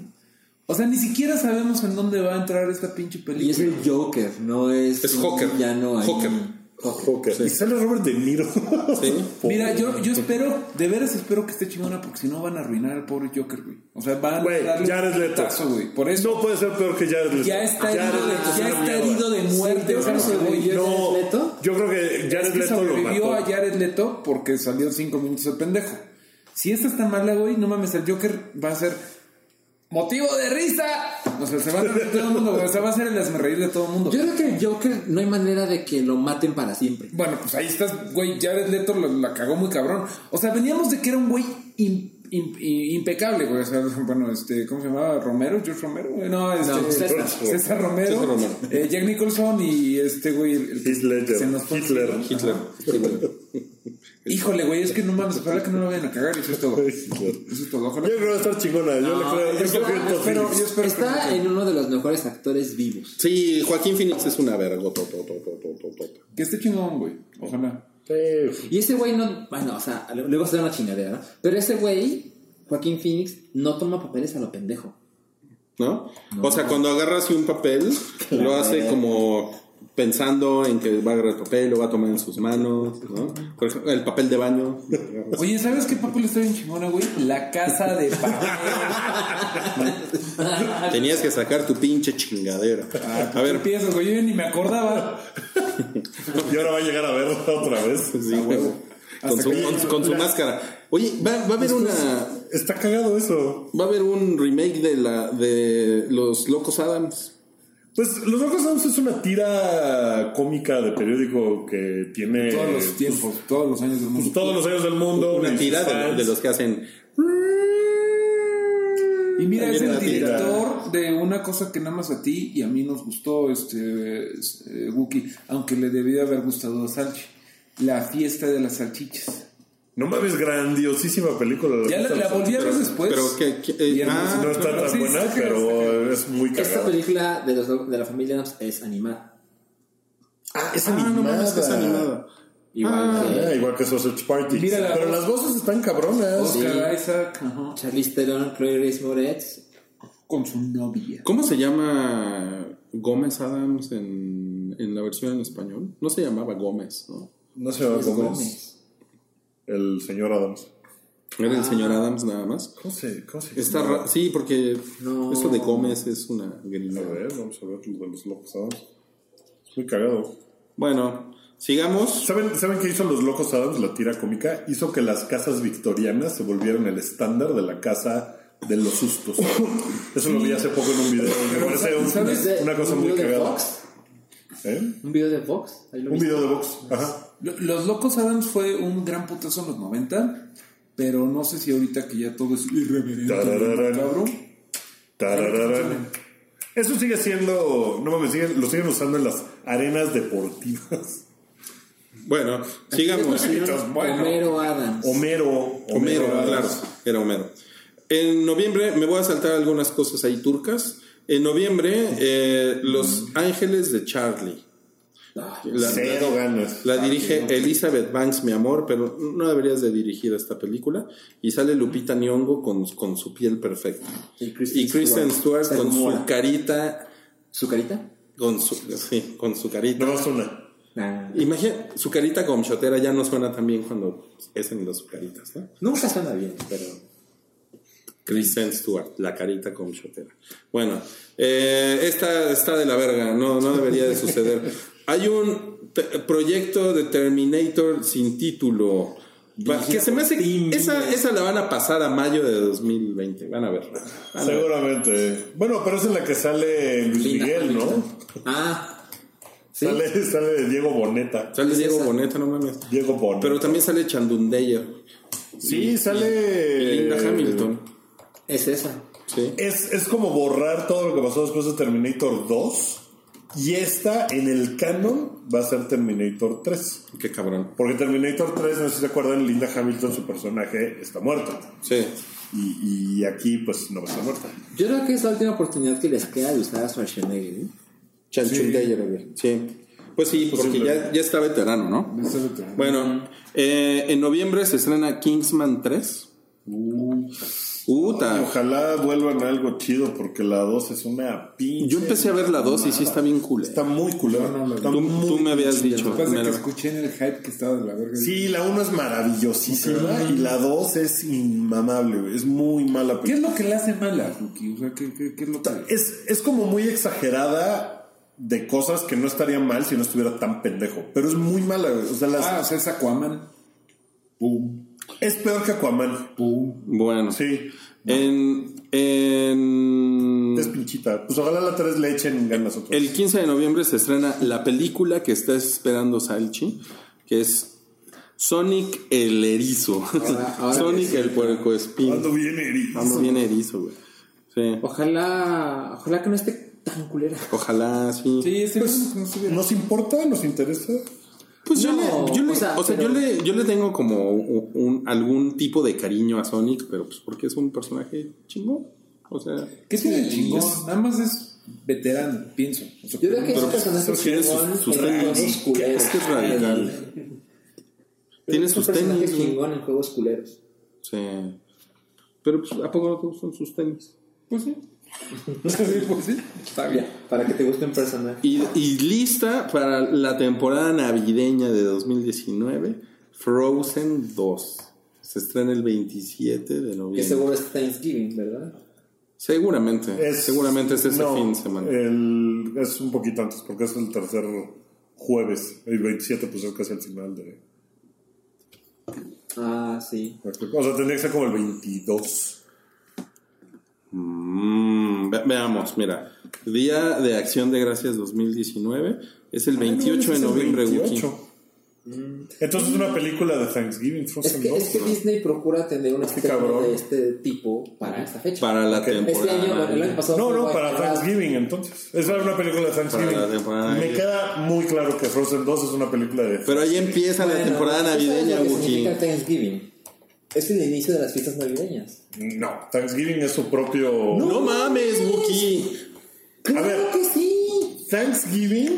Speaker 5: o sea, ni siquiera sabemos en dónde va a entrar esta pinche
Speaker 6: Y es
Speaker 5: película.
Speaker 6: el Joker, no es.
Speaker 4: Es
Speaker 6: un
Speaker 4: Joker.
Speaker 6: villano ahí.
Speaker 4: Joker.
Speaker 2: Joker. Y sale Robert De Niro.
Speaker 4: Sí.
Speaker 5: Mira, yo, yo espero, de veras espero que esté chingona, porque si no van a arruinar al pobre Joker, güey. O sea, van
Speaker 2: Güey,
Speaker 5: a darle
Speaker 2: Jared
Speaker 5: un
Speaker 2: Leto.
Speaker 5: putazo, güey. Por eso
Speaker 2: No puede ser peor que Jared Leto.
Speaker 5: ya está
Speaker 2: Jared
Speaker 5: herido de,
Speaker 2: Leto es
Speaker 5: ya
Speaker 2: una
Speaker 5: está
Speaker 2: mierda.
Speaker 5: herido de muerte, güey.
Speaker 6: Joker sobrevivió a
Speaker 2: No,
Speaker 6: Jared Leto.
Speaker 2: yo creo que Jared
Speaker 5: Es que
Speaker 2: Leto lo
Speaker 5: sobrevivió
Speaker 2: mató.
Speaker 5: a Jared Leto porque salió cinco minutos el pendejo. Si esta está mala, güey, no mames, el Joker va a ser motivo de risa. O sea, se va a reír todo el mundo, güey. O sea, va a ser el reír de todo el mundo.
Speaker 6: Yo creo que el Joker no hay manera de que lo maten para siempre.
Speaker 5: Bueno, pues ahí estás, güey. Jared Leto la, la cagó muy cabrón. O sea, veníamos de que era un güey im- im- i- impecable, güey. O sea, bueno, este, ¿cómo se llamaba? ¿Romero? ¿George Romero? güey? No, este,
Speaker 6: No, César.
Speaker 5: César Romero.
Speaker 4: César Romero.
Speaker 5: Eh, Jack Nicholson y este, güey. el- el que
Speaker 2: Heath Ledger.
Speaker 5: se nos fue
Speaker 2: Hitler.
Speaker 5: encima.
Speaker 4: Hitler. El
Speaker 5: Híjole, güey, es que no mames, ojalá que no lo vayan a cagar y eso es todo. Eso es todo, ojalá.
Speaker 2: Yo creo que va a estar chingona. Yo le creo. Yo confío en Todd
Speaker 5: Pero
Speaker 2: Phillips.
Speaker 5: yo espero que no
Speaker 6: Está
Speaker 5: sea-
Speaker 6: en uno de los mejores actores vivos.
Speaker 4: Sí, Joaquín Phoenix es una vergototototototota.
Speaker 5: que esté chingón, güey. Ojalá.
Speaker 6: Y ese güey no. Bueno, o sea, luego será una chingadera, ¿no? Pero ese güey, Joaquín Phoenix, no toma papeles a lo pendejo.
Speaker 4: ¿No? O sea, cuando agarras un papel, lo hace como pensando en que va a agarrar el papel, lo va a tomar en sus manos, ¿no? Por ejemplo, el papel de baño.
Speaker 5: Oye, ¿sabes qué papel está bien chingona, güey? La casa de papel.
Speaker 4: Tenías que sacar tu pinche chingadera. A
Speaker 5: ¿Qué
Speaker 4: ver,
Speaker 5: piensas, güey? Yo ni me acordaba.
Speaker 2: Y ahora va a llegar a verla otra vez.
Speaker 4: sí, huevo. Con su, con- con su máscara. Oye, va, va a haber una.
Speaker 2: Está cagado eso.
Speaker 4: Va a haber un remake de la de los Locos Adams.
Speaker 2: Pues Los Locos Adams es una tira cómica de periódico que tiene
Speaker 5: Todos los tiempos, todos los años del
Speaker 2: Eh, pues,
Speaker 5: mundo.
Speaker 2: todos los años del mundo. y
Speaker 4: Una
Speaker 2: sus
Speaker 4: tira de,
Speaker 2: fans.
Speaker 4: de los que hacen.
Speaker 5: Y mira, es
Speaker 4: También
Speaker 5: el
Speaker 4: la tira.
Speaker 5: director de una cosa que nada más a ti y a mí nos gustó, este es- eh, Wookie, aunque le debió haber gustado a Salchi. La fiesta de las salchichas.
Speaker 2: No mames, grandiosísima película.
Speaker 5: Ya la, la volví a ver después.
Speaker 4: Pero que. que- eh,
Speaker 5: Y además,
Speaker 4: ah,
Speaker 2: No está tan
Speaker 5: Sí,
Speaker 2: buena,
Speaker 5: sí, sí,
Speaker 2: pero es muy
Speaker 6: Esta
Speaker 2: cagada.
Speaker 6: película de, los, de la familia Adams es animada.
Speaker 2: Ah, es
Speaker 4: ah, no mames, que es animada.
Speaker 6: Igual que
Speaker 2: Ah, igual que Sausage Party.
Speaker 5: Mira la
Speaker 2: pero
Speaker 5: voz.
Speaker 2: las voces están cabronas.
Speaker 5: Oscar Isaac ajá,
Speaker 6: Charlize Theron, Chloe Grace Moretz.
Speaker 5: con su novia.
Speaker 4: ¿Cómo se llama Gómez Adams en, en la versión en español? No se llamaba Gómez, ¿no?
Speaker 2: No se llama
Speaker 6: Es
Speaker 2: Gómez.
Speaker 6: Gómez.
Speaker 2: El señor Adams.
Speaker 4: Era el señor Adams nada más.
Speaker 2: ¿Cómo se, cómo se
Speaker 4: Está
Speaker 2: llama?
Speaker 4: ra- sí, porque
Speaker 6: No.
Speaker 4: eso de Gómez es una
Speaker 2: A
Speaker 4: gringa.
Speaker 2: ver, vamos a ver lo de los Locos Adams. Es muy cagado.
Speaker 4: Bueno, sigamos.
Speaker 2: ¿Saben, ¿Saben qué hizo Los Locos Adams, la tira cómica? Hizo que las casas victorianas se volvieran el estándar de la casa de los sustos. Eso lo vi hace poco en un video. Me parece un-
Speaker 6: ¿Sabes?
Speaker 2: una cosa
Speaker 6: ¿Un
Speaker 2: muy
Speaker 6: video de
Speaker 2: cagada.
Speaker 6: Fox?
Speaker 2: ¿Eh?
Speaker 6: Un video de Vox. Ahí lo
Speaker 2: Un
Speaker 6: viste.
Speaker 2: video de box. Ajá.
Speaker 5: Lo- Los Locos Adams fue un gran putazo en los 90, pero no sé si ahorita que ya todo es irreverente,
Speaker 2: Tarararán.
Speaker 5: cabrón.
Speaker 2: Tarararán. Eso sigue siendo, no mames, siguen- lo siguen usando en las arenas deportivas.
Speaker 4: Bueno, sigamos.
Speaker 2: Entonces, bueno,
Speaker 6: Homero Adams.
Speaker 2: Homero.
Speaker 4: Homero,
Speaker 2: Adams.
Speaker 4: claro, era Homero. En noviembre, me voy a saltar algunas cosas ahí turcas. En noviembre, eh, Los Ángeles de Charlie. La,
Speaker 2: Cero ganas.
Speaker 4: la dirige Elizabeth Banks, mi amor, pero no deberías de dirigir esta película. Y sale Lupita Nyong'o con, con su piel perfecta.
Speaker 6: Y Kristen
Speaker 4: Y Kristen
Speaker 6: Stewart.
Speaker 4: Stewart con su
Speaker 6: Salmona.
Speaker 4: carita,
Speaker 6: ¿Su carita?
Speaker 4: con su, sí, con su carita.
Speaker 2: No más una.
Speaker 6: Nah.
Speaker 4: Imagina, su carita gomchotera ya no suena tan bien cuando es en los caritas, ¿no?
Speaker 6: Nunca suena bien, pero.
Speaker 4: Kristen Stewart, la carita con chotera. Bueno, eh, esta está de la verga, no, no debería de suceder. Hay un te- proyecto de Terminator sin título. Va- Que se me hace. Esa, esa la van a pasar a mayo de 2020. Van a ver. Van a ver.
Speaker 2: Seguramente. Bueno, pero es en la que sale Luis
Speaker 6: Linda
Speaker 2: Miguel, ¿no?
Speaker 6: Hamilton. Ah, sí.
Speaker 2: Sale, sale Diego Boneta.
Speaker 4: Sale Diego
Speaker 6: esa.
Speaker 4: Boneta, no mames.
Speaker 2: Diego Boneta.
Speaker 4: Pero también sale Chandundeyer.
Speaker 2: sí, sale.
Speaker 4: Linda Hamilton.
Speaker 6: Es esa.
Speaker 4: Sí.
Speaker 2: Es, es como borrar todo lo que pasó después de Terminator 2. Y esta en el canon va a ser Terminator 3.
Speaker 4: Qué cabrón.
Speaker 2: Porque Terminator 3, no sé si se acuerdan, Linda Hamilton, su personaje, está muerta.
Speaker 4: Sí.
Speaker 2: Y, y aquí, pues, no va a estar muerta.
Speaker 6: Yo creo que es la última oportunidad que les queda de usar a Schwarzenegger. ¿eh?
Speaker 4: Chandundeyer, güey. Sí. Pues sí, porque ya, ya está veterano, ¿no?
Speaker 5: Eso es lo que-
Speaker 4: Bueno, eh, en noviembre se estrena Kingsman 3. Puta.
Speaker 2: Ojalá vuelvan a algo chido, porque la 2 es una pinche.
Speaker 4: Yo empecé a ver la 2 y sí está bien cool.
Speaker 2: Está muy culera. Está
Speaker 4: Tú,
Speaker 2: muy
Speaker 4: tú me habías dicho.
Speaker 5: Después de
Speaker 4: me
Speaker 5: que
Speaker 4: lo-
Speaker 5: escuché en el hype que estaba de la verga.
Speaker 2: Sí, la 1 es maravillosísima y la 2 es inmamable, güey. es muy mala
Speaker 5: ¿Qué
Speaker 2: película.
Speaker 5: es lo que le hace mala, Wookie? O sea, ¿qué, qué, qué es lo que.?
Speaker 2: Es, es como muy exagerada de cosas que no estaría mal si no estuviera tan pendejo, pero es muy mala, güey. o sea, las-
Speaker 5: Ah, o sea, es Aquaman.
Speaker 2: Pum. es peor que Aquaman. Pum.
Speaker 4: Bueno.
Speaker 2: Sí,
Speaker 4: En, en-
Speaker 2: es pinchita. Pues ojalá la 3 le echen ganas otra.
Speaker 4: el 15 de noviembre se estrena la película que está esperando Salchi, que es Sonic el Erizo.
Speaker 6: Ahora- ahora
Speaker 4: Sonic
Speaker 6: que sí.
Speaker 4: el Puerco Espín.
Speaker 2: Ando bien herido.
Speaker 4: Ando bien erizo, güey. Sí.
Speaker 6: Ojalá, ojalá que no esté tan culera.
Speaker 4: Ojalá, sí.
Speaker 5: Pues, Sí, ese es el que no se ve.
Speaker 2: ¿Nos importa? ¿Nos interesa?
Speaker 4: Pues yo,
Speaker 6: No,
Speaker 4: le, yo, le-
Speaker 6: o
Speaker 4: o
Speaker 6: sea,
Speaker 4: sea,
Speaker 6: pero-
Speaker 4: yo, le, yo le tengo como un, un- algún tipo de cariño a Sonic, pero pues porque es un personaje chingón. O sea,
Speaker 5: ¿Qué tiene de chingón? Nada más es veterano, pienso. O sea,
Speaker 6: Yo creo que es un personaje
Speaker 2: eso sí es
Speaker 6: chingón
Speaker 2: sus- sus
Speaker 6: en
Speaker 2: tenis.
Speaker 6: juegos
Speaker 4: que
Speaker 6: culeros.
Speaker 4: es que es radical. Tiene
Speaker 6: Es un
Speaker 4: sus
Speaker 6: personaje
Speaker 4: tenis. güey.
Speaker 6: chingón en juegos culeros.
Speaker 4: Sí. Pero pues, ¿a poco no te gustan sus tenis?
Speaker 5: Pues sí. Sí, pues sí. Está bien.
Speaker 6: Ya, para que te guste un personaje.
Speaker 4: Y, y lista para la temporada navideña de 2019, Frozen 2. Se estrena el 27 de
Speaker 6: Que
Speaker 4: noviembre.
Speaker 6: seguro es este Thanksgiving, ¿verdad?
Speaker 4: Seguramente.
Speaker 2: Es-
Speaker 4: seguramente es ese
Speaker 2: no,
Speaker 4: fin de semana.
Speaker 2: el- es un poquito antes, porque es el tercer jueves. El 27, pues es casi el final de.
Speaker 6: Ah, sí.
Speaker 2: O sea, tendría que ser como el 22.
Speaker 4: Mm, ve- veamos, mira. Día de Acción de Gracias 2019 es el 28 de
Speaker 2: Ah, Es el
Speaker 4: noviembre, Wookie.
Speaker 2: 28. Entonces es una película de Thanksgiving,
Speaker 6: Es
Speaker 2: Frozen
Speaker 6: que,
Speaker 2: 2.
Speaker 6: es que Disney procura tener un estreno
Speaker 2: cabrón.
Speaker 6: de este tipo para esta fecha.
Speaker 4: Para la
Speaker 6: este
Speaker 4: temporada.
Speaker 6: año, bueno, el año pasado.
Speaker 2: No,
Speaker 6: fue
Speaker 2: no,
Speaker 6: White
Speaker 2: para
Speaker 6: Rabbit.
Speaker 2: Thanksgiving entonces. Es una película de
Speaker 4: Para la
Speaker 2: Thanksgiving.
Speaker 4: temporada.
Speaker 2: Me queda muy claro que Frozen 2 es una película de...
Speaker 4: Pero ahí empieza la
Speaker 6: Bueno,
Speaker 4: temporada
Speaker 6: ¿tú sabes
Speaker 4: navideña,
Speaker 6: lo que
Speaker 4: Wookie.
Speaker 6: significa Thanksgiving? Es el inicio de las fiestas navideñas.
Speaker 2: No, Thanksgiving es su propio...
Speaker 4: No mames, Wookie.
Speaker 2: A ver,
Speaker 6: ¡Claro que sí!
Speaker 2: Thanksgiving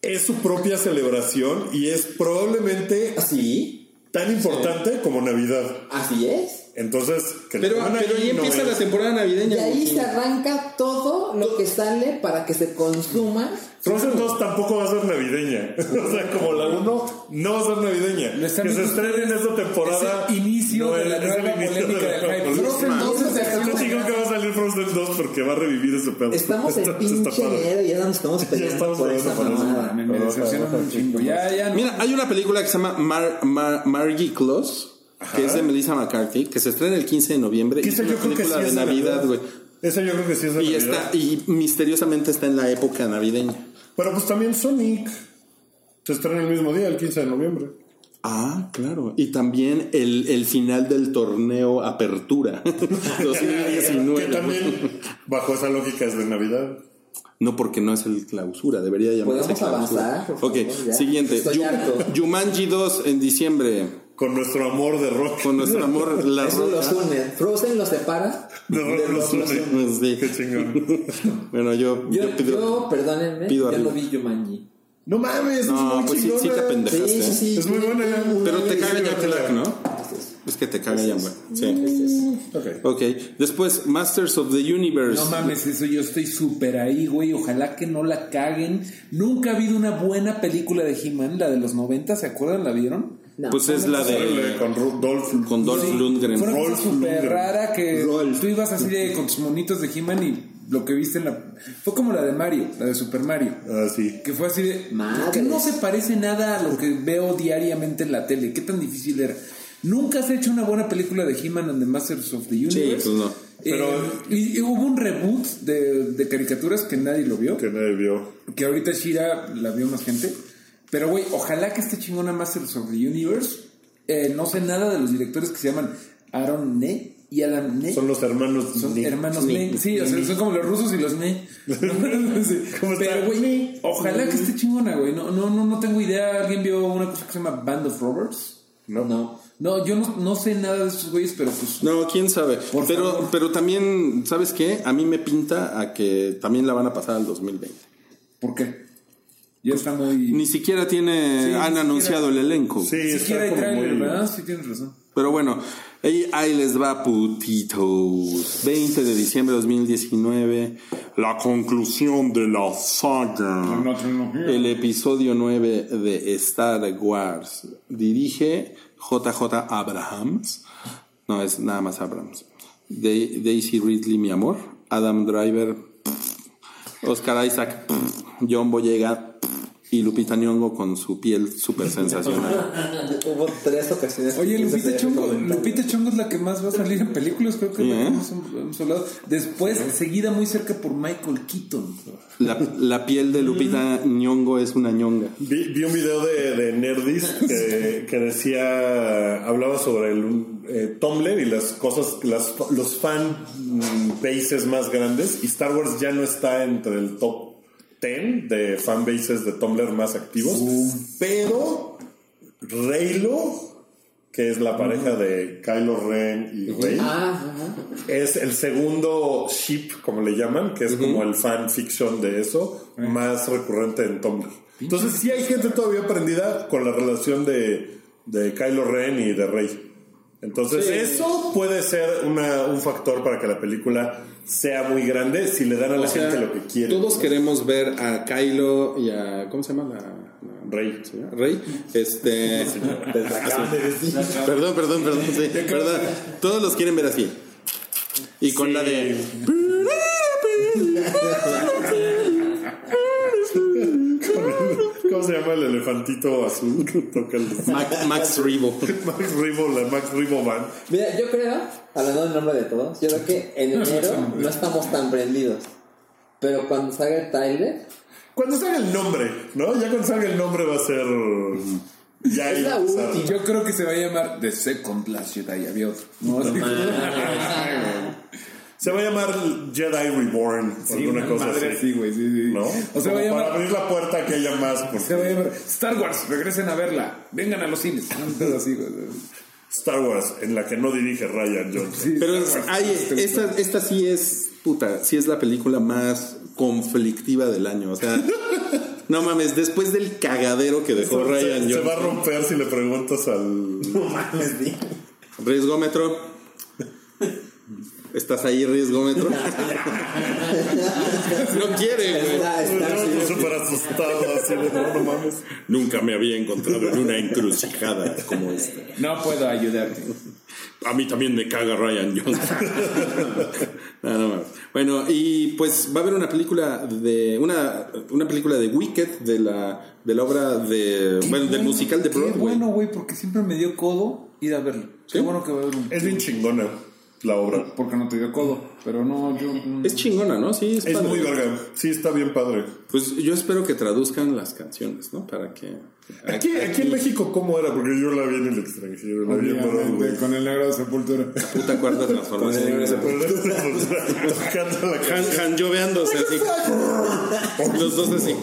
Speaker 2: es su propia celebración y es probablemente
Speaker 6: ¿Así?
Speaker 2: tan importante como Navidad.
Speaker 6: ¿Así es?
Speaker 2: Entonces, que le
Speaker 4: Pero,
Speaker 2: pongan
Speaker 4: pero ahí
Speaker 2: no
Speaker 4: empieza
Speaker 2: es.
Speaker 4: la temporada navideña.
Speaker 6: De ahí
Speaker 4: Wookie.
Speaker 6: se arranca todo lo que sale para que se consuma.
Speaker 2: Frozen 2 tampoco va a ser navideña. o sea, como la 1 no va a ser navideña.
Speaker 5: Lo están
Speaker 2: Que se
Speaker 5: viendo
Speaker 2: estrene en esta temporada.
Speaker 5: Es el inicio
Speaker 2: no
Speaker 5: de la
Speaker 2: es- es el
Speaker 5: nueva
Speaker 2: inicio
Speaker 5: polémica
Speaker 2: de la
Speaker 5: del hype.
Speaker 2: nueva
Speaker 5: Frozen
Speaker 2: polémica.
Speaker 5: dos es de acción.
Speaker 2: Está chingón que va a salir Frozen 2 porque va a revivir ese pedo.
Speaker 6: Estamos en
Speaker 2: Está- está
Speaker 6: pinche
Speaker 2: padre.
Speaker 6: enero y ya nos estamos peleando
Speaker 2: estamos
Speaker 6: por
Speaker 2: peleando
Speaker 6: esa
Speaker 2: por eso.
Speaker 6: mamada.
Speaker 5: Me, me decepcionan un chingo. Ya, ya. no.
Speaker 4: Mira, hay una película que se llama Mar, Mar- Margie Claus, que es de Melissa McCarthy, que se estrena el 15 de noviembre.
Speaker 2: Que
Speaker 4: y es
Speaker 2: esa
Speaker 4: una
Speaker 2: yo creo que sí
Speaker 4: película
Speaker 2: es
Speaker 4: de Navidad, güey.
Speaker 2: Esa yo creo que sí es de
Speaker 4: Y,
Speaker 2: Navidad.
Speaker 4: está, y misteriosamente está en la época navideña.
Speaker 2: Pero pues también Sonic se estrena el mismo día, el 15 de noviembre.
Speaker 4: Ah, claro. Y también el, el final del torneo Apertura Ah,
Speaker 2: Que
Speaker 4: 2019.
Speaker 2: también, bajo esa lógica, es de Navidad.
Speaker 4: No, porque no es el clausura, debería llamarse
Speaker 6: ¿Podemos avanzar,
Speaker 4: clausura.
Speaker 6: por
Speaker 4: Ok,
Speaker 6: favor, ya?
Speaker 4: siguiente.
Speaker 6: Estoy harto.
Speaker 4: Yumanji 2 en diciembre,
Speaker 2: Con nuestro amor de rock.
Speaker 4: con nuestro amor La
Speaker 6: Eso los
Speaker 4: Roca.
Speaker 6: une. Frozen los separa.
Speaker 2: De rock los une.
Speaker 4: Sí.
Speaker 2: Qué chingón.
Speaker 4: Bueno, yo,
Speaker 6: Yo,
Speaker 4: yo pido...
Speaker 6: yo, perdónenme,
Speaker 4: pido
Speaker 6: yo no
Speaker 4: arriba.
Speaker 6: vi Yumanji.
Speaker 2: No mames, es
Speaker 4: No,
Speaker 2: muy
Speaker 4: pues sí,
Speaker 2: chingona.
Speaker 4: sí te
Speaker 6: Sí,
Speaker 4: apendejaste.
Speaker 6: sí,
Speaker 4: ¿eh?
Speaker 6: sí.
Speaker 2: Es muy buena.
Speaker 4: Pero te caga
Speaker 2: Sí,
Speaker 4: Jack
Speaker 2: sí,
Speaker 4: Black,
Speaker 2: sí.
Speaker 4: ¿no? Es que te caga Jack Black. Sí.
Speaker 2: Ok.
Speaker 4: Ok. Después, Masters of the Universe.
Speaker 5: No mames, eso yo estoy súper ahí, güey. Ojalá que no la caguen. Nunca ha habido una buena película de He-Man, la de los 90, ¿se acuerdan? ¿La vieron?
Speaker 6: No.
Speaker 4: Pues es la
Speaker 2: Horrible,
Speaker 4: de.
Speaker 2: Con Ru- Dolph.
Speaker 4: Con Dolph Lundgren.
Speaker 5: Fue una cosa
Speaker 2: Rolf
Speaker 5: súper
Speaker 2: Lundgren.
Speaker 5: rara que tú ibas así de- con tus monitos de He-Man y lo que viste en la. Fue como la de Mario, la de Super Mario.
Speaker 2: Ah, sí.
Speaker 5: Que fue así de.
Speaker 6: Madres.
Speaker 5: ¿Por qué no se parece nada a lo que veo diariamente en la tele? ¿Qué tan difícil era? Nunca has hecho una buena película de He-Man and the Masters of the Universe.
Speaker 4: pues no.
Speaker 5: Pero, Eh, y, y hubo un reboot de, de caricaturas que nadie lo vio.
Speaker 2: Que nadie vio.
Speaker 5: Que ahorita Shira la vio más gente. Pero, güey, ojalá que esté chingona Masters of the Universe. Eh, no sé nada de los directores que se llaman Aaron Ne y Adam Ne.
Speaker 2: Son los hermanos.
Speaker 5: Son
Speaker 2: Nick.
Speaker 5: hermanos Ne. Sí, o sea, son como los rusos y los Ne. Sí.
Speaker 2: ¿Cómo está?
Speaker 5: Pero, güey,
Speaker 2: Ne.
Speaker 5: ojalá que esté chingona, güey. No, no, no, no tengo idea. ¿Alguien vio una cosa que se llama Band of Robbers?
Speaker 2: No.
Speaker 6: No.
Speaker 5: No, yo no, no sé nada de estos güeyes, pero pues...
Speaker 4: No, quién sabe.
Speaker 5: Por
Speaker 4: Pero,
Speaker 5: favor.
Speaker 4: pero también, ¿sabes qué? A mí me pinta a que también la van a pasar al 2020.
Speaker 5: ¿Por qué? Ya está muy...
Speaker 4: Ni siquiera tiene.
Speaker 5: Sí, ni
Speaker 4: han
Speaker 5: siquiera.
Speaker 4: anunciado el elenco.
Speaker 2: Sí,
Speaker 5: Ni
Speaker 2: está
Speaker 5: siquiera hay
Speaker 2: como
Speaker 5: trailer,
Speaker 2: muy-
Speaker 5: ¿verdad? Sí, tienes razón.
Speaker 4: Pero bueno, ahí, ahí les va putitos. 20 de diciembre de 2019, la conclusión de la saga. El episodio 9 de Star Wars. Dirige JJ Abrahams. No, es nada más Abrahams. Da- Daisy Ridley, mi amor. Adam Driver. Oscar Isaac. John Boyega. Y Lupita Nyong'o con su piel súper sensacional.
Speaker 6: Hubo tres ocasiones. que
Speaker 5: Oye,
Speaker 6: quise
Speaker 5: Lupita
Speaker 6: hacer
Speaker 5: Chongo,
Speaker 6: comentario.
Speaker 5: Lupita Chongo es la que más va a salir en películas, creo que
Speaker 4: Sí,
Speaker 5: es la que
Speaker 4: ¿eh?
Speaker 5: hemos, hemos hablado. Después, seguida muy cerca por Michael Keaton.
Speaker 4: La, la piel de Lupita Ñongo es una ñonga.
Speaker 2: Vi, vi un video de, de Nerdist que, que decía, hablaba sobre el eh, Tumblr y las cosas, las, los fan mm, bases más grandes y Star Wars ya no está entre el top 10 de fanbases de Tumblr más activos. Pero Reylo, que es la pareja de Kylo Ren y Rey,
Speaker 6: Ah, ajá.
Speaker 2: es el segundo ship, como le llaman, que es como el fanfiction de eso,
Speaker 4: Eh.
Speaker 2: más recurrente en Tumblr. Entonces sí hay gente todavía prendida con la relación de, de Kylo Ren y de Rey. Entonces eso puede ser una- un factor para que la película sea muy grande si le dan a la
Speaker 4: O sea,
Speaker 2: gente lo que quiere.
Speaker 4: Todos queremos ver a Kylo y a. ¿Cómo se llama? La, la-
Speaker 2: Rey.
Speaker 4: señora? Rey. Este.
Speaker 2: acaban de decir.
Speaker 4: Perdón, perdón, perdón. sí, perdón. Todos los quieren ver así. Y con la de.
Speaker 2: ¿Cómo se llama el elefantito azul que toca el
Speaker 4: Mac- Max Rebo.
Speaker 2: Max Ribo, la Max Ribo Band?
Speaker 6: Mira, yo creo, hablando en nombre de todos, yo creo que en enero no estamos tan prendidos. Pero cuando salga el trailer,
Speaker 2: Cuando salga el nombre, ¿no? Ya cuando salga el nombre va a ser. Ya
Speaker 6: Es
Speaker 2: iba
Speaker 6: la
Speaker 2: a pasar.
Speaker 6: última.
Speaker 5: Yo creo que se va a llamar The Second Last Jedi. Había otro. No, Así como-
Speaker 2: Se va a llamar Jedi Reborn o alguna cosa
Speaker 5: madre,
Speaker 2: así.
Speaker 5: sí, güey, sí, sí.
Speaker 2: ¿No?
Speaker 5: O se
Speaker 2: Como
Speaker 5: va a llamar.
Speaker 2: Para abrir la puerta que haya más. porque
Speaker 5: Se va a llamar Star Wars, regresen a verla. Vengan a los cines. Un pedo así, güey.
Speaker 2: Star Wars, en la que no dirige Ryan Johnson.
Speaker 5: Sí,
Speaker 4: Pero es-
Speaker 5: Star Wars.
Speaker 4: hay- esta, esta sí es, puta, sí es la película más conflictiva del año. O sea, no mames, después del cagadero que dejó Ryan
Speaker 2: se, se va a
Speaker 4: Johnson.
Speaker 2: romper si le preguntas al.
Speaker 4: Riesgómetro. ¿Estás ahí, riesgómetro? no quiere, güey.
Speaker 5: Ah,
Speaker 6: está, está
Speaker 2: Yo estoy súper asustado, así de no, no mames.
Speaker 4: Nunca me había encontrado en una encrucijada como esta.
Speaker 5: No puedo ayudarte.
Speaker 4: A mí también me caga Ryan Johnson. No, no mames. Bueno, y pues va a haber una película de una, una película de Wicked de la de la obra de bueno, del musical de
Speaker 5: Qué
Speaker 4: Broadway.
Speaker 5: bueno, güey, porque siempre me dio codo ir a verlo. Qué bueno que va a haber un.
Speaker 2: Es bien chingona la obra.
Speaker 5: Porque no te dio codo. Pero no, yo. mm.
Speaker 4: Es chingona, ¿no? Sí, es,
Speaker 2: Es
Speaker 4: padre.
Speaker 2: muy verga. Sí, está bien padre.
Speaker 4: Pues yo espero que traduzcan las canciones, ¿no? Para que
Speaker 2: Aquí, aquí en México, ¿cómo era? Porque yo la vi en el extranjero, la vi en Broadway.
Speaker 5: Obviamente, con el negro de sepultura.
Speaker 4: puta cuarta transformación.
Speaker 2: Tocando la
Speaker 4: Han,
Speaker 2: canción.
Speaker 4: Han lloveándose así. Los dos así.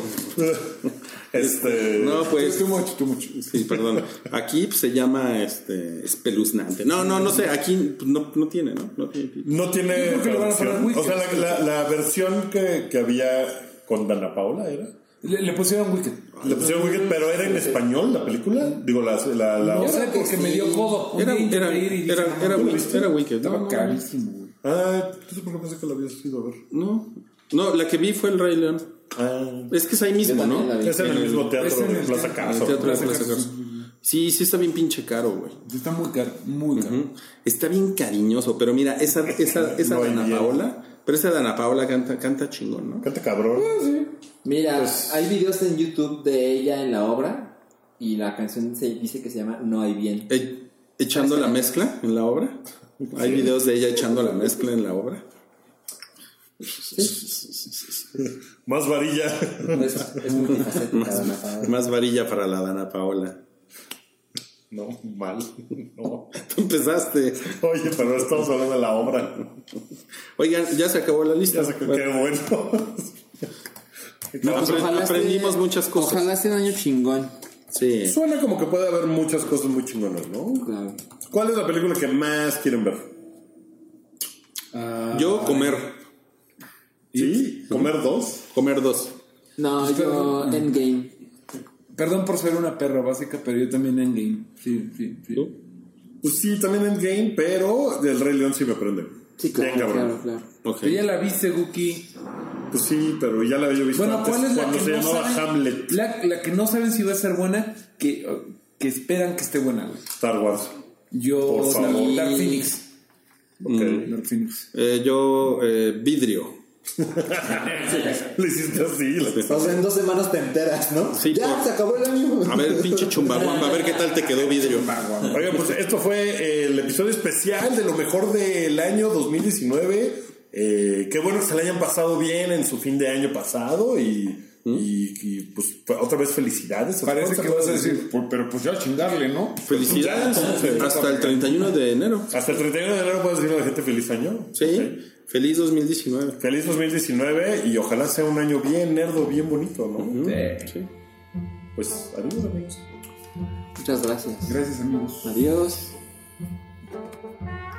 Speaker 2: Este.
Speaker 4: No, pues.
Speaker 5: Too much, too much.
Speaker 4: Sí, perdón. Aquí pues, se llama este espeluznante. No, no, no sé. Aquí pues, no, no tiene, ¿no? No tiene título.
Speaker 2: No tiene
Speaker 5: creo que le van a poner
Speaker 2: traducción. O sea, la,
Speaker 5: Wicked.
Speaker 2: la- la versión que, que había con Dana Paula era.
Speaker 5: Le, le pusieron Wicked.
Speaker 2: La pusieron Wicked, pero era en español la película. Digo, la. la, la
Speaker 5: No sé, porque me dio codo. Un
Speaker 4: Era,
Speaker 5: día
Speaker 4: era,
Speaker 5: ir y dije,
Speaker 4: era,
Speaker 5: no,
Speaker 4: era,
Speaker 5: no,
Speaker 4: Wicked, era Wicked. No,
Speaker 5: Estaba
Speaker 4: no,
Speaker 5: carísimo, güey.
Speaker 2: Ah, entonces, ¿por qué pensé que la habías ido a ver?
Speaker 4: no. No, la que vi fue el Rey León.
Speaker 2: Ah,
Speaker 4: Es que es ahí mismo,
Speaker 6: también
Speaker 4: ¿no?
Speaker 6: la vi.
Speaker 2: es en el mismo
Speaker 5: Es
Speaker 2: teatro
Speaker 5: en
Speaker 2: de
Speaker 5: el
Speaker 2: Plaza
Speaker 5: teatro.
Speaker 4: En el
Speaker 2: Carso.
Speaker 4: teatro de Plaza
Speaker 5: Plaza
Speaker 4: Carso. Sí, sí está bien pinche caro, güey.
Speaker 5: Está muy caro, muy caro.
Speaker 4: Está bien cariñoso, pero mira, esa, esa, esa
Speaker 2: No hay
Speaker 4: Dana
Speaker 2: bien.
Speaker 4: Paola, pero esa Dana Paola canta, canta chingón, ¿no?
Speaker 2: Canta cabrón.
Speaker 5: Ah,
Speaker 6: Mira, hay videos en YouTube de ella en la obra y la canción se dice que se llama No hay bien.
Speaker 4: E- echando la mezcla en la obra. Hay videos de ella echando la mezcla en la obra.
Speaker 2: Más varilla.
Speaker 6: Es, es multifacética, Dana Paola.
Speaker 4: Más varilla para la Dana Paola.
Speaker 2: No, mal. No.
Speaker 4: Tú empezaste.
Speaker 2: Oye, pero estamos hablando de la obra.
Speaker 4: Oigan, ya se acabó la lista.
Speaker 2: Ya sé que qué bueno.
Speaker 4: No, pues,
Speaker 6: Ojalá
Speaker 4: aprendimos
Speaker 6: esté-
Speaker 4: muchas cosas.
Speaker 6: Ojalá sea un año chingón.
Speaker 4: Sí.
Speaker 2: Suena como que puede haber muchas cosas muy chingonas, ¿no?
Speaker 6: Claro.
Speaker 2: ¿Cuál es la película que más quieren ver?
Speaker 5: Ah,
Speaker 4: Yo comer.
Speaker 2: ¿Sí? ¿Comer dos?
Speaker 4: Comer dos.
Speaker 6: No, yo Endgame.
Speaker 5: Perdón por ser una perra básica, pero yo también en game. Sí, sí, sí.
Speaker 2: Pues sí, también Endgame, pero El Rey León sí me prende.
Speaker 6: Sí, claro,
Speaker 2: Bien, cabrón.
Speaker 6: claro, claro.
Speaker 4: Ok.
Speaker 5: Pero ya la viste, Guki.
Speaker 2: Pues sí, pero ya la había visto
Speaker 5: Bueno,
Speaker 2: antes,
Speaker 5: ¿cuál es la
Speaker 2: cuando
Speaker 5: que
Speaker 2: se
Speaker 5: no
Speaker 2: llamaba
Speaker 5: saben?
Speaker 2: Hamlet.
Speaker 5: La, la que no saben si va a ser buena, que, que esperan que esté buena, güey.
Speaker 2: Star Wars.
Speaker 5: Yo,
Speaker 2: Por
Speaker 5: la-
Speaker 2: favor.
Speaker 5: Dark Phoenix.
Speaker 2: Ok.
Speaker 5: Dark Phoenix.
Speaker 4: Eh, yo eh, vidrio.
Speaker 2: Le hiciste así. la-
Speaker 6: O sea, en dos semanas te enteras, ¿no?
Speaker 4: Sí,
Speaker 6: ya,
Speaker 4: por-
Speaker 6: se acabó el año.
Speaker 4: A ver, pinche chumbaguamba, a ver qué tal te quedó vidrio.
Speaker 2: Oigan, pues esto fue el episodio especial de lo mejor del año 2019. Eh, qué bueno que se le hayan pasado bien en su fin de año pasado y Y, y, pues otra vez felicidades.
Speaker 5: ¿Mm? Parece
Speaker 2: ¿Otra
Speaker 5: que
Speaker 2: vez
Speaker 5: vas a decir, "Pues, pero pues ya chingarle, ¿no?
Speaker 4: Felicidades
Speaker 2: Ya.
Speaker 4: hasta el 31 de enero.
Speaker 2: Hasta el 31 de enero puedes decirle a la gente feliz año.
Speaker 4: Sí,
Speaker 2: Ok.
Speaker 4: feliz 2019.
Speaker 2: Feliz 2019 y ojalá sea un año bien nerdo, bien bonito, ¿no?
Speaker 4: Sí.
Speaker 2: Pues adiós, amigos.
Speaker 6: Muchas gracias.
Speaker 5: Gracias, amigos.
Speaker 6: Adiós.